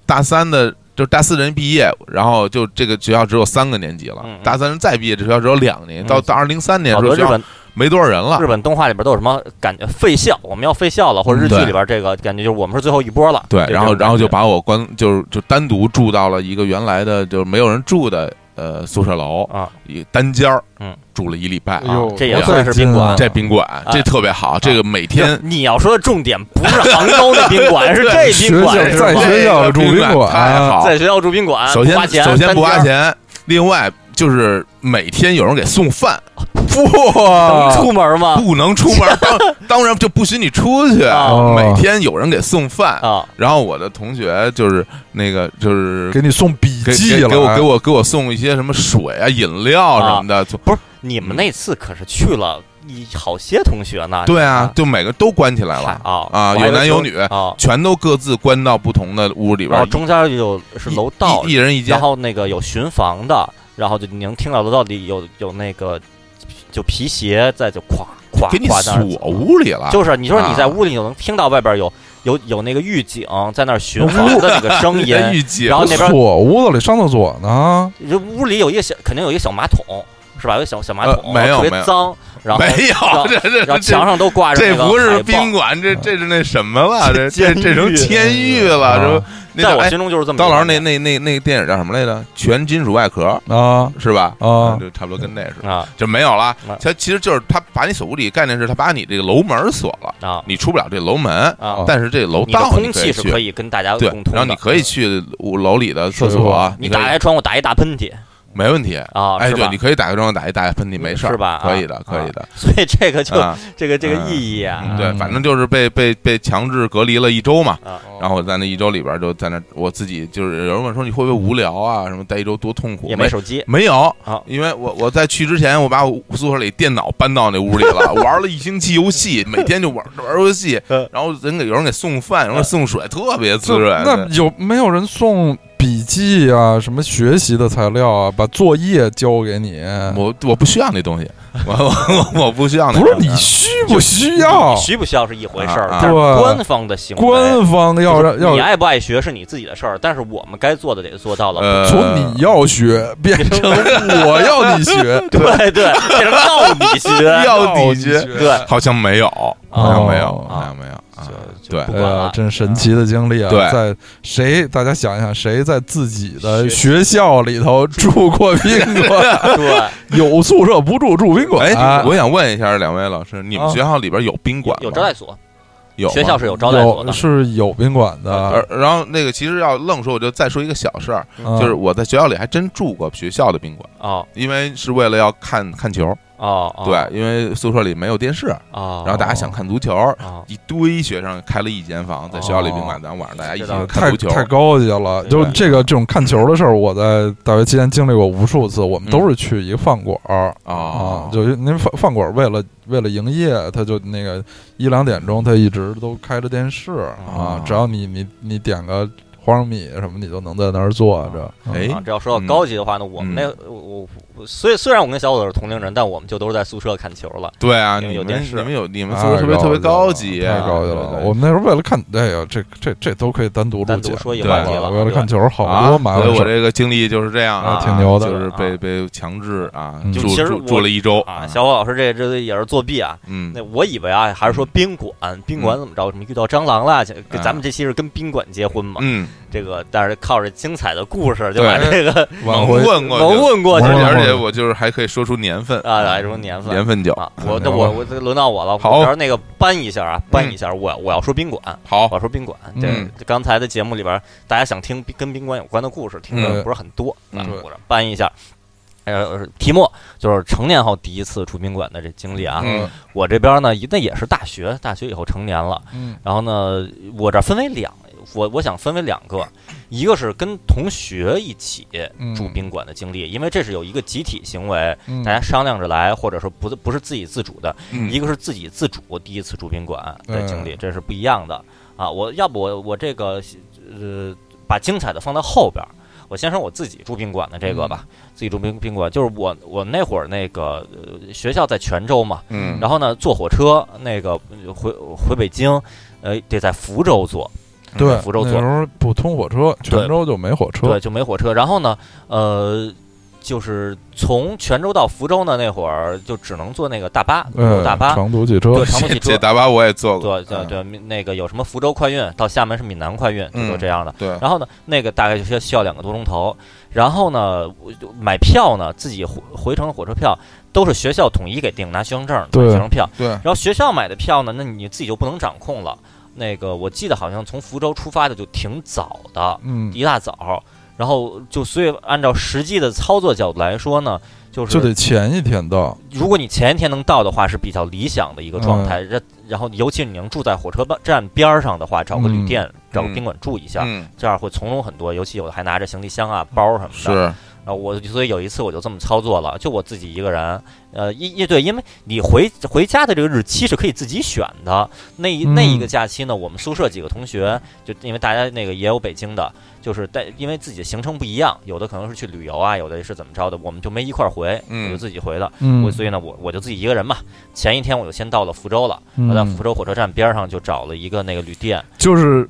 S2: 大三的。就是大四人毕业，然后就这个学校只有三个年级了。
S1: 嗯嗯
S2: 大三人再毕业，这学校只有两个年级。到
S1: 嗯
S2: 到二零三年
S1: 好
S2: 的时
S1: 多日
S2: 候，学校
S1: 本
S2: 没多少人了
S1: 日。本动画里边都有什么感觉？废校，我们要废校了，或者日剧
S2: 对
S1: 里边这个感觉就是我们是最后一波了。
S2: 对，
S1: 这
S2: 然
S1: 这
S2: 后
S1: 种
S2: 然后就
S1: 感
S2: 把我关，就是就单独住到了一个原来的就是没有人住的呃宿舍楼
S1: 觉，啊，
S2: 一单间儿，
S1: 嗯，
S2: 住了一礼拜，
S3: 哎呦
S1: 这也
S3: 多
S1: 算
S3: 带
S1: 是
S3: 劲
S1: 宾
S3: 啊
S1: 馆
S2: 这宾馆这特别
S1: 啊
S2: 好，这个每天
S1: 就你要说的重点不是杭州那宾 馆，是这宾
S3: 学校
S1: 馆是
S3: 在
S1: 吗？
S3: 学校住宾
S2: 这个
S3: 馆
S2: 太好，
S1: 啊在学校住宾馆，
S2: 首
S1: 不花
S2: 先
S1: 钱，
S2: 首先不花
S1: 单间
S2: 钱，另外就是每天有人给 送饭，
S1: 儿，能
S2: 哇，
S1: 出门吗？
S2: 啊不能出门， 当当然就不许你出去，
S1: 啊
S2: 每天有人给送饭，
S1: 啊，
S2: 然后我的同学就是那个就是
S3: 给你送笔
S2: 给
S3: 记
S2: 给
S3: 了，哎
S2: 给我给我给我送一些什么水啊、饮料什么
S1: 哦
S2: 的。就
S1: 你们那次可是去了一好些同学呢。
S2: 对啊，就每个都关起来
S1: 嗨，
S2: 了，
S1: 哎啊
S2: 啊
S1: 我还
S2: 有男
S1: 以为
S2: 有
S1: 就
S2: 女
S1: 啊，
S2: 全都各自关到不同的屋里
S1: 然
S2: 边
S1: 后
S2: 儿，
S1: 中间哦就是
S2: 一
S1: 楼道
S2: 一，一人一间
S1: 然。后那个有巡防的，然后就你能听到楼道里有有那个就皮鞋在就咵咵
S2: 给你
S1: 咵在那儿
S2: 锁
S1: 走
S2: 屋里了，
S1: 就是你说你在
S2: 啊
S1: 屋里，你就能听到外边有有有那个狱警在那儿巡防的那个声 音，
S2: 人预计
S1: 然后那边
S3: 锁屋子里上厕所呢，
S1: 这屋里有一个小，肯定有一个小马桶，是吧？有一个小小马
S2: 呃
S1: 桶，
S2: 没有
S1: 特
S2: 没
S1: 别
S2: 有
S1: 脏，然后
S2: 没有，这这
S1: 然后墙
S2: 这
S1: 上都挂着那
S2: 这
S1: 个
S2: 不是
S1: 海报
S2: 宾馆，这这是那什么了？这这
S1: 监
S2: 这成
S1: 狱
S2: 监狱了，
S3: 啊
S2: 这不那
S1: 在
S2: 叫
S1: 我
S2: 哎，
S1: 心中就是这么一个
S2: 刀老师
S1: 概
S2: 那
S1: 念。
S2: 那那那个电影叫什么来着？全金属外壳
S3: 啊
S2: 是吧？嗯
S3: 啊
S2: 就差不多跟那似的，
S1: 啊
S2: 就没有了
S1: 啊。
S2: 它其实就是他把你锁屋里，概念是他把你这个楼门儿锁了。
S1: 啊
S2: 你出不了这楼门，
S1: 啊！
S2: 但是这楼
S1: 你的
S2: 道
S1: 空气是
S2: 去
S1: 可，以跟大家
S2: 对
S1: 共，通
S2: 然后
S1: 的，嗯
S2: 你可以去我楼里的厕
S3: 是的
S2: 所，
S1: 你
S2: 可
S1: 打
S2: 以
S1: 开窗户打一大喷嚏
S2: 没问题。
S1: 啊！
S2: 哎，
S1: 是
S2: 对，
S1: 吧
S2: 你可以打开窗户打一打一喷嚏，没事儿，
S1: 是吧？啊
S2: 可以的，可以。
S1: 啊
S2: 的。
S1: 所以这个就
S2: 啊，
S1: 这个这个
S2: 嗯
S1: 意义啊
S2: 嗯对，
S3: 嗯
S2: 反正就是被被被强制隔离了一周嘛。
S1: 啊
S2: 然后我在那一周里边就在那，我自己就是有人问说你会不会无聊啊？什么待一周多痛苦？
S1: 也
S2: 没
S1: 没手机
S2: 没有
S1: 啊，
S2: 因为我我在去之前，我把我宿舍里电脑搬到那屋里了，玩了一星期游戏，每天就玩玩游戏
S1: 嗯，
S2: 然后人给有人给送饭，有人给送水，特别滋
S3: 这
S2: 润。
S3: 那有没有人送笔记啊？什么学习的材料啊？把作业交给你？
S2: 我我不需要那东西，我我我我不需要那
S3: 不
S2: 东西。
S3: 是你需不需要
S1: 你？需不需要是一回事儿，
S2: 啊啊
S1: 但是
S3: 对
S1: 官方的行为，
S3: 官方要
S1: 就是
S3: 让要
S1: 你爱不爱学是你自己的事儿，但是我们该做的得做到了。，
S2: 呃，
S3: 从你要学变成我要你学
S1: 对对，变成要你学，
S2: 要
S3: 你
S2: 你学，
S1: 对，
S2: 好像没有，好像没有，
S3: 哦
S2: 好像没有啊
S1: 就。就
S2: 对
S1: 不，
S3: 哎
S1: 管了
S3: 呀，真神奇的经历啊！
S2: 对
S3: 在谁大家想一想，谁在自己的学校里头住过宾馆？
S1: 啊 对，
S3: 有宿舍不住住宾馆？
S1: 啊
S2: 哎，我想问一下两位老师，你们
S3: 啊
S2: 学校里边有宾馆吗？
S1: 有招待所，
S2: 有吗
S1: 学校是有招待所
S3: 有
S1: 的。
S3: 是有宾馆
S2: 呃
S3: 的，，
S2: 然后那个其实要愣说，我就再说一个小事儿，
S3: 嗯
S2: 就是我在学校里还真住过学校的宾馆，
S1: 哦
S2: 因为是为了要看看球，
S1: 哦哦，
S2: 对，因为宿舍里没有电视，
S1: 哦，
S2: 然后大家想看足球，
S1: 哦
S2: 一堆学生开了一间房，在学校里宾馆，咱晚上大家一起
S1: 知道
S2: 啊看
S3: 太
S2: 足球，啊
S3: 太高级了。
S1: 对
S3: 就是这个这种看球的事儿，我在大学期间经历过无数次。我们
S2: 嗯
S3: 都是去一个饭馆儿
S2: 哦
S3: 啊，就是那饭饭馆儿为了为了营业，他就那个一两点钟他一直都开着电视
S2: 哦
S3: 啊，只要你你你点个花生米什么，你就能在那儿坐着。嗯
S2: 哎
S1: 哦啊，这要说到高级的话呢，我们那我我虽虽然我跟小伙子是同龄人，但我们就都是在宿舍看球了。
S2: 对啊，
S1: 有
S2: 你
S1: 有
S2: 们
S1: 电视
S2: 你们有你们
S3: 太
S2: 宿舍特别特别
S3: 高
S2: 高
S3: 级
S2: 级，啊
S3: 了太啊高级
S2: 对
S3: 了。
S2: 对
S3: 我们那时候为了看，哎呀，这这这都可以单独录
S1: 单独
S3: 节目
S1: 说一
S2: 个环
S3: 对
S2: 节
S3: 吧
S1: 了
S3: 为了
S1: 对
S3: 看球，好
S2: 啊
S3: 多麻
S2: 所
S3: 烦
S2: 以
S3: 事
S2: 我
S3: 儿。
S2: 这个经历就是这样
S1: 啊
S3: 挺牛的
S2: 就是被
S1: 啊
S2: 被强制啊
S3: 嗯，
S1: 就
S2: 住
S1: 其实
S2: 住
S1: 我
S2: 住了一周
S1: 啊，小伙老师这这也是作弊啊！
S2: 嗯
S1: 那我以为啊，还是说宾馆，宾馆怎么着？什么遇到蟑螂了？这
S2: 嗯
S1: 咱们这期是跟宾馆结婚嘛？
S2: 嗯，
S1: 这个，但是靠着精彩的故事，就把
S2: 对
S1: 这个
S3: 挽
S2: 蒙
S3: 回
S2: 混过
S1: 蒙
S2: 去，
S1: 混过去
S2: 而且
S3: 蒙
S1: 了
S3: 混
S2: 而且我就是还可以说出年份
S1: 啊！来说年份
S2: 年份酒，
S1: 啊，我那我我这轮到我了，
S2: 好嗯哦
S1: 我要那个搬一下啊，搬一下，我我要说宾馆，我
S2: 好，
S1: 要说宾馆。
S3: 嗯
S1: 这这刚才的节目里边，大家想听宾跟宾馆有关的故事，听的
S3: 嗯
S1: 不是很多，啊
S3: 嗯，
S1: 我这搬一下。呃，题目就是成年后第一次住宾馆的这经历啊。
S2: 嗯
S1: 我这边呢，那也是大学，大学以后成年了，
S3: 嗯
S1: 然后呢，我这分为两，我我想分为两 个，一个是跟同学一起
S3: 嗯
S1: 住宾馆的经历，因为这是有一个集体行为，
S3: 嗯
S1: 大家商量着来，或者说不是不是自己自主的，
S2: 嗯
S1: 一个是自己自主第一次住宾馆的经历，
S3: 嗯
S1: 这是不一样的啊。我要不我我这个呃把精彩的放到后边儿，我先说我自己住宾馆的这个
S3: 嗯
S1: 吧。自己住宾宾馆就是我我那会儿那个、呃、学校在泉州嘛，
S2: 嗯，
S1: 然后呢坐火车那个呃回回北京，呃得在福州坐，
S3: 对，
S1: 嗯福州
S3: 那
S1: 坐
S3: 时候不通火车，泉州就没火车
S1: 对，。就没火车。然后呢，呃，就是从泉州到福州呢，那会儿就只能坐那个大巴，
S3: 嗯，
S1: 大巴，
S3: 长途汽车
S1: 对，长途汽
S2: 这
S1: 车
S2: 这，大巴我也做过，
S1: 对对
S2: 嗯
S1: 对，那个有什么福州快运到厦门是闽南快运，就都
S2: 嗯
S1: 这样的。
S2: 对，
S1: 然后呢，那个大概就需要需要两个多钟头。然后呢，我就买票呢，自己回回程火车票都是学校统一给定，拿学生证买
S3: 对
S1: 学生票。
S2: 对
S1: 然后学校买的票呢，那你自己就不能掌控了。那个我记得好像从福州出发的就挺早的，
S3: 嗯，
S1: 一大早，然后就所以按照实际的操作角度来说呢，就是
S3: 就得前一天到。
S1: 如果你前一天能到的话，是比较理想的一个
S3: 嗯
S1: 状态。然、然后，尤其你能住在火车站边儿上的话，找个
S3: 嗯
S1: 旅店、找个宾馆住一下，
S2: 嗯
S1: 这样会从容很多。尤其有的还拿着行李箱啊、包什么的。
S2: 是，
S1: 然后我所以有一次我就这么操作了，就我自己一个人。呃，一一对，因为你回回家的这个日期是可以自己选的。那一那一个
S3: 嗯
S1: 假期呢，我们宿舍几个同学，就因为大家那个也有北京的，就是带因为自己的行程不一样，有的可能是去旅游啊，有的是怎么着的，我们就没一块儿回，
S2: 嗯
S1: 我就自己回的。
S3: 嗯
S1: 我，所以呢，我我就自己一个人嘛。前一天我就先到了福州了，我在
S3: 嗯
S1: 福州火车站边上就找了一个那个旅店，
S3: 就是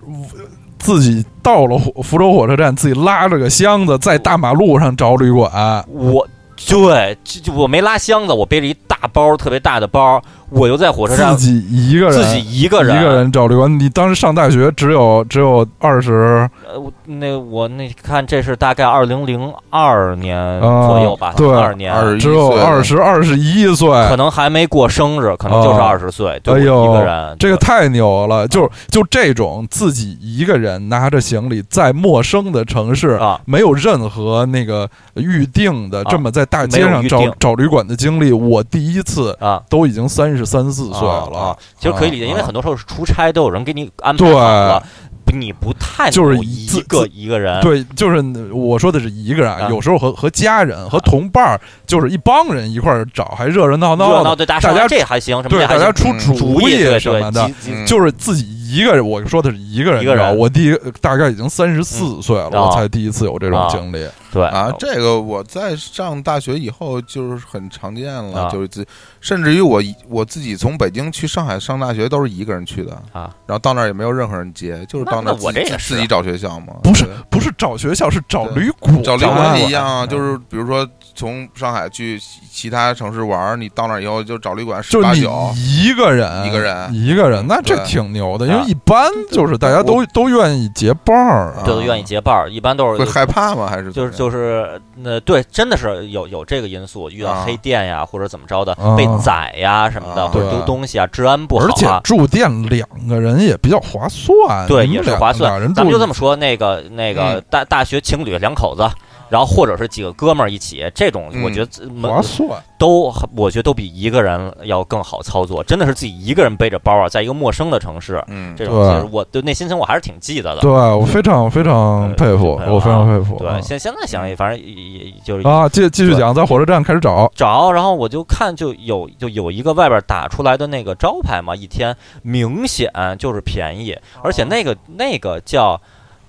S3: 自己到了火福州火车站，自己拉着个箱子在大马路上找旅馆。
S1: 我对，就就我没拉箱子，我背着一大包特别大的包，我就在火车站
S3: 自己一个人，
S1: 自己一个
S3: 一
S1: 人，
S3: 个人找旅馆。你当时上大学只有只有二十
S1: 呃，我那我那看这是大概二零零二年左右吧，
S3: 啊对
S1: 二年。
S2: 二十一
S3: 只有
S2: 岁了
S3: 二十二十一岁，
S1: 可能还没过生日，可能就是
S3: 啊
S1: 二十岁，
S3: 哎
S1: 对
S3: 呦
S1: 我一个人。
S3: 这
S1: 对啊
S3: 个太牛了！就是就这种自己一个人拿着行李在陌生的城市，
S1: 啊，
S3: 没有任何那个预定的，
S1: 啊
S3: 这么在大街
S1: 没有
S3: 上
S1: 预
S3: 找
S1: 定
S3: 找旅馆的经历，我第一次
S1: 啊，
S3: 都已经三十三四岁
S1: 啊
S3: 了
S1: 啊，其实可以理解，
S3: 啊
S1: 因为很多时候是出差都有人给你安排
S3: 对
S1: 好了，不你不太能
S3: 就是
S1: 够
S3: 一
S1: 一
S3: 自
S1: 个
S3: 自
S1: 一个人。
S3: 对，就是我说的是一个人啊，
S1: 啊
S3: 有时候和和家人、和同伴儿，就是一帮人一块儿找，还热热闹
S1: 热
S3: 闹
S1: 闹
S3: 的。
S1: 对大
S3: 大
S1: 家
S3: 家
S1: 说哎这还行，什么
S3: 对，
S1: 这还
S3: 大家
S1: 行，
S3: 出
S2: 嗯
S1: 主
S3: 意
S1: 意对
S3: 什
S1: 对，
S3: 么的，
S1: 集集
S2: 嗯
S3: 就是自己一个人。我说的是一个人，
S1: 一个人
S3: 你知道我第一个大概已经三十四岁了，
S1: 嗯
S3: 我才第一次有这种经历。
S1: 对
S2: 啊，这个我在上大学以后就是很常见了，
S1: 啊
S2: 就是自，甚至于我一我自己从北京去上海上大学都是一个人去的
S1: 啊，
S2: 然后到那儿也没有任何人接，就是
S1: 那
S2: 到儿
S1: 那我
S2: 自己
S1: 这也是
S2: 自己找学校嘛，
S3: 不是
S2: 对
S3: 不是找学校，是找旅馆，
S2: 找旅
S1: 找
S2: 馆
S1: 旅
S2: 也
S1: 馆
S2: 一样啊，
S3: 嗯
S2: 就是比如说从上海去其其他城市玩儿，你到那儿以后就找旅馆十
S3: 就
S2: 八
S3: 你
S2: 九，
S3: 一个人，
S2: 一个人
S3: 一个人，那这
S2: 对
S3: 挺牛的，因
S1: 啊
S3: 为一般就是大家都都愿意结伴儿啊
S1: 对，都愿意结伴儿，一般都是
S2: 会害怕吗？还是
S1: 就是就是那对，真的是有有这个因素，遇到
S2: 啊
S1: 黑店呀或者怎么着的
S3: 啊，
S1: 被宰呀什么的，
S2: 啊
S1: 或者丢
S3: 对
S1: 东西啊，治安不好
S3: 而且
S1: 啊。
S3: 住店两个人也比较划算，
S1: 对，
S3: 你
S1: 也
S3: 们
S1: 是
S3: 俩
S1: 划算
S3: 俩人。
S1: 咱
S3: 住
S1: 们就这么说，那个那个
S2: 嗯
S1: 大大学情侣两口子，然后或者是几个哥们儿一起，这种
S2: 嗯
S1: 我觉得门
S3: 划算，
S1: 都我觉得都比一个人要更好操作。真的是自己一个人背着包啊，在一个陌生的城市，
S2: 嗯
S1: 这，
S3: 对
S1: 种其实我对那心情我还是挺记得的。
S3: 对我非常非常佩服
S1: 对，
S3: 我非常佩服。啊
S1: 对，现现在想也反正也也就是
S3: 啊，继继续
S1: 对
S3: 讲，在火车站开始找，啊
S1: 找，然后我就看就有就有一个外边打出来的那个招牌嘛，一天明显就是便宜，而且那个那个叫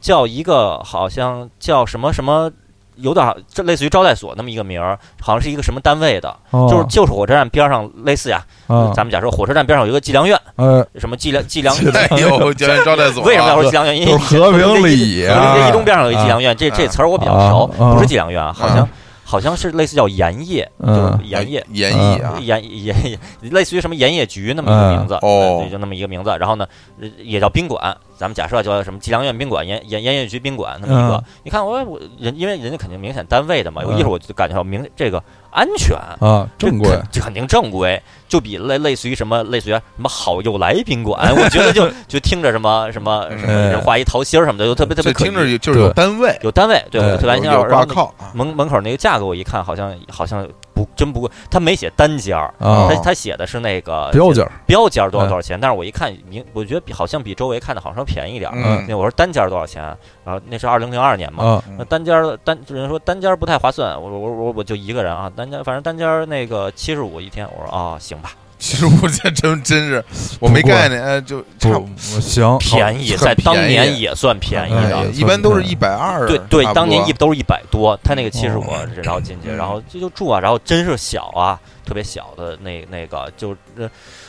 S1: 叫一个好像叫什么什么有点儿这类似于招待所那么一个名儿，好像是一个什么单位的，
S3: 哦
S1: 就是就是火车站边上类似呀，
S3: 啊，
S1: 咱们假设火车站边上有一个计量院，
S3: 呃，
S1: 什么计量计量，
S2: 哎呦，教练招待所啊，
S1: 为什么要说计量院？因
S3: 就是
S1: 为
S3: 和平礼
S1: 一
S3: 啊，
S1: 一中边上有一计量院，这这词儿我比较熟，
S3: 啊
S1: 不是计量院，好像
S2: 啊
S1: 好像是类似叫盐业，
S3: 嗯
S1: 就是盐业。
S2: 演绎啊
S3: 啊？
S1: 盐盐业 类似于什么盐业局那么一个名字，
S2: 哦
S1: 对，就那么一个名字。然后呢，呃也叫宾馆，咱们假设叫什么计量院宾馆、盐盐盐业局宾馆那么一个
S3: 嗯。
S1: 你看我我人，因为人家肯定明显单位的嘛，
S3: 嗯
S1: 我一会儿我就感觉到明这个安全，
S3: 啊，正规
S1: 这肯，这肯定正规，就比类类似于什么类似于什么好又来宾馆，我觉得就就听着什么什么什么
S3: 嗯
S1: 人画一桃心儿什么的，就特别特
S2: 这
S1: 别可
S2: 听着
S1: 疑。
S2: 也就是有
S3: 对
S2: 单位，
S1: 有单位，对，我就特别安心。
S2: 有有
S1: 然
S2: 挂
S1: 后那
S2: 靠啊，
S1: 门门口那个价格我一看，好像好像不真不贵，他没写单间儿，
S3: 啊
S1: 他他写的是那个
S3: 标价儿，
S1: 标间儿多少多少钱，但是我一看，明我觉得比好像比周围看的好像便宜点儿。
S2: 嗯
S1: 那我说单间儿多少钱？然后那是二零零二年嘛，
S3: 啊，
S1: 那单间儿单人说单间儿不太划算，我我我我就一个人啊，单间儿反正单间儿那个七十五一天，我说啊、行吧，
S2: 其实我这真真是我没
S3: 啊不过
S2: 概念，哎就
S3: 不
S2: 差不
S3: 行，
S1: 便宜
S2: 很
S1: 在当
S2: 便宜嗯
S1: 年也算便宜
S3: 哎
S1: 的
S3: 呀，
S2: 一般都是一百二，
S1: 对对
S2: 差，不多
S1: 当年一都是一百多，他那个七十五
S3: 哦，
S1: 然后进去，
S2: 嗯
S1: 然后这就住啊，然后真是小啊，特别小的那那个，就是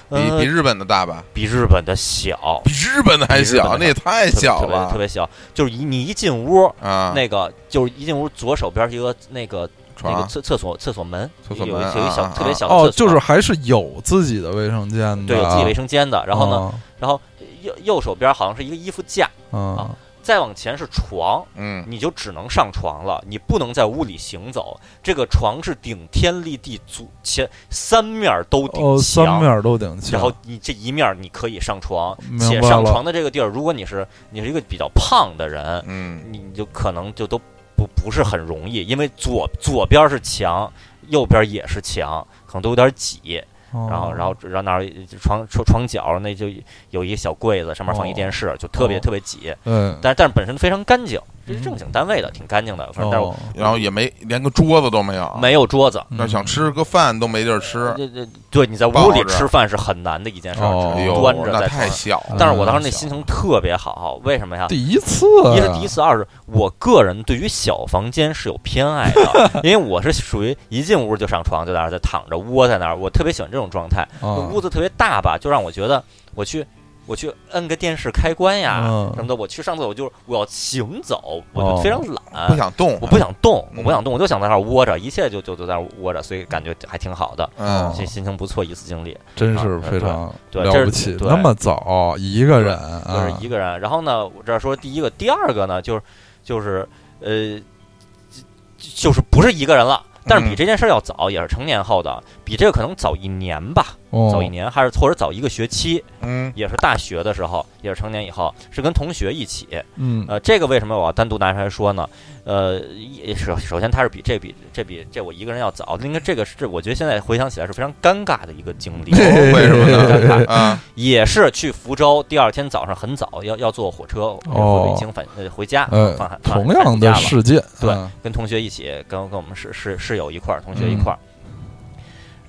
S2: 比
S1: 呃
S2: 比，日本的大吧，
S1: 比日本的小，
S2: 比日本的还
S1: 比日本
S2: 小，
S1: 的
S2: 那也太
S1: 特别
S2: 小
S1: 特别特
S2: 了
S1: 别小，就是一你一进屋，
S2: 啊！
S1: 那个就是一进屋左手边是一个那个那个
S2: 床
S1: 厕厕所厕所门，
S2: 厕所
S1: 有
S2: 门
S1: 一有一
S2: 啊
S1: 小
S2: 啊
S1: 特别小的厕所
S3: 哦，就是还是有自己的卫生间的，
S1: 对有自己卫生间的，然后
S2: 哦
S1: 呢，
S3: 哦
S1: 然后右右手边好像是一个衣服架，
S3: 啊，啊，
S1: 再往前是床，
S2: 嗯，
S1: 你就只能上床了，你不能在屋里行走。这个床是顶天立地，足前三面儿都顶
S3: 哦，
S1: 墙，
S3: 三面儿都顶起
S1: 然后你这一面儿你可以上床，
S3: 明白
S1: 且上
S3: 了
S1: 床的这个地儿，如果你是你是一个比较胖的人，
S2: 嗯，
S1: 你就可能就都不不是很容易，因为左左边是墙，右边也是墙，可能都有点挤。
S3: 哦
S1: 然后，然后，然后那儿床床床角那就有一个小柜子，上面放一
S3: 哦
S1: 电视，就特别
S3: 哦
S1: 特别挤。
S3: 嗯，
S1: 但是但是本身非常干净，这是正
S3: 嗯
S1: 经单位的，挺干净的。反正但是我
S3: 哦
S2: 然后也没连个桌子都没有，
S1: 没嗯有桌
S3: 嗯
S1: 子，呃
S2: 要想吃个饭都没地儿吃，
S1: 这这对你在
S2: 抱
S1: 屋里
S2: 着
S1: 吃饭是很难的一件事儿。
S3: 哦
S2: 哎呦，
S1: 嗯端着
S2: 那
S1: 在
S2: 太
S1: 床上
S2: 小了，
S1: 但是我当时那
S3: 嗯
S1: 心情特别好，为什么呀？
S3: 第一次，啊
S1: 一啊是第一次，二是我个人对于小房间是有偏爱 的，因为我是属于一进屋就上床，就在那儿在躺着窝在那儿，我特别喜欢这种状态。那
S3: 啊
S1: 屋子特别大吧，就让我觉得我去我去摁个电视开关呀、
S3: 嗯
S1: 什么的，我去上厕所就是我要行走，我
S3: 哦
S1: 就非常懒，
S2: 不想动，
S1: 我不想动，我不
S2: 嗯
S1: 想动，我就想在那儿窝着，一切就就就在那儿窝着，所以感觉还挺好的，
S2: 嗯
S3: 哦，
S1: 心心情不错，一次经历，
S3: 真是非常
S1: 啊对，
S3: 了
S1: 这
S3: 不
S1: 是
S3: 起，
S1: 对
S3: 那么早一个人啊
S2: 嗯
S1: 就是，一个人。然后呢，我这儿说第一个，第二个呢，就是就是呃，就就是不是一个人了。但是比
S2: 嗯
S1: 这件事儿要早，也是成年后的，比这个可能早一年吧，早一
S3: 哦
S1: 年，还是或者早一个学期。
S2: 嗯
S1: 也是大学的时候，也是成年以后，是跟同学一起。
S3: 嗯
S1: 呃，这个为什么我要单独拿出来说呢？呃，也首首先它是比这比这比这我一个人要早，应该这个是我觉得现在回想起来是非常尴尬的一个 经历。
S2: 为什么呢
S1: 尴尬
S2: 啊，
S1: 也是去福州，第二天早上很早要要坐火车
S3: 哦
S1: 回北京返呃回家，
S3: 呃
S1: 放寒，放
S3: 同
S1: 寒
S3: 样
S1: 假
S3: 的
S1: 了
S3: 事件，
S1: 对
S3: 啊
S1: 跟同学一起，跟跟我们室室室友一块儿，同学一
S3: 嗯
S1: 块儿。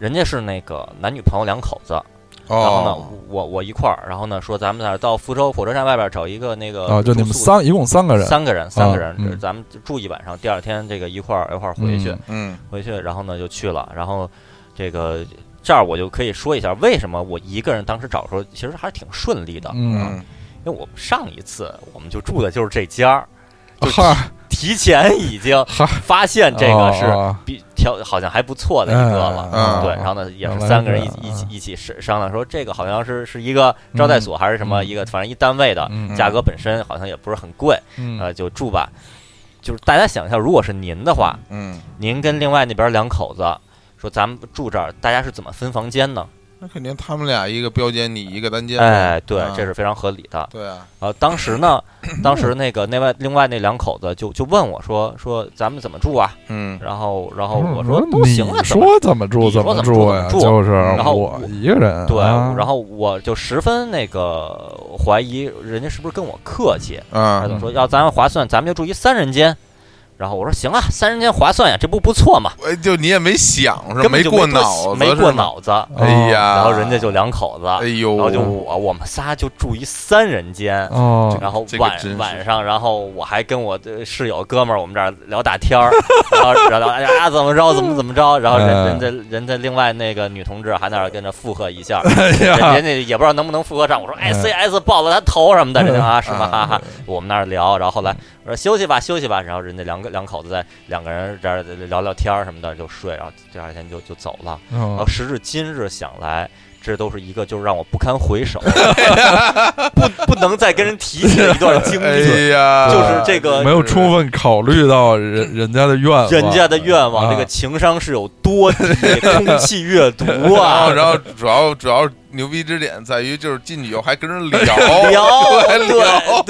S1: 人家是那个男女朋友两口子， 然后呢
S2: 哦，，
S1: 我我一块儿，然后呢说咱们俩到福州火车站外边找一个那个
S3: 啊，就你们
S1: 呃住宿
S3: 三，一共三个人，
S1: 三个人三个人，
S3: 嗯
S1: 这咱们住一晚上，第二天这个一块儿一块儿回去、
S3: 嗯
S2: 嗯
S1: 回去，然后呢就去了，然后这个这儿我就可以说一下为什么我一个人当时找的时候其实还是挺顺利的，
S3: 嗯，
S2: 嗯，
S1: 因为我上一次我们就住的就是这家儿，就
S3: 哈，
S1: 提前已 经
S3: 嗨
S1: 发现嗯这个是
S3: 哦
S1: 比条好像还不错的一个了，
S2: 嗯
S1: 对，
S3: 嗯
S1: 然后呢也
S3: 原
S1: 是
S3: 来
S1: 三个
S3: 是
S1: 人一
S3: 这
S1: 一
S3: 样
S1: 起一起商商量说这个好像是是一个招待所还是什么
S3: 嗯嗯
S1: 一个，反正一单位的
S3: 嗯
S1: 价格本身好像也不是很贵，
S3: 嗯
S1: 呃，就住吧。就是大家想一下，如果是您的话，
S2: 嗯，
S1: 您跟另外那边两口子说咱们住这儿，大家是怎么分房间呢？
S2: 那肯定他们俩一个标间，你一个单间，
S1: 哎，对
S2: 啊，
S1: 这是非常合理的。
S2: 对啊，
S1: 啊，当时呢， 当时那个那外另外那两口子就就问我说说咱们怎么住啊？
S2: 嗯
S1: 然后然后
S3: 不是
S1: 哦我说
S3: 不是
S1: 都行啊，怎
S3: 嗯你
S1: 么
S3: 说怎么住
S1: 你说
S3: 么
S1: 怎么住
S3: 呀？
S1: 怎么住
S3: 就是
S2: 然
S1: 后
S3: 我
S1: 我
S3: 一个人啊，
S1: 对，然后我就十分那个怀疑人家是不是跟我客气，
S2: 啊
S3: 嗯
S1: 他，就说要咱划算，咱们就住一三人间。然后我说行啊，三人间划算呀，这不不错嘛，
S2: 我哎就你也没想是吧
S1: 根本
S2: 没
S1: 就多
S2: 过脑子，
S1: 没过。脑子。
S2: 哎呀，
S1: 然后人家就两口子，
S2: 哎呦，
S1: 然后就我我们仨就住一三人间，
S3: 哦，
S1: 然后
S2: 嗯这个
S1: 晚
S2: 真是
S1: 晚上，然后我还跟我的室友哥们儿我们这儿聊大天儿，然后然后哎呀怎么着怎么怎么着，然后人
S3: 嗯
S1: 人家人家另外那个女同志还在那儿跟着附和一 下，
S3: 哎呀，
S1: 人家也不知道能不能附和上，我说哎
S3: 嗯
S1: C S 爆了他头什么的，人家啊什么
S2: 啊
S1: 哈哈，我们那儿聊，然后后
S2: 嗯
S1: 来我说休息吧休息吧，然后人家两个两口子在两个人这儿聊聊天儿什么的就睡，然后第二天就就走了。
S2: 嗯
S1: 然后啊
S3: 哦
S1: 时至今日想来，这都是一个就是让我不堪回首， 不不能再跟人提起的一段经
S2: 哎
S1: 历，
S2: 呀，
S1: 就是这个
S3: 没有充分考虑到人人家的愿望，
S1: 人家的愿望，
S3: 啊
S1: 这个情商是有多低，空气阅读
S2: 然后，
S1: 啊，
S2: 然后主要主要牛逼之点在于，就是进去以后还跟人聊
S1: 聊
S2: 还
S1: 对
S2: 聊，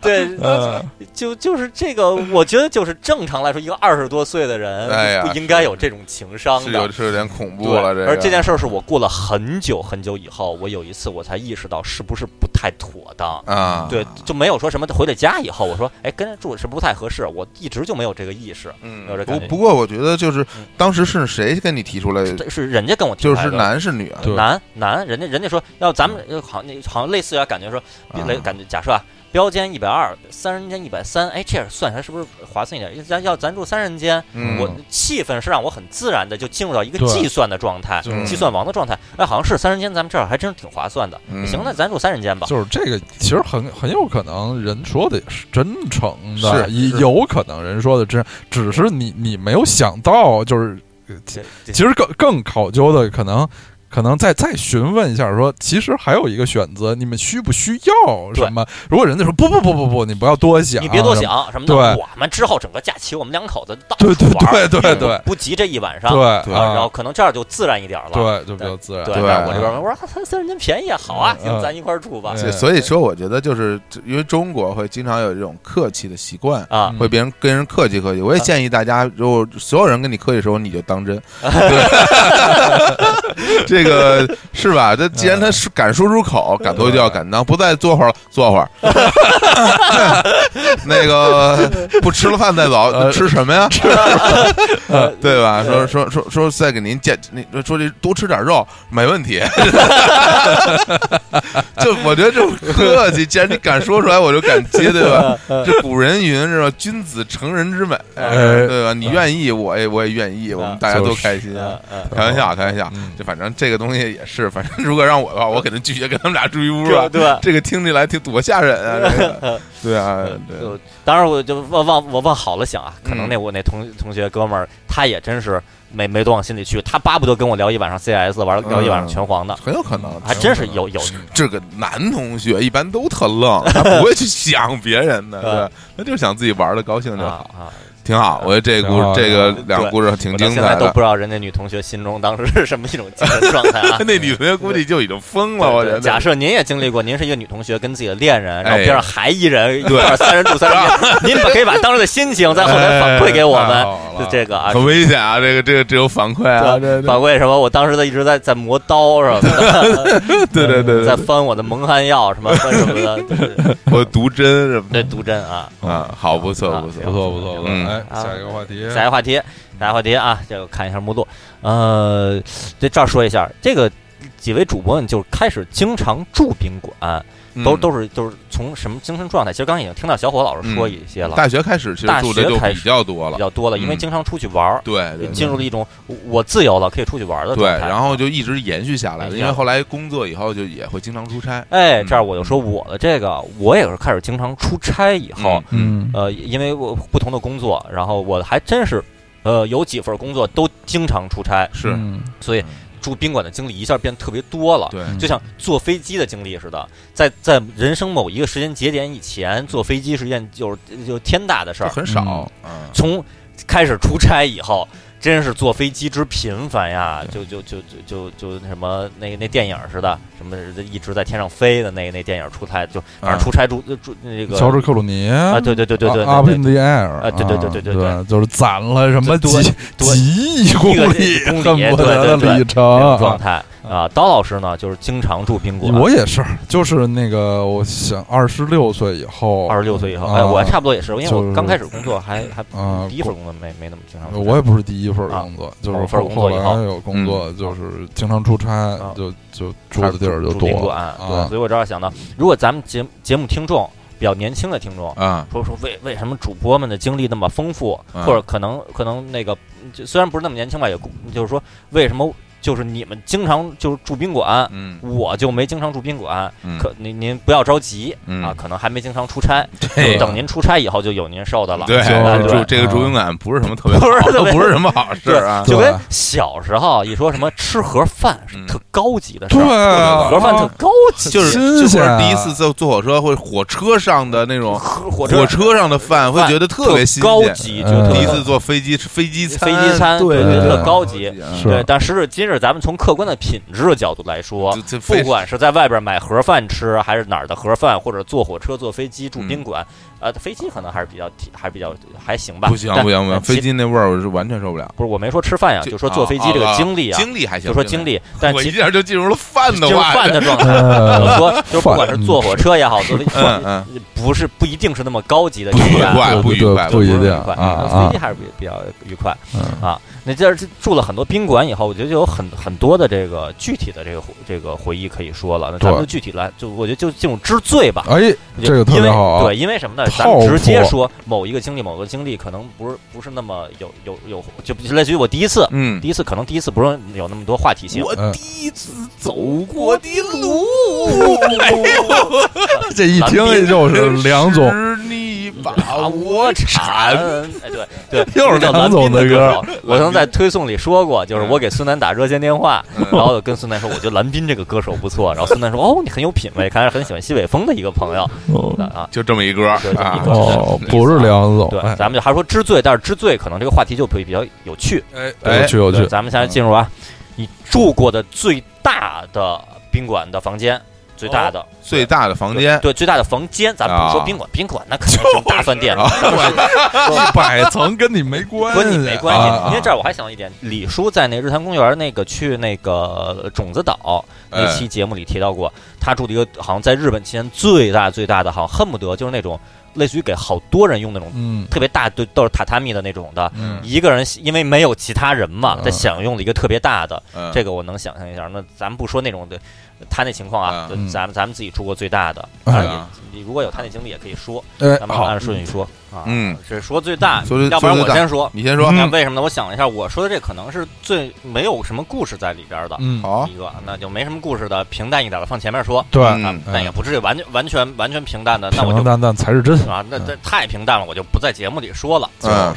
S1: 对对
S3: 嗯，
S1: 就就是这个，我觉得就是正常来说，一个二十多岁的
S2: 哎
S1: 人
S2: 呀
S1: 不应该有这种情商
S2: 是有
S1: 的。
S2: 是有点恐怖
S1: 对
S2: 了。，个
S1: 而这件事儿是我过了很久很久以后，我有一次我才意识到是不是不太妥当。
S2: 啊，
S1: 对，就没有说什么回了家以后，我说，哎，跟人住是不太合适，我一直就没有这个意识。
S2: 嗯
S1: 有这感
S2: 不
S1: 觉
S2: 不过我觉得就是
S1: 嗯
S2: 当时是谁跟你提出来，
S1: 对，是人家跟我提
S2: 就
S1: 出来
S2: 是
S1: 的
S2: 男是女啊？
S3: 对
S1: 男男，人家人家说要咱们呃好像那好像类似于啊感觉说，
S2: 啊
S1: 类感觉假设啊，标间一百二，三人间一百三，哎，这样算下来是不是划算一点？咱要咱住三人间，
S2: 嗯
S1: 我气氛是让我很自然的就进入到一个
S3: 对
S1: 计算的状态，
S3: 就是
S2: 嗯
S1: 计算王的状态。哎，好像是三人间，咱们这儿还真是挺划算的。
S2: 嗯
S1: 行，那咱住三人间吧。
S3: 就是这个，其实很很有可能人说的也是真诚的，
S2: 是
S3: 也
S2: 是
S3: 有可能人说的真，只是你你没有想到，就是
S1: 这这
S3: 其实更更考究的可能。可能再再询问一下说其实还有一个选择，你们需不需要
S1: 对
S3: 什么？如果人家说不不不不不，你不要多想，
S1: 你别多，想什么的，
S3: 对
S1: 我们之后整个假期我们两口子到处
S3: 对对
S1: 玩儿，
S3: 对对对
S1: 不急这一晚上，
S3: 对
S2: 对
S1: 啊然后
S3: 啊，
S1: 可能这样就自然一点了。
S3: 对就比较自然，
S1: 对，
S2: 对
S1: 然后我这边我说三人间便宜啊，好啊，行，
S3: 嗯
S1: 咱一块儿住吧。
S3: 对
S2: 这所以说我觉得就是因为中国会经常有这种客气的习惯，
S1: 啊，
S3: 嗯
S2: 会别人跟人客气客气。我也建议大家，如果所有人跟你客气的时候，你就当真。 这个是吧？这既然他是敢说出口，敢做就要敢当，不再坐会儿坐会儿。那个不吃了饭再走，
S3: 呃
S2: 吃什么呀？
S1: 呃
S2: 对吧？
S1: 对
S2: 说说说说再给您建，那说这多吃点肉没问题。 就我觉得这种客气，既然你敢说出来，我就敢接，对吧？这古人云是吧？君子成人之美，
S3: 哎
S2: 对吧？你愿意，我也我也愿意，我们大家都开心。
S1: 嗯嗯
S2: 开玩笑，开玩笑
S3: 嗯，
S2: 这反正这个东西也是，反正如果让我的话，我肯定拒绝跟他们俩住一屋啊
S1: 对。对。
S2: 这个听起来挺多吓人啊！这个，对啊，对，
S1: 呃就当然，我就往往我往好了想啊，可能那我那同同学哥们儿，他也真是没没多往心里去，他巴不得跟我聊一晚上 CS，玩聊一晚上拳皇的，
S2: 很有可能，
S1: 还真是有有
S2: 这个男同学一般都特愣，他不会去想别人 的，对吧，他就是想自己玩的高兴就
S1: 啊
S2: 好，
S1: 啊！
S2: 挺好。我觉得这个故
S3: 挺好
S2: 事，这个
S1: 对
S2: 两个故事挺
S1: 我到
S2: 精
S1: 现在
S2: 彩
S1: 都
S2: 的！
S1: 不。知道人家女同学心中当时是什么一种精神状态啊
S2: 那女同学估计就已经疯了，我觉
S1: 对
S2: 得。
S1: 对假设您也经历过，您是一个女同学跟自己的恋人，然后
S2: 哎
S1: 边上还一人，一块儿三人住三人间，您可以把当时的心情在后台反馈给我
S3: 哎
S1: 们，
S3: 好了
S1: 就这个啊。
S2: 很危险啊！这个这个只有反馈啊！
S1: 对反馈什么？我当时在一直在在磨刀什么的，
S2: 对对对
S1: 嗯在
S2: 对，
S1: 翻我的蒙汗药什么翻什么的，对对对
S2: 我毒针什么
S1: 对毒针啊。
S2: 的啊，好不错
S1: 啊
S2: 不错
S3: 不错不错不错，
S2: 嗯
S3: 哎，
S1: 啊
S3: 下一个话题，
S1: 下一个话题，下一个话题啊，这个看一下目录，呃，这这儿说一下，这个几位主播呢，就是开始经常住宾馆，
S2: 嗯
S1: 都都是就是从什么精神状态？其实刚刚已经听到小伙老师说一些了，
S2: 大学开始其实住的就比较多
S1: 比
S2: 了，
S1: 较多了，因为
S2: 嗯
S1: 经常出去玩儿，
S2: 对对
S1: 就
S2: 对
S1: 进入了一种我我自由了，可以出去玩儿的
S2: 对，
S1: 状态。
S2: 然后就一直延续下来
S1: 哎
S2: 了。
S1: 呀
S2: 因为后来工作以后就也会经常出差，
S1: 哎，
S2: 嗯
S1: 这儿我就说我的这个，我也是开始经常出差以后，
S3: 嗯
S1: 呃，因为我不同的工作，然后我还真是，呃，有几份工作都经常出差，
S2: 是
S3: 嗯
S1: 所以啊住宾馆的经历一下变特别多了。
S2: 对
S3: 嗯
S1: 就像坐飞机的经历似的，在在人生某一个时间节点以前，坐飞机是一件就是就是天大的事
S2: 就
S1: 儿。
S2: 很少。嗯
S1: 从开始出差以后，真是坐飞机之频繁呀，就就就就就就那什么那那电影似的，什么一直在天上飞的那那电影出差，就反正出差住呃住那个
S3: 乔治克鲁尼
S1: 啊，对对对对对
S3: 啊，Up
S1: 对
S3: in the air
S1: 啊对对对对对
S3: 对就是攒了什么
S1: 多
S3: 几
S1: 多
S3: 几亿公里
S1: 一个公里
S3: 恨不
S1: 对对对
S3: 得的
S1: 那
S3: 里
S1: 种状
S3: 程，
S1: 态，啊。刀老师呢，就是经常住宾馆。
S3: 我也是，就是那个，我想二十六岁以后，
S1: 二十六岁以后，
S3: 啊
S1: 哎，我还差不多也是，因为
S3: 就
S1: 我
S3: 是
S1: 刚开始工作还还
S3: 啊
S1: 第一份工作没没那么经常出差。
S3: 我也不是第一份工作，就
S1: 好
S3: 是
S1: 份
S3: 后
S1: 工作
S3: 后
S1: 以后嗯
S3: 来有工作，就是经常出差
S1: 啊，
S3: 就就住的地儿就
S1: 住
S3: 多
S1: 宾
S3: 了
S1: 馆，对，
S3: 啊。
S1: 所以我这儿想到，如果咱们节节目听众比较年轻的听众。
S2: 啊，
S1: 说说为为什么主播们的经历那么丰富，
S2: 嗯
S1: 或者可能可能那个就虽然不是那么年轻吧，也顾就是说为什么就是你们经常就是住宾馆，
S2: 嗯
S1: 我就没经常住宾馆。
S2: 嗯
S1: 可您您不要着急、
S2: 嗯
S1: 啊，可能还没经常出差，
S2: 这
S1: 等您出差以后就有您受的了。
S2: 对
S3: 就是
S1: 对
S2: 住这个
S3: 啊
S2: 住宾馆不是什么特别
S1: 嗯不是
S2: 好
S1: 特别
S2: 不是什么好事
S1: 对
S2: 啊，
S1: 就跟
S3: 对
S1: 小时候一说什么吃盒饭是
S2: 嗯哦
S1: 特高级的事
S3: 对
S1: 儿，
S3: 啊，
S1: 盒饭特高级，
S2: 就是
S3: 新
S2: 就是
S1: 啊
S3: 鲜
S2: 第一次坐坐火车或者火车上的那种
S1: 盒火
S2: 火车上的饭，会觉得特别新
S1: 高
S2: 鲜。
S1: 级，
S3: 嗯
S1: 就特
S2: 第
S1: 别
S2: 一次坐飞机吃飞机餐，
S1: 飞机餐
S2: 对
S3: 对
S2: 对
S3: 特
S1: 高级
S2: 嗯
S3: 是
S1: 对，但时至今日，咱们从客观的品质的角度来说
S2: 这，这
S1: 不
S2: 非
S1: 管是在外边买盒饭吃，还是哪儿的盒饭，或者坐火车、坐飞机、住
S2: 嗯
S1: 宾馆，呃，飞机可能还是比较体，还比较还行吧。
S2: 不行
S1: 但
S2: 不行不行，
S1: 但
S2: 飞
S1: 其
S2: 机那味儿我是完全受不了。
S1: 不是我没说吃饭呀，
S2: 就
S1: 就说坐飞机这
S2: 啊
S1: 个
S2: 啊
S1: 经历啊，
S2: 经历还行，
S1: 就说经历，但
S2: 我
S1: 其
S2: 一下就进入了饭的
S1: 就是
S2: 话
S1: 饭
S2: 题
S1: 的状态。我
S3: 呃，
S1: 说，就是不管是坐火车也好，坐飞机
S2: 嗯嗯，
S1: 不是不一定是那么高级的
S2: 不
S1: 体
S2: 愉
S1: 验，
S2: 快不愉
S3: 对
S2: 快，
S3: 不
S1: 不
S3: 一
S1: 是
S3: 定
S1: 愉快，
S3: 啊
S1: 飞机还是比比较愉快。
S3: 嗯
S1: 啊，那这儿住了很多宾馆以后，我觉得就有很很多的这个具体的这个回这个回忆可以说了。那咱们就
S3: 对
S1: 具体来，就我觉得就进入之最吧。
S3: 哎，
S1: 就
S3: 这个特别
S1: 因为
S3: 好啊
S1: 对，因为什么呢？咱
S3: 套
S1: 们直接
S3: 路
S1: 说某一个经历，某个经历可能不是不是那么有有有，就类似于我第一次，
S2: 嗯，
S1: 第一次可能第一次不是有那么多话题性。
S2: 我
S3: 嗯
S2: 第一次走过的路，
S1: 嗯 哎
S3: 这一听就是梁总，
S2: 是你把
S1: 把
S2: 我
S1: 啊我
S2: 缠
S1: 馋，哎，对对，
S3: 又是
S1: 叫
S3: 梁
S1: 蓝
S3: 总
S1: 斌的
S3: 的歌
S1: 手。我曾在推送里说过，就是我给孙楠打热线电话，
S2: 嗯
S1: 然后我跟孙楠说，我觉得蓝斌这个歌手不错。然后孙楠说，哦，你很有品位，看来是很喜欢西北风的一个朋友
S3: 哦
S1: 啊。
S2: 就这么一歌
S1: 对这么一
S2: 啊
S1: 歌，
S3: 哦，不是梁总，
S1: 对，
S3: 哎
S1: 咱们就还说知醉，但是知醉可能这个话题就会比较有趣。
S2: 哎
S3: 有
S2: 哎，
S3: 趣有
S1: 对，
S3: 趣，
S1: 咱们现在进入啊，你住过的最大的宾馆的房间，最大
S3: 哦
S1: 的
S2: 最大的房间，
S1: 对最大的房间，咱们不说
S2: 啊
S1: 宾馆，宾馆那肯定是大饭 店，
S3: 一百层跟你没关 系，
S1: 跟你没关系。
S3: 啊
S1: 因为这儿我还想一点，李叔在那日坛公园那个去那个种子岛那期节目里提到过，他住的一个好像在日本期间最大最大的，好像恨不得就是那种类似于给好多人用那种
S3: 嗯
S1: 特别大，都都是榻榻米的那种的。
S3: 嗯，
S1: 一个人因为没有其他人嘛，
S3: 嗯
S1: 他享用了一个特别大的，
S2: 嗯
S1: 这个我能想象一下。那咱们不说那种的，他那情况啊，
S3: 嗯
S1: 咱们咱们自己住过最大的，
S3: 哎
S1: 当然也你如果有他那经历也可以说，
S3: 哎
S1: 咱们
S3: 好
S1: 按，顺序说啊。
S2: 嗯，
S1: 这说最大，
S2: 说最
S1: 要不然我
S2: 说最大
S1: 先说。
S2: 你先说，
S1: 那为什么呢？我想了一下，我说的这可能是最没有什么故事在里边的
S3: 嗯
S2: 好，啊
S1: 一个，那就没什么故事的，平淡一点的放前面说，
S3: 对，
S2: 哦嗯
S1: 啊，但也不至于完全完全完全平淡啊的，那我
S3: 平平
S1: 就
S3: 淡淡才是真，
S1: 啊，那这太平淡了，我就不在节目里说了。
S2: 嗯
S3: 啊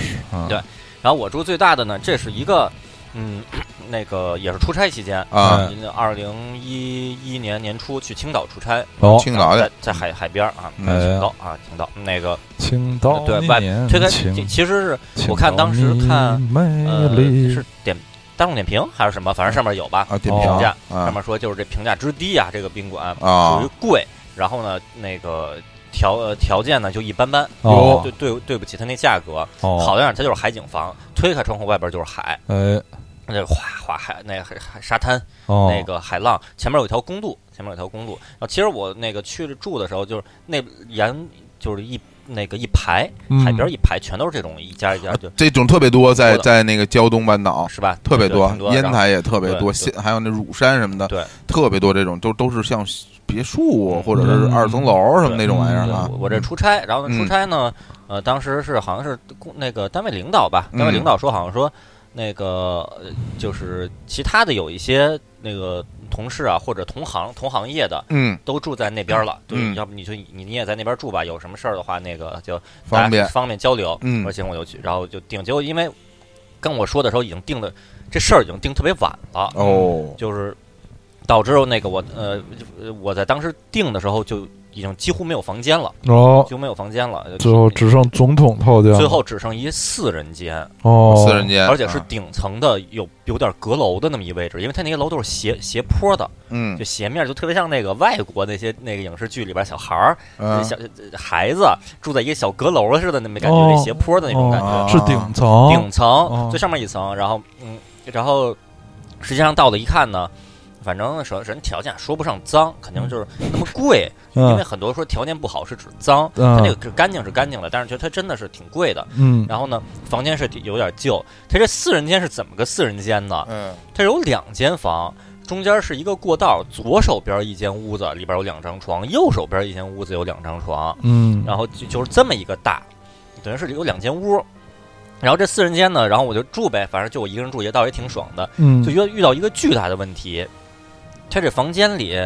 S1: 对然后我住最大的呢，这是一个，嗯，那个也是出差期间，
S2: 啊，
S3: 嗯
S1: 二零一一年年初去青岛出差，啊
S3: 哦，
S2: 青岛
S1: 在
S2: 的，
S1: 在海海边儿啊，
S2: 嗯
S3: 哎
S1: 青岛啊，青岛那个
S3: 青岛
S1: 对外
S3: 年
S1: 推开，
S3: 轻
S1: 其其实是
S3: 嗯青
S1: 我看当时
S3: 岛
S1: 看
S3: 你美
S1: 呃
S3: 丽
S1: 是点大众点评还是什么，反正上面有吧，
S2: 啊，点
S3: 哦
S1: 评
S2: 评
S1: 价上
S2: 啊
S1: 面说就是这评价之低啊，这个宾馆属于
S2: 啊，
S1: 贵，然后呢那个条呃条件呢就一般般，
S3: 哦
S1: 对对对不起它那价格，
S3: 哦
S1: 好在哪儿它就是海景房，推开窗户外边就是海，
S3: 哎
S1: 那哗哗海那海海沙滩
S3: 哦
S1: 那个海浪，前面有一条公路，前面有一条公路，然后其实我那个去住的时候就是那沿就是一。那个一排
S3: 嗯
S1: 海边一排全都是这种一家一家
S2: 啊
S1: 就
S2: 这种特别多，在在那个胶东半岛。
S1: 是吧，
S2: 特别
S1: 多
S2: 多，，烟
S1: 然后
S2: 台也特别多，
S1: 对
S2: 现还有那乳山什么的，
S1: 对，
S2: 特别多这种，都都是像别墅啊或者是
S3: 嗯
S2: 二层楼什么那种玩意儿
S1: 对
S2: 啊
S1: 我。我这出差，然后呢
S2: 嗯
S1: 出差呢，呃，当时是好像是公那个单位领导吧，单位
S2: 嗯
S1: 领导说好像说那个呃就是其他的有一些那个同事啊或者同行同行业的。
S2: 嗯，
S1: 都住在那边了，对，
S2: 嗯
S1: 要不你就你你也在那边住吧，有什么事儿的话，那个就大家
S2: 方便，
S1: 方便交流。
S2: 嗯
S1: 我说行，我就去，然后就定。结果因为跟我说的时候已经定的，这事儿已经定特别晚了，
S2: 哦，
S1: 就是导致那个我呃呃我在当时定的时候就已经几乎没有房间了。
S3: 哦，
S1: 就没有房间了，
S3: 最后只剩总统套间了，
S1: 最后只剩一四人间，
S3: 哦
S2: 私人间，
S1: 而且是
S2: 啊
S1: 顶层的，有有点阁楼的那么一位置，因为它那些楼都是斜斜坡的，
S2: 嗯
S1: 就斜面，就特别像那个外国那些那个影视剧里边小孩儿、
S2: 嗯
S1: 小呃孩子住在一个小阁楼似的那么感
S3: 哦
S1: 觉，那斜坡的那种感
S2: 哦
S1: 觉，
S3: 是顶层
S1: 顶层最上面一层，然后嗯，然后实际上到了一看呢，反正首首先条件说不上脏，肯定就是那么贵，因为
S3: 嗯
S1: 很多说条件不好是指脏，
S3: 嗯
S1: 它这个是干净是干净的，但是觉得它真的是挺贵的。
S3: 嗯
S1: 然后呢，房间是挺有点旧，它这四人间是怎么个四人间呢？
S2: 嗯
S1: 它有两间房，中间是一个过道，左手边一间屋子里边有两张床，右手边一间屋子有两张床，
S3: 嗯，
S1: 然后就就是这么一个大，等于是有两间屋。然后这四人间呢，然后我就住呗，反正就我一个人住也倒也挺爽的。
S3: 嗯
S1: 就遇到遇到一个巨大的问题，他这房间里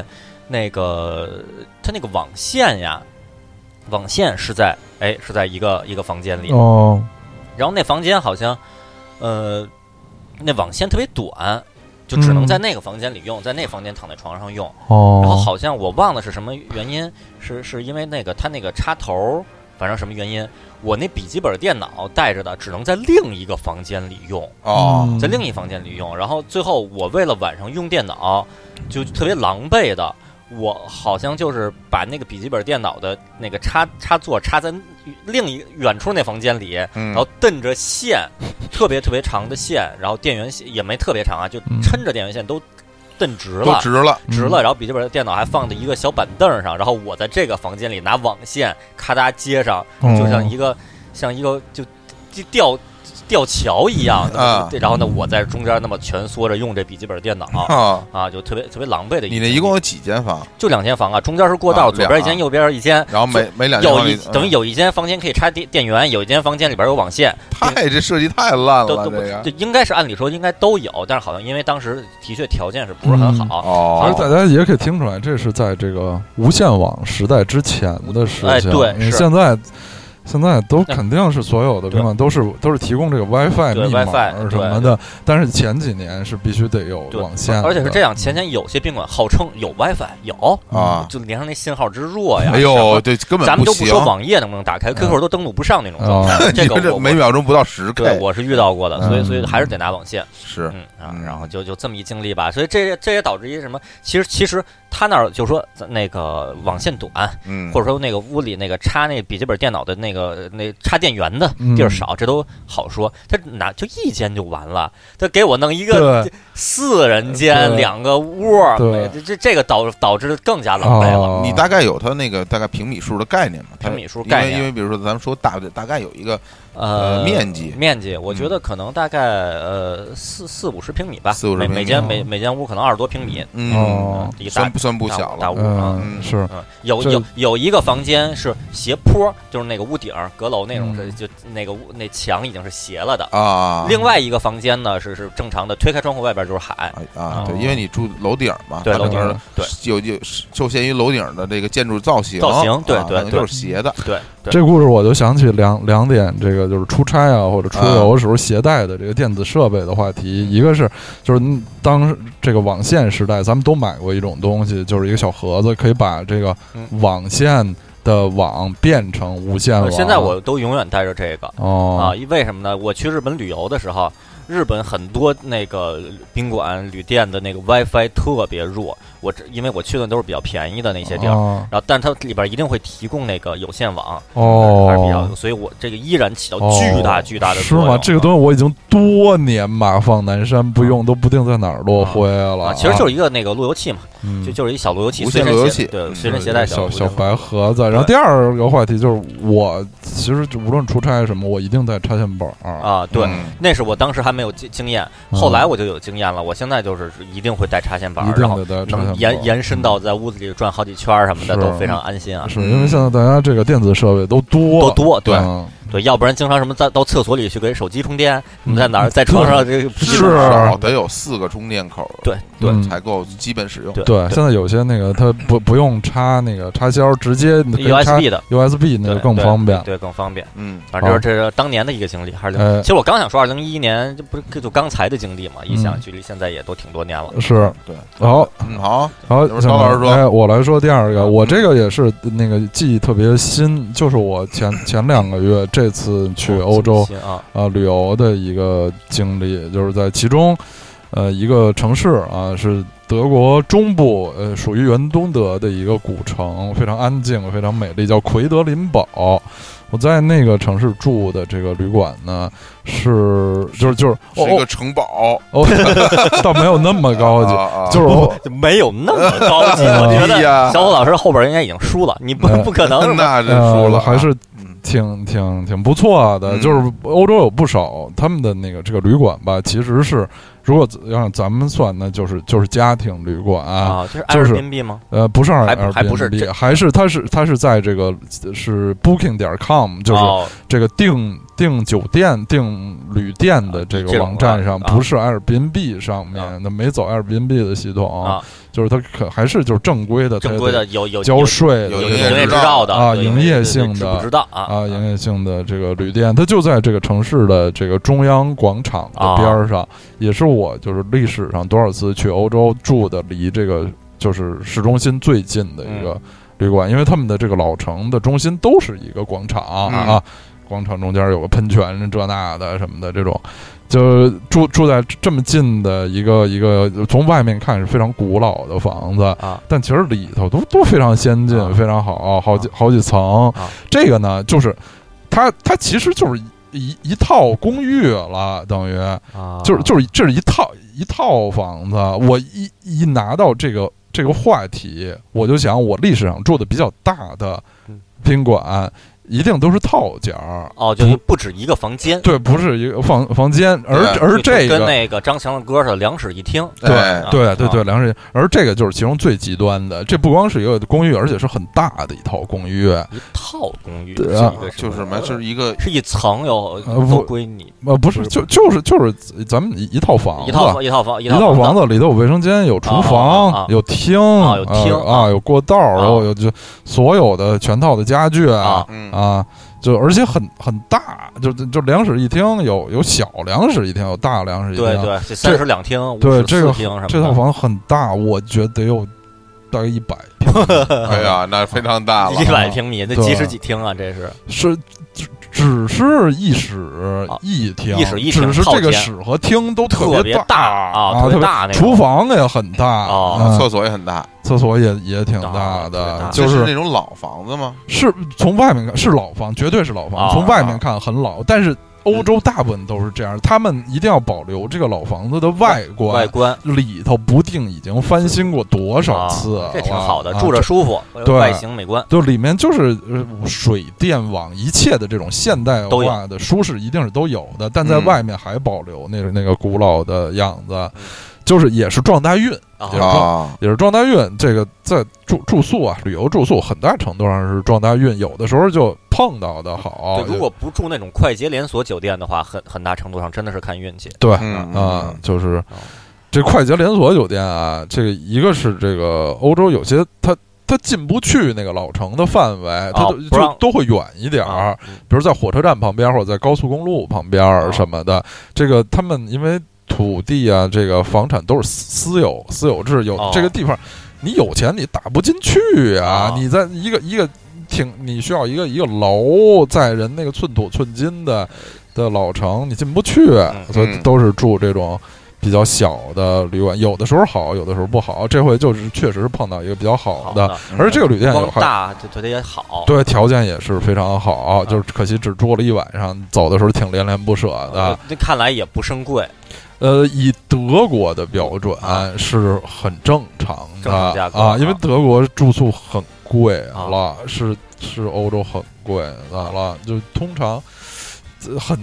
S1: 那个他那个网线呀，网线是在哎是在一个一个房间里，
S3: 哦，
S1: 然后那房间好像呃那网线特别短，就只能
S3: 嗯
S1: 在那个房间里用，在那房间躺在床上用。
S3: 哦，
S1: 然后好像我忘了是什么原因，是是因为那个它那个插头儿，反正什么原因，我那笔记本电脑带着的只能在另一个房间里用，
S2: 哦，
S1: 在另一房间里用。然后最后我为了晚上用电脑，就特别狼狈的，我好像就是把那个笔记本电脑的那个插插座插在另一远处那房间里，
S2: 嗯
S1: 然后蹬着线，特别特别长的线，然后电源线也没特别长啊，就
S3: 嗯
S1: 抻着电源线都蹬直了，
S2: 都值了，
S3: 嗯
S1: 直了，然后笔记本的电脑还放在一个小板凳上，然后我在这个房间里拿网线咔嗒接上，
S3: 哦
S1: 就像一个、像一个就就吊吊桥一样
S2: 啊
S1: 对然后呢，我在中间那么蜷缩着用这笔记本电脑
S2: 啊！
S1: 啊，就特别特别狼狈的。
S2: 你那一共有几间房？
S1: 就两间房啊，中间是过道，
S2: 啊
S1: 左边一
S2: 两
S1: 间，
S2: 啊
S1: 右边一间。
S2: 然后每每两间
S1: 有
S2: 房
S1: 一
S2: 里嗯
S1: 等于有一间房间可以插电电源，有一间房间里边有网线，
S2: 太这设计太烂
S1: 都都
S2: 了，这
S1: 不
S2: 个
S1: 就应该是按理说应该都有，但是好像因为当时的确条件是不是很好，
S3: 其实大
S2: 哦，
S3: 家也可以听出来，这是在这个无线网时代之前的事情。
S1: 哎对
S3: 因为
S1: 是
S3: 现在现在都肯定是所有的
S1: 对
S3: 宾馆都是都是提供这个 WiFi
S1: 对
S3: 密码
S1: WiFi
S3: 什么的，但是前几年是必须得有
S1: 对
S3: 网线的，
S1: 而且是这样，前前有些宾馆号称有 WiFi，有
S2: 嗯啊
S1: 就连上那信号之弱呀，
S2: 哎
S1: 什
S2: 呦，
S1: 么，
S2: 这根
S1: 嗯咱
S2: 本
S1: 们都不
S2: 行，嗯哦
S1: 说网页能不能打开，QQ 都登录不上那种状态
S3: 啊，
S2: 你
S1: 这个
S2: 们这
S1: 我
S2: 每
S1: 我
S2: 秒钟不到十 K，
S1: 对我是遇到过的，所以
S3: 嗯
S1: 所以还是得拿网线，
S2: 是
S1: 嗯啊
S2: 嗯，
S1: 然后就就这么一经历吧，所以这这也导致一什么，其实其实他那儿就说那个网线短，
S2: 嗯，
S1: 或者说那个屋里那个插那笔记本电脑的那个那插电源的
S3: 嗯
S1: 地儿少，这都好说。他哪就一间就完了，他给我弄一个
S3: 对呃
S1: 四人间
S3: 对
S1: 两个屋儿，
S3: 对
S1: 这这这个导大致更加狼狈了。
S3: 哦
S2: 哎你大概有它那个大概平米数的概念嘛？它
S1: 嗯平米数概念
S2: 因为因为比如说咱们说大的，大概有一个
S1: 呃，
S2: 面积嗯
S1: 面积，我觉得可能大概呃四四五十平米吧，
S2: 四五
S1: 每
S2: 十平米
S1: 每间
S3: 哦
S1: 每每间屋可能二十多平米，
S2: 嗯，
S3: 哦
S1: 嗯，一个大
S2: 算不算不
S1: 大
S2: 小
S1: 大
S2: 了？
S1: 屋啊。
S3: 嗯
S2: 嗯
S3: 是
S1: 嗯，有
S3: 这
S1: 有有一个房间是斜坡，就是那个屋顶儿阁楼那种，是
S3: 嗯
S1: 就那个屋那墙已经是斜了的，
S2: 啊，
S1: 另外一个房间呢是是正常的，推开窗户外边就是海。
S2: 哎啊，对，
S3: 哦
S2: 因为你住楼顶嘛，
S1: 对
S2: 它
S1: 楼顶
S2: 整个
S1: 对
S2: 有有受限于楼顶的这个建筑造型，
S1: 造型对
S2: 啊
S1: 对
S2: 可能
S1: 对
S2: 就是斜的，
S1: 对对，
S3: 这故事我就想起两两点，这个就是出差啊或者出游时候携带的这个电子设备的话题。一个是就是当时这个网线时代，咱们都买过一种东西，就是一个小盒子，可以把这个网线的网变成无线网。
S1: 呃现在我都永远带着这个啊
S3: 啊哦，
S1: 因为什么呢？我去日本旅游的时候，日本很多那个宾馆旅店的那个 WiFi 特别弱，我这因为我去的都是比较便宜的那些地儿。
S3: 哦
S1: 然后，但它里边一定会提供那个有线网，
S3: 哦
S1: 还是比较，所以我这个依然起到
S3: 哦
S1: 巨大巨大的
S3: 是
S1: 作用。啊
S3: 吗？这个东西我已经多年马放南山不用，都不定在哪儿落灰了。
S1: 啊啊，其实就是一个那个路由器嘛，
S3: 嗯
S1: 就就是一小路由器，
S2: 无
S1: 随
S2: 线
S1: 身
S2: 路由
S1: 携
S2: 器
S1: 对，
S2: 嗯
S1: 随身携带
S3: 小
S1: 路由
S3: 小
S1: 器
S3: 白盒子。然后第二个话题就是我，其实就无论出差什么，我一定带插线板儿。
S1: 啊，对，
S2: 嗯
S1: 那是我当时还没有经经验，
S3: 嗯
S1: 后来我就有经验了。我现在就是一定会带插线板
S3: 一
S1: 儿，啊然
S3: 定
S1: 后
S3: 得带插线板
S1: 能
S3: 儿嗯
S1: 延延伸到在屋子里转好几圈儿什么的，
S3: 是
S1: 都非常安心啊。
S3: 是因为现在大家这个电子设备都多
S1: 都多对
S3: 嗯
S1: 对，要不然经常什么在到厕所里去给手机充电，你们在哪儿在床上这个
S3: 嗯是啊
S2: 少得有四个充电口，
S1: 对对
S3: 嗯
S2: 才够基本使用。
S1: 对
S3: 对，现在有些那个它不不用插那个插销，直接可以插啊
S1: USB 的
S3: USB 那
S1: 对
S3: 就更
S1: 对
S3: 方便。
S1: 对更方便。
S2: 嗯，
S1: 反正这是这是当年的一个经历，还是零
S3: 哎
S1: 其实我刚想说二零一一年，这不是就刚才的经历嘛？一想
S3: 嗯
S1: 距离现在也都挺多年了。
S3: 是，
S2: 对，
S3: 好，
S2: 嗯，好，要
S3: 好，
S2: 不高老师说嗯
S3: 哎，我来说第二个，我这个也是那个记忆特别新，就是我前前两个月这次去欧洲
S1: 啊，
S3: 啊、旅游的一个经历，就是在其中，呃一个城市啊，是德国中部呃属于原东德的一个古城，非常安静，非常美丽，叫奎德林堡。我在那个城市住的这个旅馆呢，是就是就是
S2: 是一
S3: 哦
S2: 个城堡，
S3: 哦，哦 倒没有那么高级，
S2: 啊
S3: 就是我
S1: 就没有那么高 级。我觉
S2: 哎
S1: 得
S2: 呀
S1: 小虎老师后边应该已经输了，你不
S3: 哎
S1: 不可能是吧
S2: 那真输
S1: 啊
S3: 呃
S2: 了，
S3: 还是
S2: 嗯
S3: 挺挺挺不错的，
S2: 嗯
S3: 就是欧洲有不少他们的那个这个旅馆吧，其实是如果让咱们算，那就是就是家庭旅馆，
S1: 啊？这是
S3: 就是
S1: Airbnb 吗？
S3: 呃，不是
S1: 还
S3: Airbnb，
S1: 还不是这
S3: 还是它是它是在这个是 Booking 点 com，就是
S1: 哦
S3: 这个订订酒店、订旅店的这
S1: 这
S3: 个
S1: 种
S3: 网站上，
S1: 啊
S3: 不是 Airbnb 上面，那没走 Airbnb 的系统
S1: 啊，
S3: 就是它可还是就是正规的，
S1: 正规的有有
S3: 它得交
S1: 有
S3: 税
S1: 有
S2: 有
S3: 的
S1: 有营
S2: 营业
S1: 业
S2: 执
S1: 执
S2: 照
S1: 照的
S3: 啊
S1: 对
S3: 营
S1: 对
S3: 业
S1: 对
S3: 性
S1: 知
S3: 的
S1: 不知道啊
S3: 啊，营业性的这个旅店，它就在这个城市的这个中央广场的边儿上，也是我就是历史上多少次去欧洲住的，离这个就是市中心最近的一个旅馆，因为他们的这个老城的中心都是一个广场、
S2: 嗯
S3: 啊，广场中间有个喷泉这那的什么的这种。就住住在这么近的一个一个，从外面看是非常古老的房子，
S1: 啊
S3: 但其实里头都都非常先进，
S1: 啊
S3: 非常好，好几、好几层。
S1: 啊
S3: 这个呢，就是它它其实就是一一套公寓了，等于
S1: 啊，
S3: 就是就是这是一套一套房子。我一一拿到这个这个话题，我就想我历史上住的比较大的
S1: 嗯
S3: 宾馆，一定都是套间儿。
S1: 哦，就是不止一个房间，
S3: 对，不是一个房房间，而
S2: 对
S3: 而
S1: 就
S3: 这
S1: 跟
S3: 个
S1: 那个张强的歌似的，两室一厅。
S3: 对
S2: 哎
S3: 对对
S1: 啊
S3: 对，梁氏，而这个就是其中最极端的。这不光是一个公寓，而且是很大的一套公寓。
S1: 一套公寓，
S3: 对
S1: 是
S3: 啊
S1: 一个什
S2: 就
S1: 么
S2: 是什么，就是一个
S1: 是一层有
S3: 呃
S1: 都
S3: 不
S1: 归你，
S3: 呃，不是，
S1: 不是
S3: 就就是就是咱们一一套房子，
S1: 一套房一套房
S3: 啊一
S1: 一套
S3: 房
S1: 子
S3: 子里头有卫生间，有厨房，
S1: 啊啊啊啊
S3: 有厅，
S1: 啊有厅
S3: 呃啊，有过道，
S1: 啊
S3: 然后有就所有的全套的家具
S1: 啊
S2: 嗯
S3: 啊，就而且很很大，就就就两室一厅，有有小两室一厅，有大两室一厅，
S1: 对对，这三室两厅，五
S3: 啊对
S1: 室
S3: 这
S1: 四
S3: 个
S1: 厅什么的。
S3: 这套房很大，我觉得得有大概一百平，
S2: 哎呀，那非常大了啊
S1: 一百平米，那
S3: 对
S1: 几室几厅啊？这是
S3: 是只只是一室
S1: 啊
S3: 一厅，
S1: 一室一厅
S3: 只是这
S1: 套
S3: 个
S1: 间
S3: 室和厅都
S1: 特
S3: 别
S1: 大啊，特
S3: 特
S1: 别大那个
S3: 厨房也很大，
S1: 哦
S3: 嗯
S2: 啊厕所也很大，
S3: 厕所也也挺大
S1: 啊特别
S3: 的
S1: 大，
S3: 就
S2: 这是
S3: 是
S2: 那种老房子吗？
S3: 是从外面看是老房，绝对是老
S1: 啊
S3: 房，从外面看很老，但是欧洲大部分都是这样，他们一定要保留这个老房子的外
S1: 外
S3: 观。
S1: 观
S3: 里头不定已经翻新过多少
S1: 啊
S3: 次了，
S1: 这挺好的，
S3: 啊
S1: 住着舒服，
S3: 对
S1: 外形美观。
S3: 就里面就是呃水电网一切的这种现代
S1: 都
S3: 化
S1: 有
S3: 的舒适一定是都有的，但在
S2: 嗯
S3: 外面还保留那个那个古老的样子，就是也是撞大运，
S1: 啊
S3: 对
S2: 啊，
S3: 也是撞大运。这个在住住宿啊，旅游住宿很大程度上是撞大运，有的时候就碰到的好，
S1: 对，如果不住那种快捷连锁酒店的话，很很大程度上真的是看运气。
S3: 对
S2: 嗯
S3: 啊、
S2: 嗯
S3: 就是这快捷连锁酒店啊，这个一个是这个欧洲有些它它进不去那个老城的范围，它都、
S1: 哦不
S3: 就
S1: 让
S3: 都会远一点儿。
S1: 啊，嗯
S3: 比如在火车站旁边或者在高速公路旁边儿什么的，这个他们因为土地啊，这个房产都是私私有私有制，有
S1: 哦
S3: 这个地方，你有钱你打不进去啊
S1: 啊，
S3: 你在一个一个挺你需要一个一个楼，在人那个寸土寸金的的老城，你进不去，所以
S2: 嗯
S3: 都是住这种。比较小的旅馆，有的时候好，有的时候不好。这回就是确实是碰到一个比较好
S1: 好
S3: 的，
S1: 的，
S3: 而这个旅店有
S1: 光
S3: 还
S1: 大对对它也好。嗯
S3: 对，条件也是非常好，啊就是可惜只住了一晚上，走的时候挺恋恋不舍
S1: 呃
S3: 的。，
S1: 那看来也不生贵，
S3: 呃，以德国的标准
S1: 啊
S3: 是很正常的
S1: 正常价格
S3: 啊，因为
S1: 啊
S3: 德国住宿很贵了，是是欧洲很贵的了，就通常呃很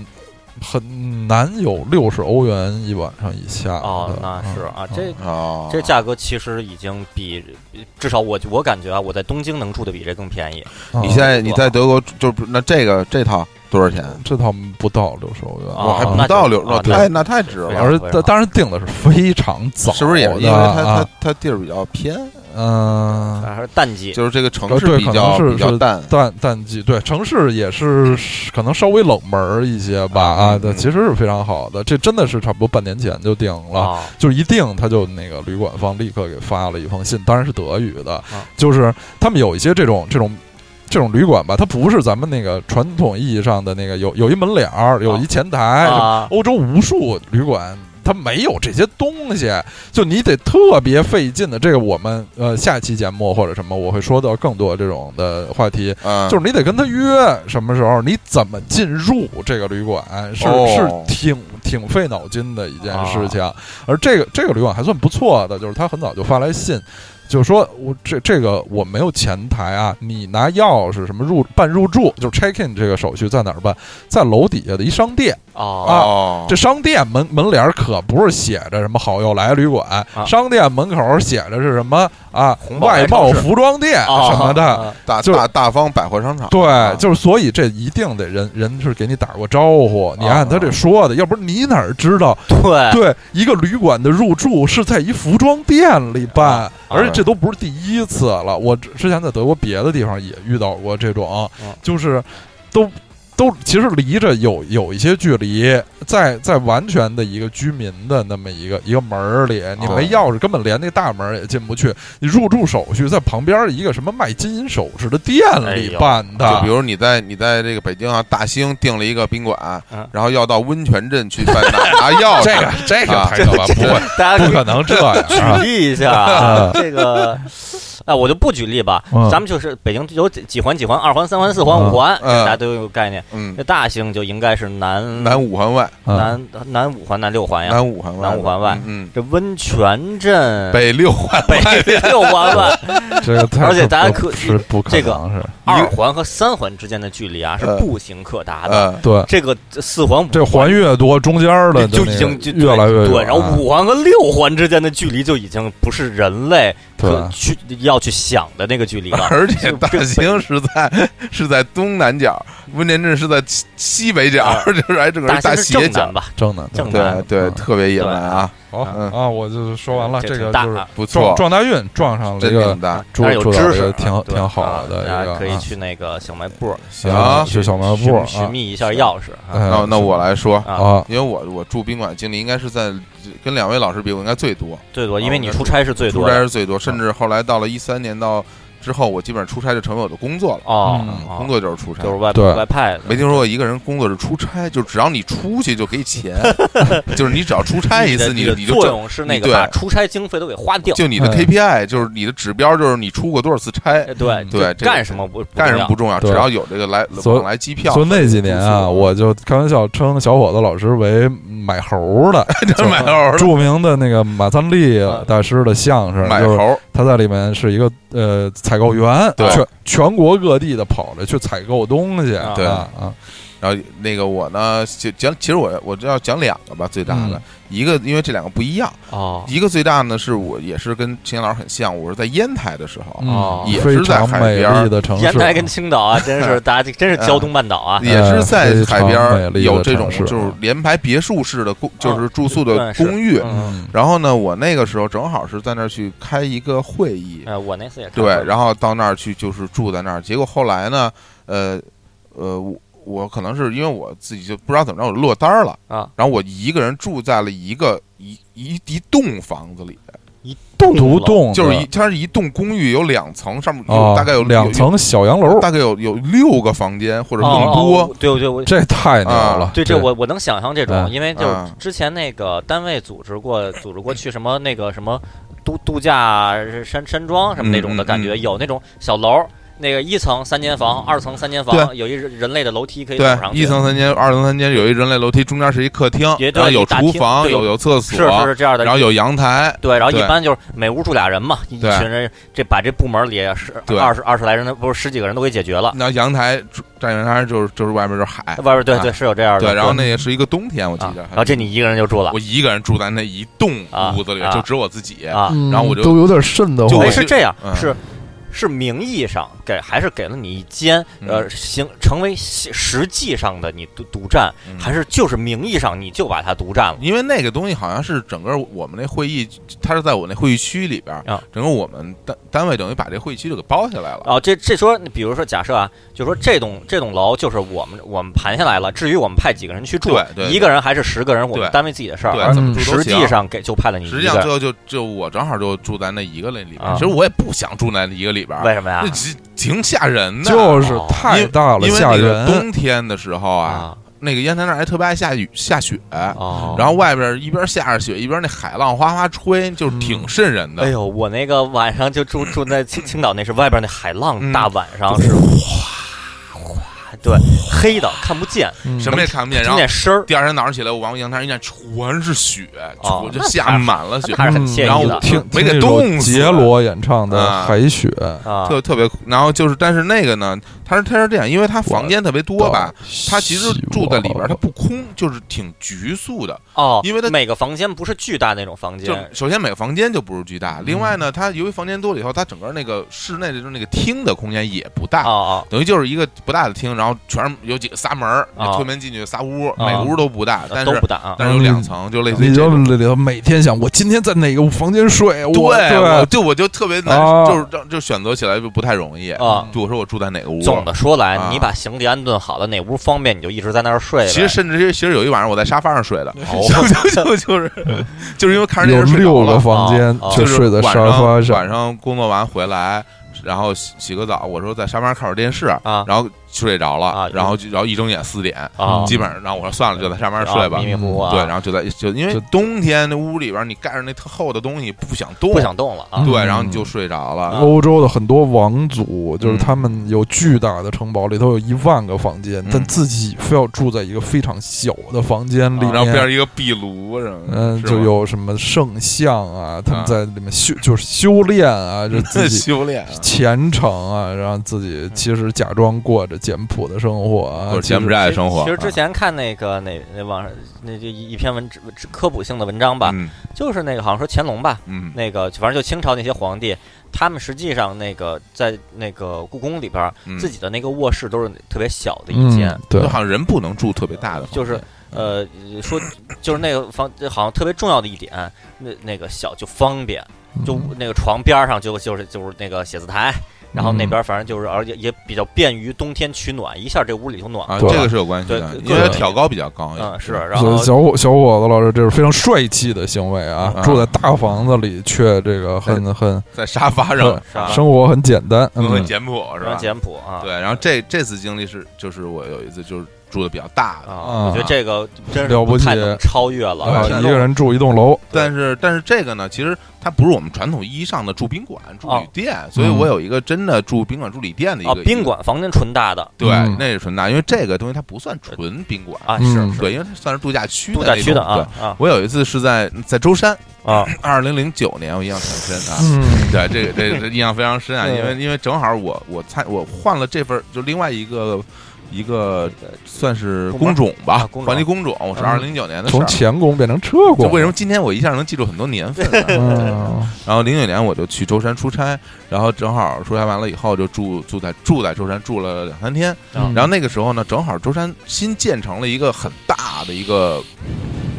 S3: 很难有六十欧元一晚上以下
S1: 哦
S3: 的，
S1: 那是啊，
S3: 嗯
S1: 这
S2: 啊，
S1: 这价格其实已经比，至少我我感觉啊，我在东京能住的比这更便宜。
S3: 嗯
S2: 你现在你在德国就是不那这个这套多少钱？
S3: 这套不到六十欧元，
S1: 啊
S2: 我还
S1: 哦
S2: 不
S1: 那就
S2: 到六，
S1: 啊
S2: 那
S1: 那
S2: 太那太值
S1: 非
S2: 了
S1: 常。
S3: 而
S1: 非常
S3: 当
S1: 好
S3: 当然定的是非常早的啊，啊
S2: 是不是也因为它它它地儿比较偏，
S3: 嗯，
S1: 还是淡季，
S2: 就是这个城
S3: 呃
S2: 市
S3: 对
S2: 比
S3: 可
S2: 较
S3: 能是
S2: 比较
S3: 是
S2: 淡，
S3: 淡淡季，对城市也是是可能稍微冷门儿一些吧
S2: 啊
S3: 啊，
S2: 嗯
S3: 对，
S2: 嗯
S3: 其实是非常好的，这真的是差不多半年前就定了，
S1: 啊
S3: 就一定他就那个旅馆方立刻给发了一封信，当然是德语的
S1: 啊，
S3: 就是他们有一些这种这种。这种旅馆吧，它不是咱们那个传哎统意义上的那个有有一门脸儿，有一前台，
S1: 啊
S3: 欧洲无数旅馆，它它没有这些东西，就你得特别费劲的。这个我们呃下期节目或者什么我会说到更多这种的话题，
S2: 嗯，
S1: 啊
S3: 就是你得跟他约什么时候，你怎么进入这个旅馆，是、
S2: 哦
S3: 是挺挺费脑筋的一件事情。
S1: 啊
S3: 而这个这个旅馆还算不错的，就是他很早就发来信，就说我这这个我没有前台啊，你拿钥匙什么入办入住，就是 check in 这个手续在哪儿办，在楼底下的一商店。
S1: 哦，
S3: 啊
S2: 哦，
S3: 这商店门门帘儿可不是写着什么“好友来旅馆”，
S1: 啊
S3: 商店门口写着是什么啊
S1: 红？宝来
S3: 外贸
S1: 超市
S3: 服装店
S1: 哦
S3: 什么的。
S1: 啊
S2: 大
S3: 就是
S2: 大大方百货商场，啊
S3: 对，就是所以这一定得人人是给你打过招
S1: 啊
S3: 呼，你按他这说的，要不然你哪儿知道？
S1: 对，
S3: 对，一个旅馆的入住是在一服装店里
S1: 啊
S3: 办，而且这都不是第一次了。我之之前在德国别的地方也遇到过这种
S1: 嗯，
S3: 就是都都其实离着有有一些距离，在在完全的一个居民的那么一个一个门儿里，你
S1: 哦
S3: 没钥匙根本连那大门儿也进不去。你入住手续在旁边一个什么卖金银首饰的店里
S1: 哎呦
S3: 办的，
S2: 就比如你在你在这个北京啊大兴订了一个宾馆
S1: 嗯，
S2: 然后要到温泉镇去办 拿拿钥匙，
S3: 哦啊这个这个太可怕，不会
S1: 大家
S3: 不
S1: 可以
S3: 可能这样啊
S1: 举！例一下
S3: 啊
S1: 啊，这个，哎，我就不举例吧
S3: 嗯，
S1: 咱们就是北京有几几环、几环、二环、三环、四环、五环，这
S2: 嗯
S1: 大家都有概念。
S2: 嗯，
S1: 这大兴就应该是南
S2: 南五环外，
S3: 啊
S1: 南南五环、南六环哎呀，
S2: 南五环外，
S1: 南五环外
S2: 嗯，
S1: 这温泉镇
S2: 嗯北六环
S1: 北 六环外，
S3: 嗯这个太
S1: 而且大家可
S3: 是不可
S1: 这个
S3: 能是
S1: 二环和三环之间的距离啊是
S2: 呃
S1: 步行可达的。
S2: 呃，
S3: 对。
S1: 这个四环五
S3: 这环越多，中间儿的
S1: 就
S3: 那
S1: 已
S3: 个
S1: 经就
S3: 越来越
S1: 对
S3: 啊嗯远
S1: 对，然后五环和六环之间的距离就已经不是人类可
S3: 对
S1: 去要去想的那个距离了。
S2: 而且
S1: 就
S2: 大
S1: 这个
S2: 兴是在是在东南角，温泉镇是在西西北角，
S1: 啊
S2: 就是还整个
S1: 大
S2: 大
S1: 兴是
S2: 斜
S1: 正
S2: 角
S1: 南。吧？
S3: 正的
S1: 正南
S2: 对对，
S3: 嗯
S2: 特别野蛮啊，
S3: 好
S2: 嗯
S3: 啊，我就是说完了，
S1: 这
S3: 这个
S1: 挺大
S3: 就是
S1: 啊
S2: 不
S3: 撞
S2: 错，
S3: 撞大运撞上了
S2: 真
S3: 一个嗯
S2: 挺大。
S3: 住
S1: 但是有
S3: 住
S1: 知识
S3: 的
S1: 啊，
S3: 挺
S1: 对
S3: 挺好的
S1: 啊
S3: 一
S1: 大
S3: 个
S1: 家可以
S3: 啊
S1: 去那个小卖部儿
S2: 行，
S3: 啊
S1: 去
S3: 去小卖部儿
S1: 寻
S3: 啊
S1: 寻觅一下钥匙啊
S3: 哎
S2: 那那我来说，
S1: 啊，
S3: 啊
S2: 因为我我住宾馆经历应该是在跟两位老师比，我应该最多，
S1: 最多，
S2: 啊
S1: 因为你出差是最
S2: 出
S1: 多
S2: 差
S1: 的
S2: 是最多，甚至后来到了一三年到之后，我基本上出差就成为我的工作了，
S1: 哦
S3: 嗯，
S1: 哦
S2: 工作就是出差
S1: 就。是外
S3: 对
S1: 外派的，
S2: 没听说过一个人工作是出差，就只要你出去就给钱， 就是你只要出差一次，
S1: 你
S2: 你
S1: 的
S2: 就
S1: 你
S2: 你
S1: 的
S2: 就
S1: 作
S2: 挣
S1: 用是那
S2: 你
S1: 个
S2: 对
S1: 把出差经费都给花掉，
S2: 就你的
S3: 嗯
S2: KPI 就是你的指标就是你出过多少次差，
S1: 哎对
S3: 嗯
S1: 就
S2: 对这个
S1: 干什么不
S2: 干什么不
S1: 重
S2: 重要，只
S3: 对
S2: 要有这个来
S3: 所以
S2: 往来机票
S3: 就，那几年啊，我就开玩笑称小伙子老师为买猴儿的，
S2: 这买猴
S3: 著名的那嗯个马三立
S1: 啊
S3: 大师的相声，
S2: 买
S3: 就是
S2: 猴，
S3: 他在里面是一个呃采购员，
S2: 对
S3: 全全国各地的跑着去采购东西，
S1: 啊
S2: 对
S3: 啊啊，
S2: 然后那个我呢就讲，其实我我就要讲两个吧，最大的
S3: 嗯
S2: 一个，因为这两个不一样，
S1: 要哦
S2: 一个最大呢是我也是跟秦岩老师很像，我是在烟台的时候，啊
S1: 哦
S3: 嗯
S2: 也
S3: 非
S2: 是在
S3: 常
S2: 海
S3: 美
S2: 边儿
S3: 丽的城市，
S1: 烟台跟青岛啊，真是大家真是胶东半岛啊，
S2: 也是在海边
S3: 哎呃非常美
S2: 儿
S3: 丽的
S2: 有这种
S3: 城市
S2: 就是联排别墅式的公，就是住宿
S1: 哦对
S2: 的
S1: 是
S2: 公寓。
S1: 嗯
S3: 嗯，
S2: 然后呢，我那个时候正好是在那儿去开一个会议，
S1: 呃，我那次也看
S2: 对
S1: 过，
S2: 然后到那儿去就是住在那儿。结果后来呢，呃，呃，我我可能是因为我自己就不知道怎么着，我落单儿了
S1: 啊。
S2: 然后我一个人住在了一个一一一栋房子里，
S1: 动
S3: 独
S1: 了
S3: 栋的
S2: 就是一它是一栋公寓，有两层，上面有
S3: 哦
S2: 大概有
S3: 两，层小洋
S2: 有有
S3: 楼，
S2: 大概有有六个房间或者更
S1: 哦
S2: 多。
S1: 哦对对我。
S3: 这太牛了
S2: 啊，
S1: 对，这我我能想象这种，
S3: 嗯
S1: 因为就是
S2: 嗯
S1: 之前那个单位组织过，组织过去什么那个什么度度假山山庄什么那种的感
S2: 嗯
S1: 觉，
S2: 嗯
S1: 有那种小楼，那个一层三间房，二层三间房，
S2: 对
S1: 有一人人类的楼梯可以走
S2: 对，
S1: 上去，
S2: 一层三间，二层三间，有一人类楼梯，中间是一客厅，
S1: 也对
S2: 然后有
S1: 一大
S2: 厨
S1: 厅
S2: 房，
S1: 对
S2: 有有厕所，
S1: 是是是这样的，
S2: 然后有阳台，
S1: 对，然后一
S2: 对
S1: 般就是每屋住俩人嘛，一
S2: 对
S1: 群人这把这部门里十
S2: 对嗯
S1: 二十二十来人的不是十几个人都给解决了，
S2: 然后阳台站阳台就是就是外面就是海，
S1: 外边对
S2: 啊
S1: 对是有这样的，
S2: 对，然后那也是一个冬天，我
S1: 嗯
S2: 记
S1: 啊
S2: 得，，
S1: 然后这你一个人就住了
S2: 我一个人住在那一栋
S1: 啊
S2: 屋子里，
S1: 啊
S2: 就只有我自己，
S1: 啊，
S2: 然后我就
S5: 嗯都有点瘆得
S2: 就
S5: 慌
S2: 我
S1: 哎，
S2: 是
S1: 是这样，
S2: 嗯
S1: 是是名义上给，还是给了你一间，
S2: 嗯
S1: 呃，行，成为实实际上的你独独占，
S2: 嗯
S1: 还是就是名义上你就把它独占了？
S2: 因为那个东西好像是整个我们那会议，它是在我那会议区里边
S1: 啊，
S2: 整个我们单单位等于把这会议区就给包下来了，
S1: 啊，这这说，比如说假设啊，就说这栋这栋楼就是我们我们盘下来了，至于我们派几个人去住
S2: 对，对
S1: 一个人还是十个人，我们
S2: 对
S1: 单位自己的事儿。
S2: 对，
S1: 而
S2: 怎么住
S1: 啊
S2: 都
S1: 实
S2: 行
S1: 际。上给就派了你嗯一
S2: 实
S1: 个
S2: 际上最
S1: 人，
S2: 后就就我正好就住在那一个那里边
S1: 啊，
S2: 其实我也不想住在那一个里边，
S1: 为什么呀
S2: 那？挺挺吓人的，
S3: 就是太大了，
S2: 因为
S3: 吓
S2: 那个
S3: 人。
S2: 冬天的时候啊，
S1: 啊，
S2: 那个烟台那儿还特别爱下雨下雪，
S1: 哦，
S2: 然后外边一边下着雪，一边那海浪哗哗吹，就是挺瘆人的。
S1: 哎呦，我那个晚上就住住在青青岛，那是外边那海浪，
S2: 嗯
S1: 大晚上是哗哗，对，黑的看不见，
S3: 嗯
S2: 什么也看不见，
S1: 听
S2: 然后
S1: 见声儿，
S2: 第二天早上起来，我往阳台一看，全是雪，
S1: 哦
S2: 就就下满了雪，
S1: 那还是很惬
S2: 然后
S1: 意
S2: 我
S1: 的
S3: 嗯听
S2: 没给
S3: 听那首
S2: 冻死
S3: 杰罗演唱的
S2: 啊
S3: 《海雪》
S1: 啊。
S2: 嗯特特别酷。然后就是，但是那个呢，他是他是这样，因为他房间特别多吧，他其实住在里边，他不空，就是挺局促的。
S1: 哦，
S2: 因为它
S1: 每个房间不是巨大那种房
S2: 就
S1: 间，嗯
S2: 首先每个房间就不是巨大，另外呢，它由于房间多了以后，它整个那个室内的就是那个厅的空间也不
S1: 哦
S2: 大。
S1: 哦，
S2: 等于就是一个不大的厅，然后全是有几个仨门儿，你
S1: 啊
S2: 推门进去仨屋，每个屋都不大，但
S1: 哦都
S2: 是
S1: 不大啊。
S2: 但是有两层，就类似于
S3: 你
S2: 这
S3: 就
S2: 种。
S3: 里头每天想，我今天在哪个房间睡？我
S2: 我
S3: 对，
S2: 就我就特别难，
S3: 啊
S2: 就是让就选择起来就不太容易
S1: 啊
S2: 就我说我住在哪个屋，
S1: 总的说来
S2: 啊，
S1: 你把行李安顿好了，哪屋方便你就一直在那儿睡呗。
S2: 其实甚至其实有一晚上我在沙发上睡 的，
S1: 哦
S2: 就就就是 就是因为看着
S3: 有
S2: 电视睡着
S3: 六
S2: 了
S3: 个，房间
S1: 啊啊
S2: 就
S3: 就是睡在
S2: 晚
S3: 沙
S2: 上
S3: 发
S2: 晚上工作完回来，然后洗洗个澡，我说在沙发上看会儿电视，
S1: 啊
S2: 然后睡着
S1: 啊
S2: 了，然后就然后一睁眼四点，
S1: 啊，
S2: 嗯基本上，然后我说算了，就在沙发上睡吧嗯
S1: 迷。迷糊糊啊，
S2: 对，然后就在就因为
S3: 就
S2: 冬天那屋里边你盖着那特厚的东西不想动，
S1: 不想动了啊
S3: 嗯。
S2: 对，然后你就睡着了。
S3: 欧洲的很多王族，就是
S2: 嗯
S3: 他们有巨大的城堡，里头有一万个房间
S2: 嗯，
S3: 但自己非要住在一个非常小的房间里
S1: 啊
S2: 然后边
S3: 面。
S2: 上一个壁炉什么的，
S3: 嗯，
S2: 是
S3: 就
S2: 吧
S3: 有什么圣像啊，他
S2: 啊
S3: 们在里面修，就是修炼啊， 就自己
S2: 修炼啊，
S3: 虔诚啊，让自己其实假装过着简朴的生活啊
S2: 嗯或者，
S3: 其实
S2: 柬埔寨的生活。啊
S1: 其实之前看那个那那网上那就一一篇文科普性的文章吧，
S2: 嗯
S1: 就是那个好像说乾隆吧，
S2: 嗯
S1: 那个反正就清朝那些皇帝，他们实际上那个在那个故宫里边儿，
S2: 嗯，
S1: 自己的那个卧室都是特别小的一间
S3: 嗯，，对
S2: 就，好像人不能住特别大的房间，
S1: 就是呃说就是那个房好像特别重要的一点，那那个小就方便，就
S3: 嗯
S1: 那个床边儿上就就是就是那个写字台，然后那
S3: 嗯
S1: 边儿反正就是而且也比较便于冬天取暖，一下这屋里就暖
S2: 啊，
S1: 和
S2: 这
S3: 对
S2: 个是有关系的，
S1: 对
S2: 因为
S3: 对
S2: 挑高比较高。
S1: 嗯是，
S2: 嗯
S1: 然
S3: 所以
S1: 后
S3: 小伙小伙子老师，这是非常帅气的行为啊！
S2: 啊哎
S3: 住在大房子里，却这个很很
S2: 在沙发上
S1: 是吧
S3: 生活很简单，
S2: 都啊很
S3: 嗯，
S2: 简朴，是
S1: 非常
S2: 吧？
S1: 简朴啊，
S2: 对，然后这这次经历是，就是我有一次就是住的比较大的，
S1: 啊，我觉得这个真是
S3: 了不起
S1: 太能超越了，
S3: 啊
S1: 而且
S3: 一个人住一栋楼，
S2: 但是但是这个呢，其实它不是我们传统意义上的住宾馆、住
S1: 哦
S2: 旅店，
S3: 嗯
S2: 所以我有一个真的住宾馆、住旅店的一
S1: 啊
S2: 个
S1: 宾。馆房间纯大的
S2: 对
S3: 嗯，
S2: 那是纯大，因为这个东西它不算纯宾馆，
S1: 啊是
S3: 嗯，
S2: 对，因为它算是度假区的
S1: 度假
S2: 那
S1: 区的
S2: 种对
S1: 啊啊
S2: 我有一次是在在舟山，
S1: 啊
S2: 二零零九年我印象很深啊。
S3: 嗯，
S2: 对，这个这个这印象非常深啊，
S1: 对
S2: 因为因为正好我我参我换了这份就另外一个一个
S1: 呃
S2: 算是
S1: 工
S2: 工种吧
S1: 啊，工种
S2: 环境工种，我是
S3: 嗯
S2: 二零零九年的事
S3: 从
S2: 儿。
S3: 前宫变成车
S2: 就
S3: 宫，
S2: 为什么今天我一下能记住很多年份呢？
S3: 嗯，
S2: 然后零九年我就去舟山出差，然后正好出差完了以后就住住在住在舟山住了两三天，
S1: 嗯
S2: 然后那个时候呢，正好舟山新建成了一个很大的一个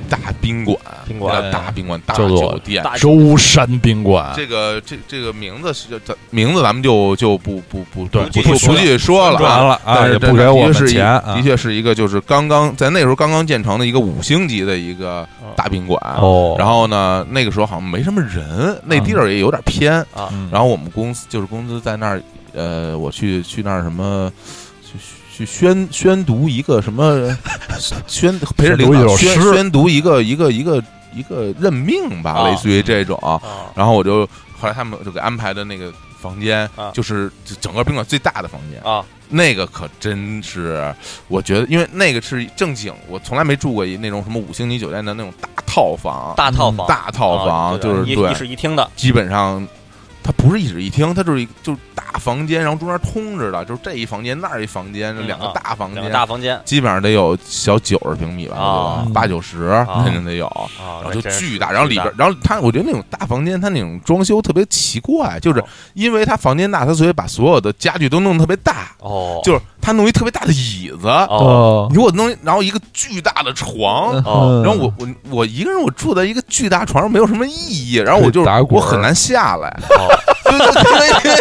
S2: 大宾馆，
S1: 宾馆
S2: 大宾馆大
S3: 叫做
S2: 酒店，
S1: 大
S3: 舟山宾馆，
S2: 这个这这个名字是咱名字咱们就就不不不
S3: 对
S2: 不
S1: 不去
S2: 不
S1: 说
S2: 不去说了
S3: 完
S2: 啊。
S3: 了啊，
S2: 但是
S3: 也不给我
S2: 的
S3: 们
S2: 确是一
S3: 钱啊
S2: 的，确是一个就是刚刚在那时候刚刚建成的一个五星级的一个大宾馆。
S3: 哦，
S2: 然后呢，那个时候好像没什么人，那地儿也有点偏。
S1: 啊
S3: 嗯，
S2: 然后我们公司就是公司在那儿，呃，我去去那儿什么去。去宣宣读一个什么 宣陪着领
S3: 宣读一
S2: 导
S3: 首
S2: 宣
S3: 诗
S2: 宣读一个一个一个一个任命吧，
S1: 啊
S2: 类似于这种。
S1: 啊
S2: 然后我就后来他们就给安排的那个房间，
S1: 啊
S2: 就是就整个宾馆最大的房间，
S1: 啊
S2: 那个可真是，我觉得，因为那个是正经，我从来没住过一那种什么五星级酒店的那种大套房，
S1: 大套房
S2: 嗯大套
S1: 啊
S2: 房，就是
S1: 一
S2: 对
S1: 一，室一厅的
S2: 基本上。它不是一室一厅，它就是一就是大房间，然后中间通着的，就是这一房间那儿一房间，
S1: 嗯
S2: 两个
S1: 啊
S2: 大房
S1: 两个
S2: 间，
S1: 大房间
S2: 基本上得有小九十平米吧，我觉
S1: 啊
S2: 得八九十
S1: 啊
S2: 肯定得有。
S1: 啊，
S2: 然后
S1: 那
S2: 嗯就
S1: 真是
S2: 巨大，然后里
S1: 巨
S2: 边，然后它，我觉得那种大房间，它那种装修特别奇怪，就是
S1: 哦
S2: 因为它房间大，它所以把所有的家具都弄得特别大，
S1: 哦
S2: 就是它弄一特别大的椅子，
S1: 哦
S2: 你给我弄一，然后一个巨大的床，
S1: 哦
S3: 嗯
S2: 然后我我我一个人我住在一个巨大床上没有什么意义，然后我就
S3: 可以打滚
S2: 我很难下来，
S1: 哦
S2: 因为因为因为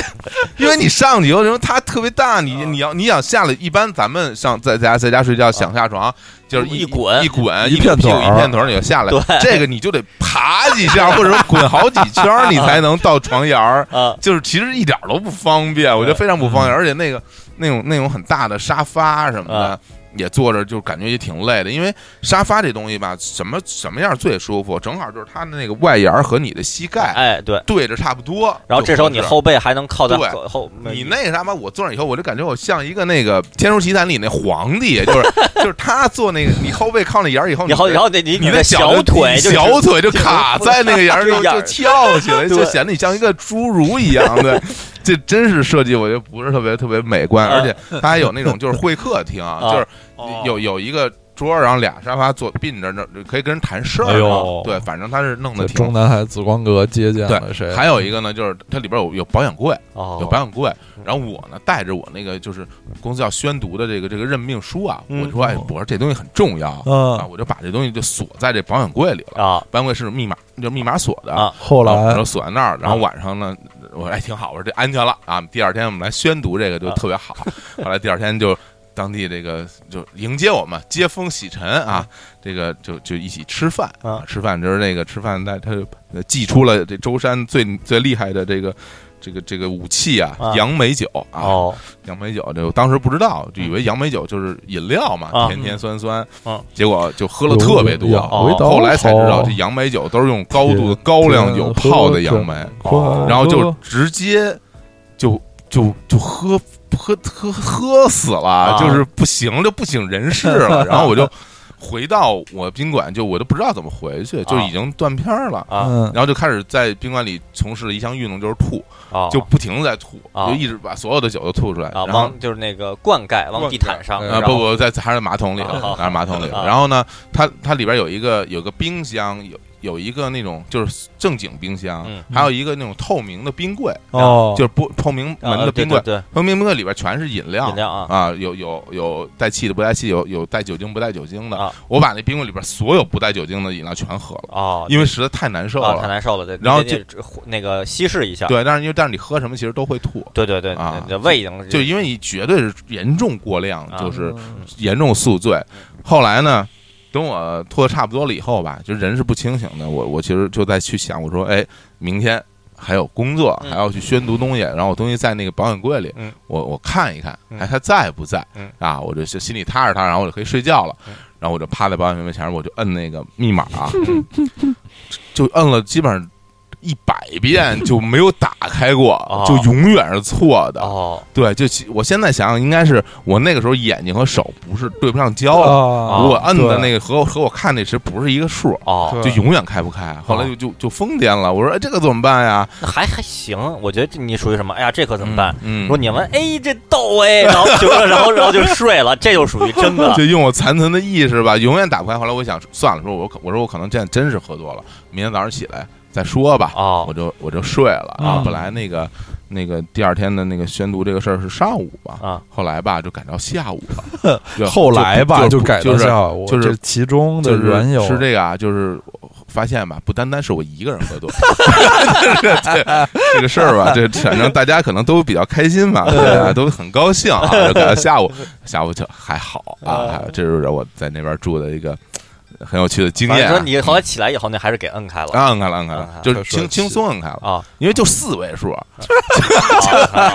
S2: 因为你上去以后，因为它特别大，你
S1: 嗯
S2: 你要你想下来，一般咱们上在家在家睡觉想下床，就是
S1: 一滚
S2: 一滚
S3: 一片
S2: 屁股
S3: 腿
S2: 一
S3: 儿
S2: 片腿儿你就下来
S1: 对，
S2: 这个你就得爬几下或者说滚好几圈 儿，你才能到床沿儿。
S1: 啊
S2: 就是其实
S1: 嗯
S2: 一
S1: 啊
S2: 点儿都不方便，我觉得非常不方便，而且那个那种那种很大的沙发什么的，也坐着，就感觉也挺累的，因为沙发这东西吧，什么什么样最舒服，正好就是它的那个外沿儿和你的膝盖
S1: 哎，对。
S2: 对着差不多。
S1: 然后这时候你
S2: 就合适
S1: 后背还能靠在
S2: 对
S1: 后后，
S2: 你那个啥吧，我坐上以后，我就感觉我像一个那个《天书奇谭》里那皇帝，就是就是他坐那个，你后背靠那沿儿以后，
S1: 你好，
S2: 的
S1: 然后那你
S2: 你
S1: 的小
S2: 小
S1: 腿
S2: 你
S1: 就
S2: 小
S1: 是
S2: 腿就卡 在那个沿儿
S1: 就
S2: 上
S1: 是
S2: 就翘起
S1: 对
S2: 来，就显得你像一个侏儒一样的。这真是设计，我觉得不是特别特别美观，
S1: 啊
S2: 而且它还有那种就是会客厅，
S1: 啊
S2: 就是
S1: 哦
S2: 有有一个桌儿，然后俩沙发坐并着，那可以跟人谈事儿
S3: 哎
S2: 嘛
S3: 呦。
S2: 对，反正它是弄
S3: 在
S2: 的
S3: 中
S2: 挺。
S3: 南海紫光阁接见了谁？
S2: 还有一个呢，就是它里边有有保险柜，有
S1: 哦
S2: 保险柜。然后我呢，带着我那个就是公司要宣读的这个这个任命书啊，
S1: 嗯
S2: 我就说哎，我说这东西很重要啊，
S3: 嗯，
S2: 我就把这东西就锁在这保险柜里了。
S1: 啊
S2: 保险柜是密码，就是密码锁的
S1: 啊
S3: 后
S2: 然
S3: 来
S2: 后锁在那儿，然后晚上呢，我说哎挺好，我说这安全了啊。第二天我们来宣读这个就
S1: 啊
S2: 特别好， 后来第二天就当地这个就迎接我们，接风洗尘啊，这个就就一起吃饭
S1: 嗯啊
S2: 吃饭就是那个吃饭，但他就呃祭出了这舟山最最厉害的这个。这个这个武器啊
S1: 啊，
S2: 杨梅酒啊，
S1: 哦嗯
S2: 杨梅酒，这我当时不知道，就以为杨梅酒就是饮料嘛，
S1: 啊
S2: 甜甜酸酸，
S1: 嗯
S2: 结果就喝了特别多，哦
S3: 有味道
S2: 后来才知道
S3: 好
S2: 这杨梅酒都是用高度的高粱酒泡的杨梅，
S3: 啊
S1: 哦
S2: 然后就直接就就就喝喝喝喝死了，
S1: 啊
S2: 就是不行就不省人事了，然后我就回到我宾馆，就我都不知道怎么回去，就
S1: 啊
S2: 已经断片儿了。
S1: 啊
S3: 嗯，
S2: 然后就开始在宾馆里从事了一项运动，就是吐，
S1: 哦
S2: 就不停的在吐，
S1: 啊
S2: 就一直把所有的酒都吐出来。
S1: 啊，
S2: 然后
S1: 往就是那个灌溉往地毯上，
S3: 灌
S2: 啊
S3: 溉
S1: 然
S2: 不
S1: 后
S2: 不，在还是马桶里
S1: 啊好，
S2: 还是马桶里。
S1: 啊
S2: 然后呢，它它里边有一个有个冰箱，有有一个那种就是正经冰箱
S1: 嗯，
S2: 还有一个那种透明的冰柜，
S3: 哦，
S2: 就是不透明门
S1: 啊
S2: 的
S1: 对
S2: 冰
S1: 对
S2: 柜，
S1: 对，
S2: 透明冰柜里边全是饮料
S1: 饮。料啊
S2: 啊，有有有带气的不带气，有有带酒精不带酒精的
S1: 啊。
S2: 我把那冰柜里边所有不带酒精的饮料全喝了，
S1: 哦，
S2: 啊因为实在太难受
S1: 啊太
S2: 了。
S1: 难受了，对，
S2: 然后
S1: 就那个稀释一下，
S2: 对，但是因为但是你喝什么其实都会吐，
S1: 对对对，
S2: 啊
S1: 你的胃已经
S2: 就因为你绝对是严重过量，
S1: 嗯啊
S2: 就是
S3: 嗯
S2: 严重宿醉。后来呢，等我吐的差不多了以后吧，就人是不清醒的。我我其实就在去想，我说，哎，明天还有工作，
S1: 嗯
S2: 还要去宣读东西，然后我东西在那个保险柜里，
S1: 嗯
S2: 我我看一看，
S1: 嗯
S2: 哎，它在不在？
S1: 嗯
S2: 啊，我就就心里踏实踏实，然后我就可以睡觉了。
S1: 嗯
S2: 然后我就趴在保险柜前面，我就摁那个密码、啊
S1: 嗯
S2: 就摁了基本上。一百遍就没有打开过，
S1: 哦
S2: 就永远是错的。
S1: 哦
S2: 对，就其我现在想想，应该是我那个时候眼睛和手不是对不上
S1: 哦
S2: 焦了，
S3: 啊，
S2: 我摁的
S3: 对
S2: 那个和我和我看那时不是一个数，
S1: 哦，
S2: 就
S3: 对
S2: 永远开不开。后来就就就疯癫了，我说哎这个怎么办呀？
S1: 那还还行，我觉得你属于什么？哎呀，这可怎么办？
S2: 嗯，
S1: 说你们哎这逗哎，然后就 然后然后就睡了，这就属于 真的
S2: 就用我残存的意识吧，永远打不开。后来我想算了，说我可我说我可能真真是喝多了，明天早上起来再说吧。
S1: 哦
S2: 我就我就睡了啊。
S3: 嗯
S2: 本来那个那个第二天的那个宣读这个事儿是上午吧，
S1: 啊
S2: 后来吧就改到下午 了就。
S3: 后来吧
S2: 就
S3: 改
S2: 就
S3: 到
S2: 是
S3: 下午，
S2: 就是
S3: 这其中的
S2: 就是
S3: 缘由
S2: 是这个啊，就是发现吧，不单单是我一个人喝多， 这个事儿吧，这反正大家可能都比较开心吧，对啊，都很高兴啊，就赶到下午，下午就还好啊，还这是我在那边住的一个很有趣的经
S1: 反
S2: 验
S1: 正
S2: 啊。
S1: 说你后来起来以后，那还是给摁开了
S2: 啊摁开了，摁开
S1: 摁开
S2: 了
S1: 了，
S2: 就是轻轻松摁开了，
S1: 啊，
S2: 因为就四位数，
S1: 啊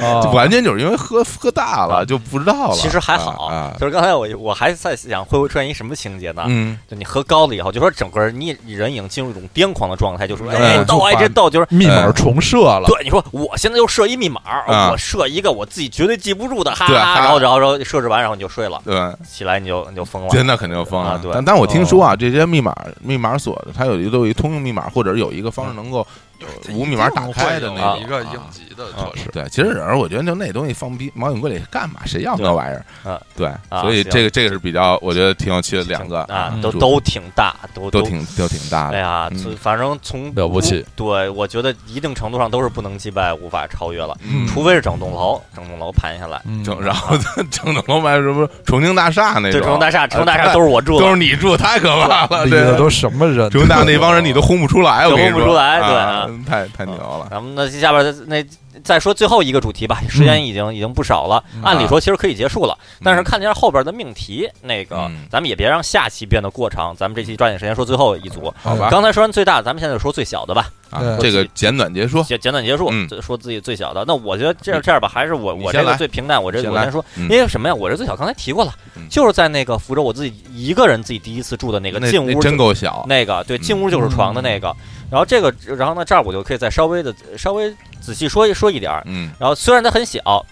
S3: 啊
S2: 就完全就是因为喝喝大了就不知道了。
S1: 其实还好，
S2: 啊，啊
S1: 就是刚才我我还在想会不会出现一什么情节呢？
S2: 嗯，
S1: 就你喝高了以后，就说整个你你人已经进入一种癫狂的状态，就说
S2: 嗯
S1: 哎
S2: 就
S1: 逗哎
S3: 烦
S1: 这逗，就是
S3: 密码重设了，
S1: 对你说我现在就设一密码，
S2: 啊
S1: 我设一个我自己绝对记不住的，哈
S2: 对哈
S1: 哈，然后然后然后设置完，然后你就睡了，
S2: 对。
S1: 起来你就你就疯了，
S2: 真的肯定有疯
S1: 啊对
S2: 但但我听说啊，这些密码密码锁的，它有一个都有一通用密码，或者是有一个方式能够呃无密码打开的那
S1: 有
S2: 种
S5: 一个
S2: 啊
S5: 应急的措施。
S2: 对，其实有时候我觉得就那东西放逼毛永贵里干嘛？谁要那玩意儿？
S1: 嗯，
S2: 对，
S1: 啊
S2: 所以
S1: 行
S2: 这个这个是比较，我觉得挺有趣的两个
S1: 啊
S2: 嗯，
S1: 都
S2: 主
S1: 都挺大，都
S2: 都。挺都挺大
S1: 哎
S2: 的。
S1: 呀，
S2: 嗯
S1: 从反正从
S3: 了不起，
S1: 对我觉得一定程度上都是不能击败、无法超越了，
S2: 嗯
S1: 除非是整栋楼，整栋楼盘下来。
S3: 嗯
S2: 整然后整栋楼买什么重庆大厦那
S1: 对，
S2: 种，
S1: 城大厦，城大
S2: 哎
S1: 厦都是我住的，
S2: 都是你住，太可怕了，
S3: 里
S2: 对
S3: 头。都什么人？
S2: 重庆大厦那帮人你都轰不出来，我
S1: 都
S2: 跟你说，
S1: 轰不出来对
S2: 啊太太牛了。
S1: 咱们那下边那再说最后一个主题吧，时间已经已经不少了，
S3: 嗯
S1: 按理说其实可以结束了，
S2: 啊嗯
S1: 但是看一下后边的命题，那个
S2: 嗯
S1: 咱们也别让下期变得过长，咱们这期抓紧时间说最后一组。
S3: 啊
S2: 好吧，
S1: 刚才说完最大，咱们现在就说最小的吧，
S2: 啊
S3: 对
S2: 这个简短截说，
S1: 简简短结束
S2: 嗯，
S1: 就说自己最小的。那我觉得这样这样吧，还是我
S2: 你
S1: 我
S2: 先
S1: 这个
S2: 来
S1: 最平淡，我这
S2: 先
S1: 我
S2: 来
S1: 先说，
S2: 嗯
S1: 因为什么呀？我这最小刚才提过了
S2: 嗯，
S1: 就是在那个福州我自己一个人自己第一次住的那个
S2: 那
S1: 进
S2: 那
S1: 屋
S2: 真够嗯小，
S1: 那个对，进屋就是床的那个。然后这个，然后呢，这儿我就可以再稍微的稍微仔细说一说一点儿。
S2: 嗯
S1: 然后虽然它很小，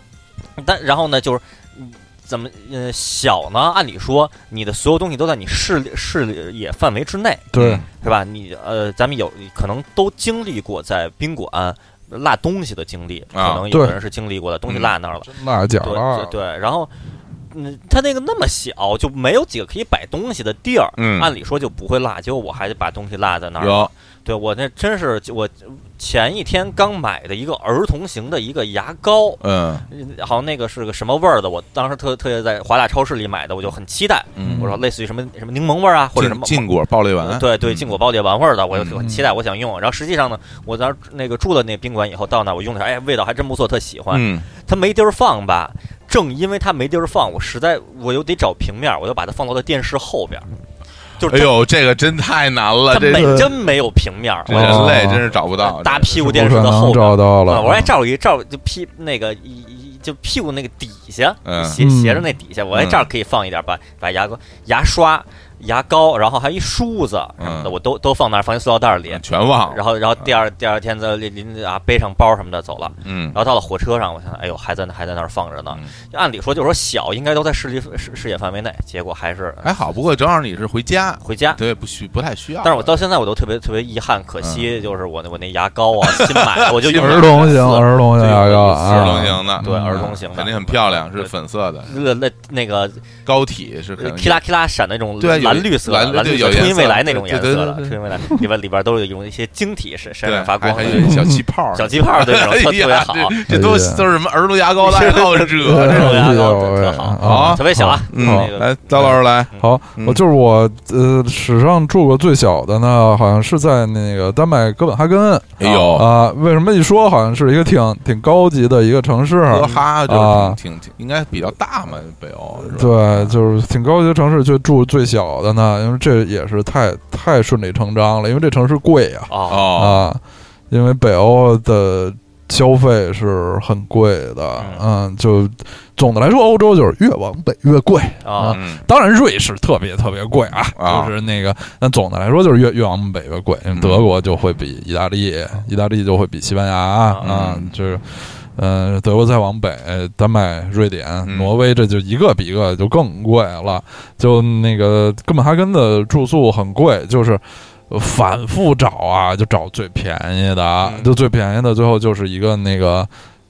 S1: 但然后呢，就是嗯怎么呃小呢？按理说你的所有东西都在你视视野范围之内，
S2: 嗯
S3: 对，
S1: 是吧？你呃，咱们有可能都经历过在宾馆落东西的经历，可
S2: 啊嗯
S1: 能有
S3: 对
S1: 人是经历过的，东西落那儿了。
S3: 辣角
S1: 对
S3: 了
S1: 对，对，然后，嗯，它那个那么小，就没有几个可以摆东西的地儿，
S2: 嗯
S1: 按理说就不会落，结果我还得把东西落在那儿。
S2: 有
S1: 对我那真是我前一天刚买的一个儿童型的一个牙膏，
S2: 嗯
S1: 好像那个是个什么味儿的，我当时特特意在华大超市里买的，我就很期待。
S2: 嗯，
S1: 我说类似于什么什么柠檬味儿啊，或者什
S2: 禁
S1: 么
S2: 禁果爆裂丸，
S1: 对对，
S2: 嗯
S1: 禁果爆裂丸味儿的，我就很
S3: 嗯
S1: 期待，我想用。然后实际上呢，我当时那个住了那宾馆以后，到那儿我用的时候，哎，味道还真不错，特喜欢。
S2: 嗯
S1: 它没地儿放吧？正因为它没地儿放，我实在我又得找平面儿，我就把它放到了电视后边儿。就是
S2: 哎
S1: 它、
S2: 呦，这个真太难了，
S1: 它
S2: 这
S1: 没
S3: 个
S1: 真没有平面儿，
S2: 这
S1: 我
S2: 人
S3: 哦
S2: 类真是找不到，
S1: 大屁股
S3: 不
S1: 电视
S3: 可
S1: 的后
S3: 能
S1: 边儿。
S3: 找到了。
S1: 啊我还照一照，就屁那个一一就屁股那个底下，
S2: 嗯
S1: 斜斜着那底下，我在
S2: 嗯
S1: 这儿可以放一点，把把牙膏、牙刷、牙膏，然后还一梳子什么的，
S2: 嗯
S1: 我都都放那儿，放一塑料袋里。
S2: 全忘了，
S1: 然后，然后第二第二天再拎啊背上包什么的走了。
S2: 嗯
S1: 然后到了火车上，我想，哎呦，还在那还在那儿放着呢
S2: 嗯。
S1: 按理说就是说小应该都在视力视视野范围内，结果还是呃
S2: 还好，不过正好你是回家，
S1: 回家。
S2: 对，不需不太需要，
S1: 但是我到现在我都特别特别遗憾，可惜就是我那我那牙膏啊，新买的，我就用了
S3: 儿童型
S1: 两次
S3: 儿童型牙膏啊，
S2: 儿童型的，
S1: 对
S3: 嗯
S1: 儿童型的
S2: 肯定很漂亮，是粉色的，
S1: 那那那个
S2: 膏体是肯定
S1: 提拉提拉闪那种
S2: 对有
S1: 蓝绿色的、
S2: 蓝
S1: 蓝
S2: 对
S1: 绿
S2: 有
S1: 色，冲
S2: 颜
S1: 进
S2: 色
S1: 未来那种颜色的，
S2: 对
S1: 冲
S2: 对对对
S1: 进未来里边里边都有用一些晶体闪闪
S2: 对，
S1: 闪发光
S2: 还
S1: 的
S2: 还有小气泡，
S1: 小气泡，对那种特特别好，
S2: 哎呀这这都
S3: 哎呀
S2: 都是什么儿童牙 膏的爱好
S1: 儿
S2: 者？
S1: 童牙膏
S3: 哎
S1: 特
S3: 呦
S1: 好
S2: 啊
S1: 特别小啊。
S2: 嗯
S1: 那，个
S2: 来，刀老师来，
S3: 好，
S2: 嗯
S3: 我就是我，呃，史上住过最小的呢，好像是在那个丹麦哥本哈根。
S2: 哎呦，
S3: 啊，为什么一说好像是一个挺挺高级的一个城市？
S2: 哥哈
S3: 嗯啊
S2: 就是挺挺应该比较大嘛，北欧是吧？
S3: 对，就是挺高级的城市，就住最小的呢，因为这也是太太顺理成章了，因为这城市贵呀、
S1: 哦，
S3: 啊，
S2: 哦，
S3: 因为北欧的消费是很贵的，嗯，就总的来说，欧洲就是越往北越贵
S1: 啊
S2: 嗯
S3: 当然，瑞士特别特别贵啊，
S2: 啊
S3: 就是那个，但总的来说就是越越往北越贵，嗯德国就会比意大利，意大利就会比西班牙啊
S2: 嗯，
S3: 就是。嗯，德国再往北，丹麦、瑞典、
S2: 嗯
S3: 挪威，这就一个比一个就更贵了。就那个哥本哈根的住宿很贵，就是呃反复找啊，就找最便宜的，
S2: 嗯
S3: 就最便宜的，最后就是一个那个，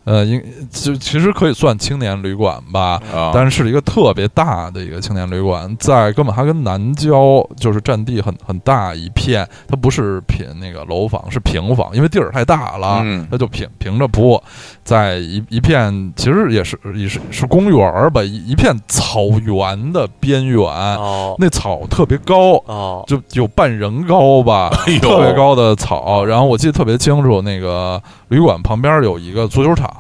S3: 呃，应就其实可以算青年旅馆吧，
S2: 啊，
S3: 但是是一个特别大的一个青年旅馆，在哥本哈根南郊，就是占地很很大一片，它不是平那个楼房，是平房，因为地儿太大了，
S2: 嗯
S3: 它就平平着铺，在一一片其实也是也是是公园儿吧，一一片草原的边缘，
S1: 哦
S3: 那草特别高，
S1: 哦，
S3: 就有半人高吧，
S2: 哎呦
S3: 特别高的草。然后我记得特别清楚，那个旅馆旁边有一个足球场，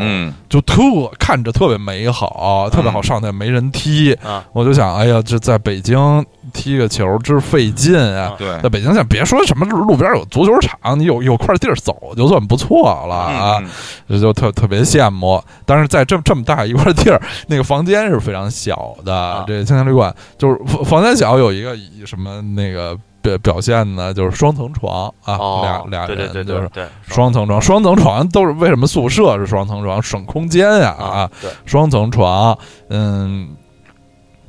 S2: 嗯
S3: 就特看着特别美好，特别
S1: 嗯
S3: 好上，但没人踢。
S1: 啊
S3: 我就想，哎呀，这在北京踢个球真是费劲啊！
S2: 对嗯
S3: 在北京，现别说什么路边有足球场，你有有块地儿走就算不错了啊，
S2: 嗯
S3: 这就特特别羡慕。但是在这这么大一块地儿，那个房间是非常小的
S1: 啊。
S3: 这青年旅馆就是房房间小，有一个以什么那个表表现呢？就是双层床啊，
S1: 哦，
S3: 俩俩
S1: 对对对
S3: 人就
S1: 对
S3: 是
S1: 对，
S3: 双层床，双层床都是为什么宿舍是双层床省空间呀啊
S1: 啊？，对，
S3: 双层床，嗯，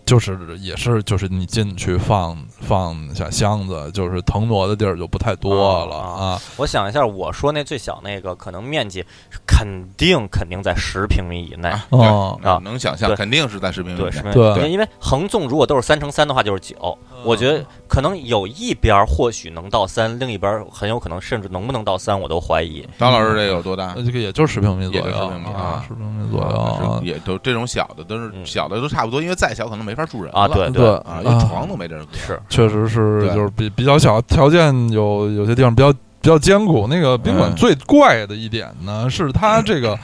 S3: 就是也是就是你进去放放下箱子，就是腾挪的地儿就不太多了
S1: 啊
S3: 啊。
S1: 我想一下，我说那最小那个可能面积肯定肯定在十平米以内。
S2: 啊
S3: 哦
S2: 对能能想象，
S1: 对
S2: 肯定是在视频
S1: 对，
S2: 里
S1: 十
S2: 面
S1: 平
S3: 对
S1: 米，因为横纵如果都是三乘三的话就是九，我觉得可能有一边儿或许能到三，另一边儿很有可能甚至能不能到三，我都怀疑。
S2: 当老师这有多大
S3: 那？这个也就十平米左
S2: 也就
S3: 右
S2: 10平米
S3: 啊
S2: 啊，
S3: 十平米左右啊
S2: 是。也都这种小的都是
S1: 嗯
S2: 小的都差不多，因为再小可能没法住人
S1: 啊，
S2: 了
S1: 对
S3: 对
S2: 啊，连床都没地儿搁。
S1: 是
S3: 确实是
S2: 对
S3: 就是比比较小，条件有有些地方比较比较艰苦。那个宾馆
S5: 嗯
S3: 最怪的一点呢，是它这 个。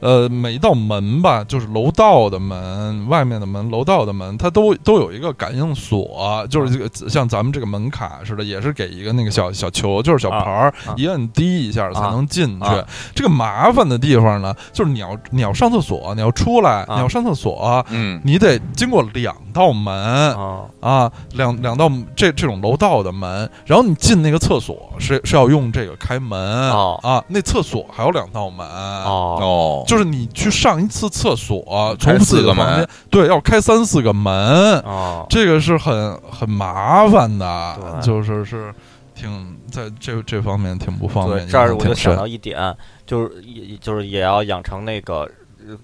S3: 呃，每一道门吧，就是楼道的门、外面的门、楼道的门，它都都有一个感应锁，就是这
S1: 嗯
S3: 个像咱们这个门卡似的，也是给一个那个小小球，就是小
S1: 啊
S3: 牌儿，
S1: 啊
S3: 一摁滴一下才能进去。
S1: 啊
S3: 这个麻烦的地方呢，就是你要你要上厕所，你要出来，
S1: 啊
S3: 你要上厕所，
S2: 嗯
S3: 你得经过两道门
S1: 啊
S3: 啊，两两道这这种楼道的门，然后你进那个厕所是是要用这个开门
S1: 哦
S3: 啊，那厕所还有两道门
S1: 哦
S2: 哦，
S3: 就是你去上一次厕所，
S2: 开
S3: 从自己的
S2: 四
S3: 房
S2: 个
S3: 间
S2: 门
S3: 对要开三四个门，
S1: 哦，
S3: 这个是很很麻烦的，
S1: 对
S3: 就是是挺在这这方面挺不方
S1: 对，
S3: 便。
S1: 这儿我就
S3: 挺深
S1: 想到一点，就是也就是也要养成那个。呃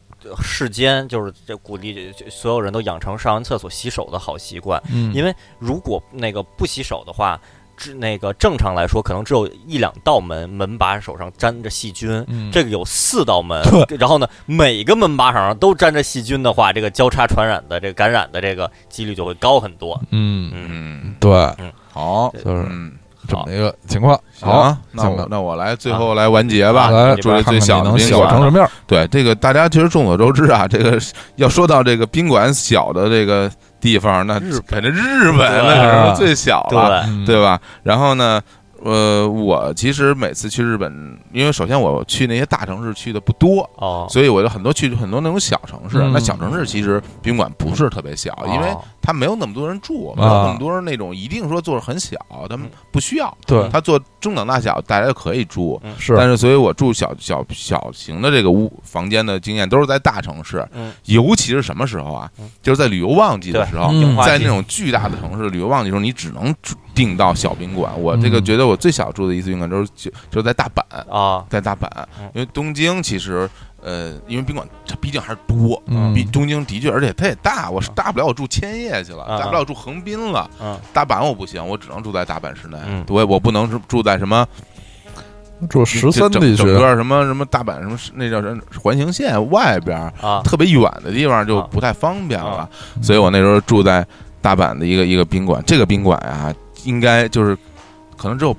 S1: 世间就是这鼓励所有人都养成上完厕所洗手的好习惯，
S3: 嗯，
S1: 因为如果那个不洗手的话，只那个正常来说可能只有一两道门门把手上沾着细菌，
S3: 嗯
S1: 这个有四道门
S3: 对，
S1: 然后呢每个门把手上都沾着细菌的话，这个交叉传染的这个感染的这个几率就会高很多。
S3: 嗯
S1: 嗯，
S2: 嗯，
S3: 对，
S2: 好，
S3: 就是
S2: 嗯，
S3: 这么一个情况。
S2: 行
S3: 好，，
S2: 那
S3: 行吧
S2: 我那我来最后来完结吧，
S3: 来
S2: 祝这
S3: 看看
S2: 最
S3: 你
S2: 小的
S3: 能
S2: 宾
S3: 小
S2: 馆
S3: 成什么样？
S2: 对这个，大家其实众所周知啊，这个是要说到这个宾馆小的这个地方，那
S1: 日
S2: 肯定日本
S1: 对
S2: 那是最小
S1: 对
S2: 了，
S3: 嗯
S2: 对吧？然后呢，呃，我其实每次去日本，因为首先我去那些大城市去的不多，
S1: 哦，
S2: 所以我就很多去很多那种小城市。
S3: 嗯
S2: 那小城市其实宾馆不是特别小，因为
S1: 哦
S2: 它没有那么多人住，
S3: 啊
S2: 没有那么多人那种一定说做的很小，他们不需要，
S3: 对，
S2: 他做中等大小大家就可以住。
S3: 是
S2: 但是，所以我住小小小型的这个屋房间的经验都是在大城市，
S1: 嗯
S2: 尤其是什么时候啊
S1: 嗯？
S2: 就是在旅游旺季的时候
S3: 对，嗯
S1: 樱花
S2: 嗯在
S1: 季
S2: 那种巨大的城市旅游旺季的时候，你只能住订到小宾馆。我这个
S3: 嗯
S2: 觉得我最小住的一次宾馆就是就就是在大阪，
S1: 啊
S2: 在大阪
S1: 嗯，
S2: 因为东京其实呃，因为宾馆它毕竟还是多。
S3: 嗯
S2: 比东京的确，而且它也大，我是大不了我住千叶去了，
S1: 啊
S2: 大不了我住横滨了。
S1: 嗯
S2: 大阪我不行，我只能住在大阪市内
S1: 嗯，
S2: 我也我不能是住在什么
S3: 住十三
S2: 整
S3: 地区
S2: 整，个什么什么大阪什么那叫什么环形线外边儿
S1: 啊
S2: 特别远的地方就
S1: 啊
S2: 不太方便了
S1: 啊，
S2: 所以我那时候住在大阪的一个一个宾馆，这个宾馆啊，应该就是可能只有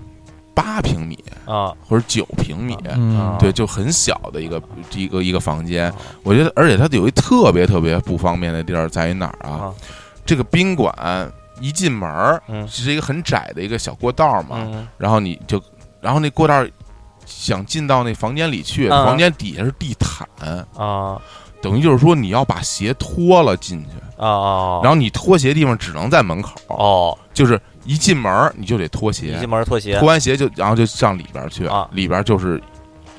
S2: 八平米
S1: 啊
S2: 或者九平米。
S3: 嗯，
S2: 对，就很小的一个一个一个房间
S1: 啊，
S2: 我觉得，而且它有一特别特别不方便的地儿在于哪儿啊
S1: 啊？
S2: 这个宾馆一进门儿
S1: 嗯
S2: 是一个很窄的一个小过道嘛，
S1: 嗯
S2: 然后你就，然后那过道儿想进到那房间里去，
S1: 啊
S2: 房间底下是地毯，
S1: 啊
S2: 等于就是说你要把鞋脱了进去，
S1: 啊啊，
S2: 然后你脱鞋的地方只能在门口，
S1: 哦，
S2: 就是一进门儿你就得脱
S1: 一
S2: 鞋
S1: 进，门脱鞋
S2: 脱完鞋就然后就上里边儿去，
S1: 啊
S2: 里边儿就是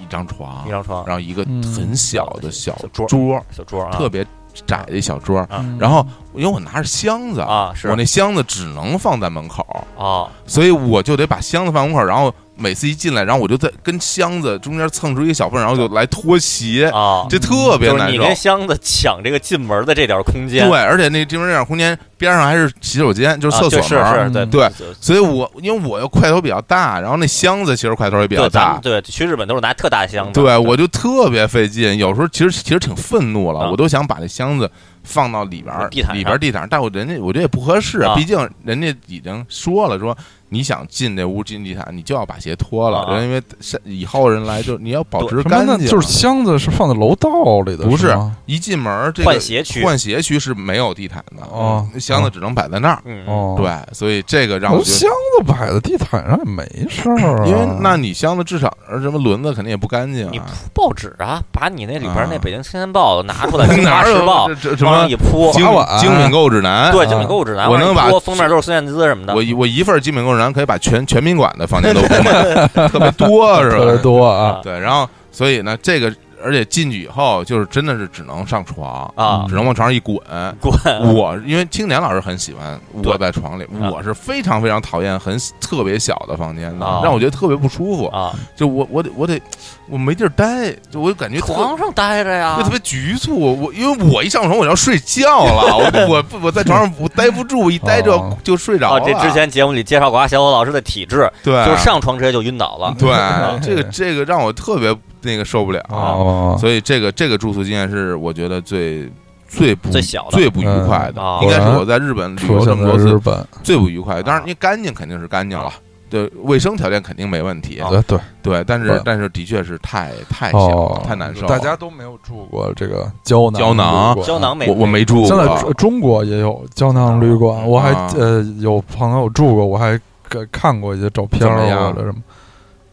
S2: 一张床
S1: 一，张床
S2: 然后一个
S3: 嗯
S2: 很小的小
S1: 小桌
S2: 桌，
S1: 小桌啊，
S2: 特别窄的小桌，
S3: 嗯
S2: 然后因为我拿着箱子。
S1: 啊是
S2: 我那箱子只能放在门口，
S1: 啊
S2: 所以我就得把箱子放门口，然后每次一进来，然后我就在跟箱子中间蹭出一个小缝，然后就来脱鞋，
S1: 啊，
S2: 这特别
S1: 就是
S2: 难
S1: 你
S2: 受。
S1: 跟箱子抢这个进门的这点空间，
S2: 对，而且那这边这样空间边上还是洗手间，就是
S1: 啊
S2: 厕所
S1: 就是
S2: 门儿。
S1: 是，对
S2: 对
S1: 就
S2: 所以我因为我又块头比较大，然后那箱子其实块头也比较
S1: 对，咱们
S2: 大，
S1: 对去日本都是拿特大箱子，
S2: 对我就特别费劲。有时候其实其实挺愤怒了，
S1: 啊
S2: 我都想把那箱子放到里边儿
S1: 地毯上
S2: 里边儿地毯上，但我人家我觉得也不合适，
S1: 啊
S2: 毕竟人家已经说了说。你想进这屋进地毯，你就要把鞋脱了，
S1: 啊
S2: 人因为是以后人来就你要保持
S3: 什么
S2: 干
S3: 呢？
S2: 净。啊
S3: 就是箱子是放在楼道里的，
S2: 不是
S3: 吗
S2: 一进门儿这个
S1: 换鞋区，
S2: 换鞋区是没有地毯的，
S3: 哦
S2: 嗯箱子只能摆在那儿。
S1: 嗯，
S3: 哦，，
S2: 对，所以这个让我觉得
S3: 箱子摆在地毯上也没事儿、啊，
S2: 因为那你箱子至少呃什么轮子肯定也不干净
S1: 你
S2: 啊，
S1: 铺报纸啊，把你那里边
S2: 啊
S1: 那北京青年报拿 出来，
S2: 哪
S1: 拿
S2: 儿
S1: 时
S2: 有
S1: 报
S2: 这这什
S1: 往上
S2: 么
S1: 一铺，
S2: 精
S3: 华晚
S2: 精品购物指南？
S1: 对，精品购物指南，
S2: 我
S1: 往上
S2: 能
S1: 一
S2: 把
S1: 铺封面都是孙燕姿什么的，
S2: 我一我一份精品购物指南可以把全全宾馆的房 间都铺满，特别多是吧？
S3: 特别。多啊，
S1: 啊
S2: 对，然后所以呢，这个而且进去以后就是真的是只能上床，
S1: 啊
S2: 只能往床上一滚。
S1: 滚
S2: 我因为青年老师很喜欢窝
S1: 嗯对
S2: 在床里，
S1: 啊
S2: 我是非常非常讨厌很特别小的房间的
S1: 啊，
S2: 让我觉得特别不舒服。
S1: 啊，
S2: 就我我得我得我没地儿待，就我感觉特
S1: 床上待着呀
S2: 就，特别局促。我因为我一上床我就要睡觉了，我我不我在床上我待不住，我一待就
S3: 哦
S2: 就睡着
S1: 啊，
S2: 了。
S1: 这之前节目里介绍过阿小虎老师的体质，
S2: 对，
S1: 就是上床直接就晕倒 了，
S2: 对
S3: 嗯
S1: 啊
S2: 这个这个让我特别那个受不了。
S3: 哦，
S2: 啊所以这个这个住宿经验是我觉得最最不
S1: 最小的
S2: 最不愉快的
S1: 嗯，啊
S2: 应该是我在日本旅
S3: 出
S2: 游这
S3: 现
S2: 么
S3: 在
S2: 多
S3: 日
S2: 次
S3: 本，
S2: 最不愉快。当然，
S1: 啊
S2: 你干净肯定是干净了，对卫生条件肯定没问题，
S1: 啊
S3: 呃对，
S2: 对，但是
S3: 对
S2: 但是的确是太太小、
S3: 哦
S2: 太难受了，
S3: 大家都没有住过这个胶囊
S2: 胶囊
S3: 旅馆
S1: 胶囊没
S2: 我我没住
S3: 现在
S2: 过
S3: 中，中国也有胶囊旅馆，我还、
S2: 啊
S3: 呃有朋友住过，我还给看过一些照片
S2: 怎么
S3: 儿
S2: 样
S3: 或者什么，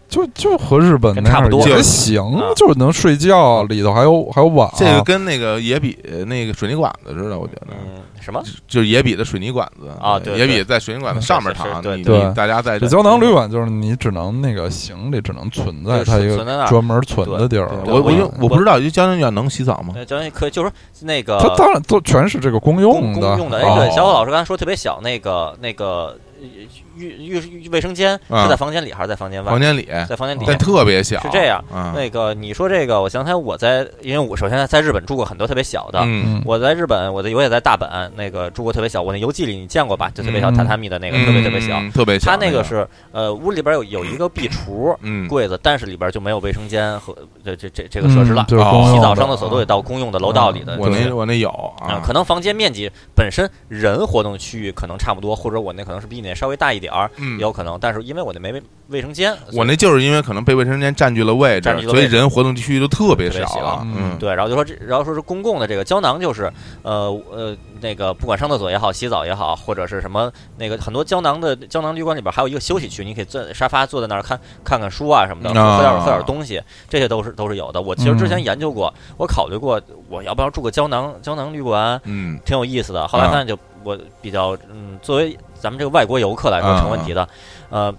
S3: 就就和日本那
S1: 差不
S3: 样
S1: 多
S3: 也行
S1: 啊，
S3: 就是能睡觉，里头还有还有啊网，
S2: 这个跟那个野比那个水泥管子似的，我觉得。
S1: 嗯，什么？
S2: 就是野比的水泥管子
S1: 啊对
S2: 野
S1: 对
S2: 比在水泥管子上面
S1: 是是
S2: 躺，
S1: 对
S2: 你
S3: 对
S2: 你大家在嗯
S3: 这胶囊旅馆就是你只能那个行李只能存在
S1: 对
S3: 它一
S1: 存在那
S3: 个
S1: 儿
S3: 专门存的地儿
S1: 对，对
S2: 我
S1: 我
S2: 我
S1: 有
S2: 就我不知道，就胶囊旅馆能洗澡吗？
S1: 呃，教练可以就是说那个
S3: 它当然都全是这个公
S1: 呃公
S3: 用
S1: 公用的。哎，
S3: 哦
S1: 对，小伙老师刚才说特别小，那个那个呃浴浴浴卫生间
S2: 啊
S1: 是在房间里还是在房间外
S2: 房？间里，
S1: 在房间里。
S2: 但特别小，
S1: 嗯是这样
S2: 啊，
S1: 那个你说这个，我想起来我在，因为我首先在日本住过很多特别小的。
S2: 嗯，
S3: 嗯
S1: 我在日本，我的我也在大阪，那个住过特别小。我那游记里你见过吧？就特别小
S3: 嗯
S1: 榻榻米的那个，
S2: 嗯
S1: 特别特别小。，
S2: 特别小。
S1: 它
S2: 那
S1: 那个，是呃，屋里边有有一个壁橱
S2: 嗯，
S1: 柜子，但是里边就没有卫生间和这这这这个设施了
S3: 嗯。就是
S2: 哦
S3: 公用的
S1: 洗澡、上厕所都得到公用的楼道里的。
S2: 我
S1: 就是
S2: 那我那有
S1: 啊
S2: 啊，，
S1: 可能房间面积本身人活动区域可能差不多，或者我那可能是比你那稍微大一点儿，
S2: 嗯
S1: 也有可能。但是因为我那没卫卫生间，
S2: 我那就是因为可能被卫生间占据了位置
S1: 占据，了
S2: 所以
S1: 位置
S2: 人活动区域都特别
S1: 特别
S2: 少
S1: 小
S2: 了。
S3: 嗯
S2: 嗯，
S1: 对，然后就说这，然后说是公共的这个胶囊，就是呃呃那个不管上厕所也好，洗澡也好，或者是什么那个很多胶囊的胶囊旅馆里边还有一个休息区，你可以坐沙发坐在那儿看看看书啊什么的，
S2: 啊
S1: 喝点喝点东西，这些都是都是有的。我其实之前研究过，我考虑过我要不要住个胶囊胶囊旅馆，
S2: 嗯，
S1: 挺有意思的。后来发现就我比较嗯，作为咱们这个外国游客来说
S2: 啊
S1: 成问题的，呃，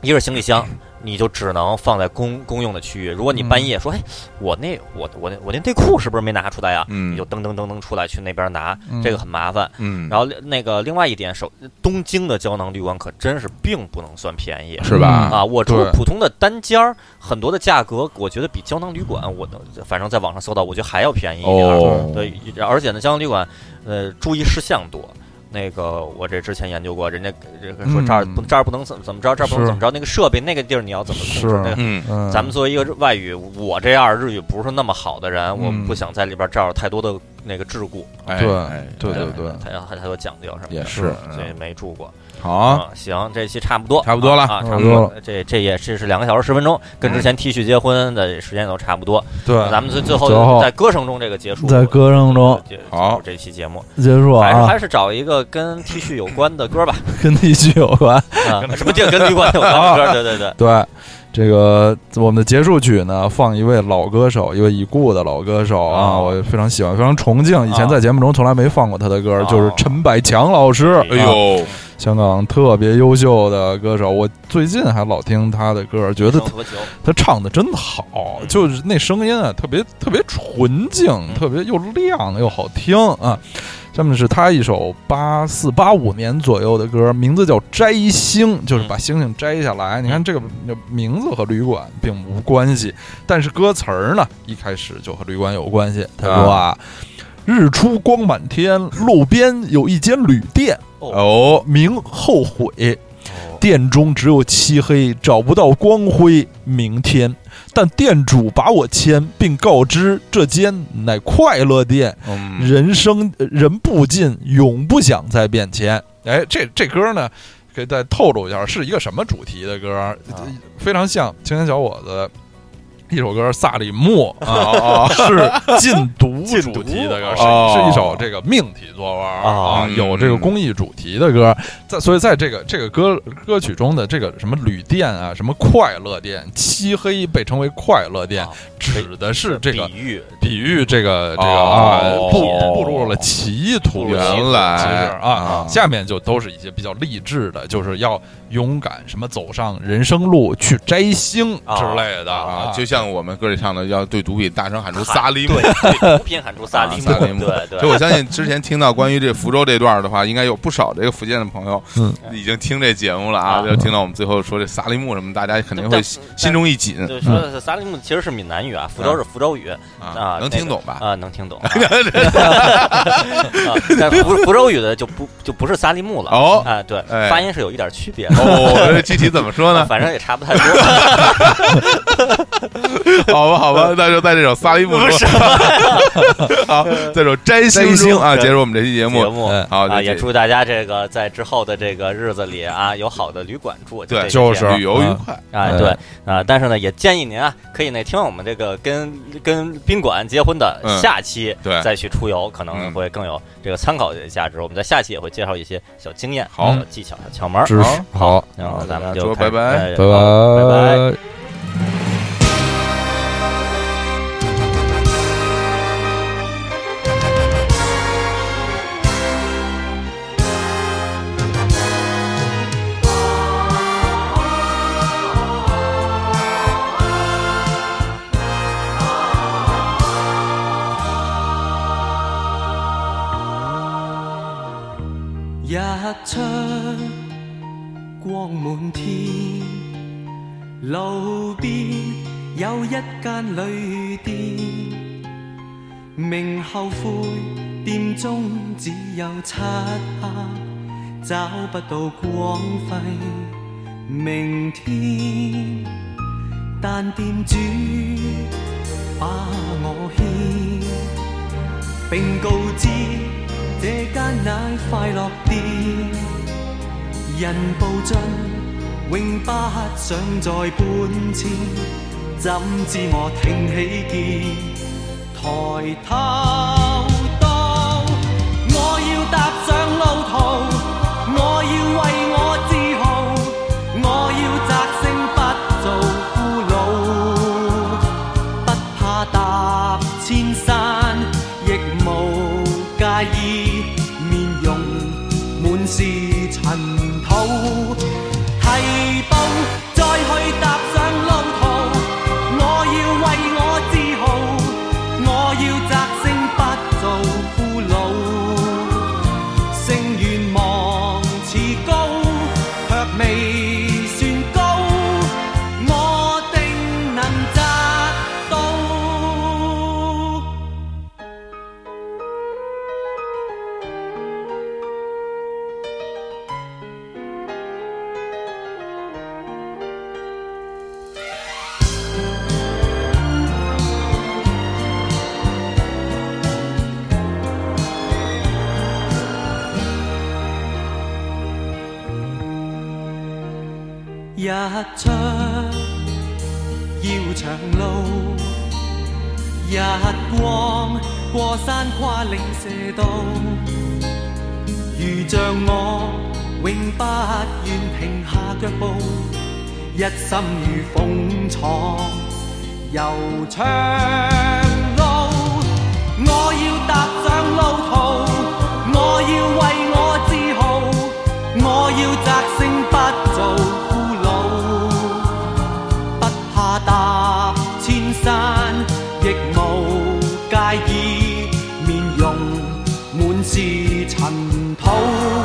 S1: 一个是行李箱。你就只能放在公公用的区域。如果你半
S2: 嗯
S1: 夜说，哎，我那我我那我那内裤是不是没拿出来呀、
S2: 嗯
S1: 你就噔噔噔噔出来去那边拿，
S3: 嗯
S1: 这个很麻烦。
S2: 嗯，
S1: 然后另那个另外一点，首东京的胶囊旅馆可真是并不能算便宜。
S2: 是吧？
S1: 啊，我住
S3: 对
S1: 普通的单间儿，很多的价格，我觉得比胶囊旅馆，我能反正在网上搜到，我觉得还要便宜一点儿。
S2: 哦，
S1: 对，而且呢，胶囊旅馆，呃，注意事项多。那个我这之前研究过，人家这个说这儿不、
S3: 嗯
S1: 这儿不能怎么怎么着，这儿不能
S3: 是
S1: 怎么着，那个设备那个地儿你要怎么控制
S3: 是？
S1: 那个
S2: 嗯，
S3: 嗯，
S1: 咱们作为一个外语，我这样日语不是那么好的人，我
S3: 嗯
S1: 不想在里边儿造太多的那个桎梏，
S2: 哎
S3: 对
S2: 哎
S3: 对
S2: 哎
S3: 对对
S1: 太太太多讲究什么的，
S2: 也是，
S1: 所以
S2: 嗯
S1: 没住过
S2: 好啊，
S1: 嗯行，这期差不多，
S2: 差不多了
S1: 啊，
S3: 差
S1: 差不
S3: 不多
S1: 多，这这也是是两个小时十分钟，跟之前 T 恤结婚的时间都差不多。
S3: 对，
S1: 咱们最最
S3: 最后
S1: 后在歌声中这个结束，
S5: 在歌声中
S1: 结结束
S2: 好
S1: 这期节目。
S5: 结束
S1: 还是
S5: 啊，
S1: 还是找一个跟 T 恤有关的 歌吧，
S5: 跟地区有关。
S1: 啊，什么叫跟旅馆有关 的歌？对对对，
S3: 对，这个我们的结束曲呢，放一位老歌手，一位已故的老歌手啊，
S1: 哦
S3: 我非常喜欢，非常崇敬。以前
S1: 啊
S3: 在节目中从来没放过他的歌，
S1: 哦
S3: 就是陈百强老师。
S1: 嗯
S2: 哎
S3: 啊，
S2: 呦，
S3: 香港特别优秀的歌手，我最近还老听他的歌，觉得
S1: 生多久？
S3: 他唱的真好，
S1: 嗯
S3: 就是那声音啊，特别特别纯净，特别又亮又好听啊。下面是他一首八四八五年左右的歌，名字叫《摘星》，就是把星星摘下来。你看这个名字和旅馆并无关系，但是歌词儿呢，一开始就和旅馆有关系。他说啊，日出光满天，路边有一间旅店，
S2: 哦，
S3: 名后悔。店中只有漆黑，找不到光辉。明天，但店主把我牵，并告知这间乃快乐店，
S2: 嗯，
S3: 人生呃人不尽，永不想再变迁。哎，这这歌呢，给再透露一下，是一个什么主题的歌？非常像青年小伙子的一首歌《萨里木》啊，是禁毒主题的歌，是
S2: 哦
S3: 是一首这个命题作文啊，
S2: 哦
S3: 有这个公益主题的歌，在所以在这个这个歌歌曲中的这个什么旅店啊，什么快乐店，漆黑被称为快乐店
S1: 哦，
S3: 指的是这个
S1: 比喻，
S3: 比喻这个这个啊
S2: 哦，
S3: 步步入了歧途
S1: 原
S3: 其实
S2: 来
S3: 啊
S2: 啊，
S3: 下面就都是一些比较励志的，就是要勇敢什么走上人生路，去摘星之类的
S2: 啊，就
S3: 就
S2: 像我们歌里唱的，要对毒品大声喊出
S1: 喊
S2: 萨利姆。
S1: 对对，毒品喊出萨利
S2: 啊萨利
S1: 姆，
S2: 姆
S1: 对
S2: 就
S1: 对，
S2: 我相信之前听到关于这福州这段的话，应该有不少这个福建的朋友
S3: 嗯
S2: 已经听这节目了
S1: 啊
S2: 啊，就听到我们最后说这萨利木什么，大家肯定会
S1: 但
S2: 心
S1: 但
S2: 心中一紧
S1: 就说的是萨利姆其实是闽南语啊，
S2: 嗯
S1: 福州是福州语啊那
S2: 能听
S1: 个
S2: 懂吧？
S1: 啊，能听懂。 啊啊但福福州语的就不就不是萨利姆了
S2: 哦
S1: 啊，对
S2: 哎，
S1: 发音是有一点区别的，
S2: 哦，这具体怎么 说呢？
S1: 反正也差不太多。
S2: 好吧，好吧，那就在这首萨利 木中，好，这首摘星中啊，啊
S1: 对
S2: 结束我们这期节
S1: 节
S2: 目。
S1: 目
S2: 好，
S1: 啊，
S2: 就
S1: 也
S2: 这
S1: 祝大家这个在之后的这个日子里啊，有好的旅馆住，
S2: 对
S1: 这
S3: 就
S1: 些
S3: 是
S2: 旅游愉快，
S1: 啊，
S6: 哎
S1: 对啊，但是呢，也建议您啊，可以呢听我们这个跟跟宾馆结婚的
S2: 嗯
S1: 下期
S2: 对
S1: 再去出游，可能
S2: 嗯
S1: 会更有这个参考的价值。我们在下期也会介绍一些小经验、
S2: 好
S1: 小技巧、小窍门儿。
S3: 知识好，
S1: 然后
S2: 好
S1: 咱们
S2: 大家
S1: 就
S2: 说
S1: 开始
S2: 拜拜
S1: 哎
S3: 拜
S1: 好拜拜。
S3: 拜。
S7: 日出光满天，路边有一间旅店，明后悔店中只有漆黑，找不到光辉。明天，但店主把我牵。并告知这间乃快樂店，人步進，永不想再搬遷，怎知我挺起肩，抬頭到，我要踏上路途，我要為我自豪，我要摘星不做俘虜。不怕踏千山，亦無介意面容滿是塵土。提步再去踏上路途，我要為我自豪，我要摘星不做俘虜。勝願望似高，卻未算高，我定能摘到。日出要長路，日光過山跨嶺射道，如像我永不願停下腳步，一心如風闖悠長路。我要踏上路途，我要為我自豪，我要摘星不做俘虜。不怕踏千山，亦無介意面容滿是塵土。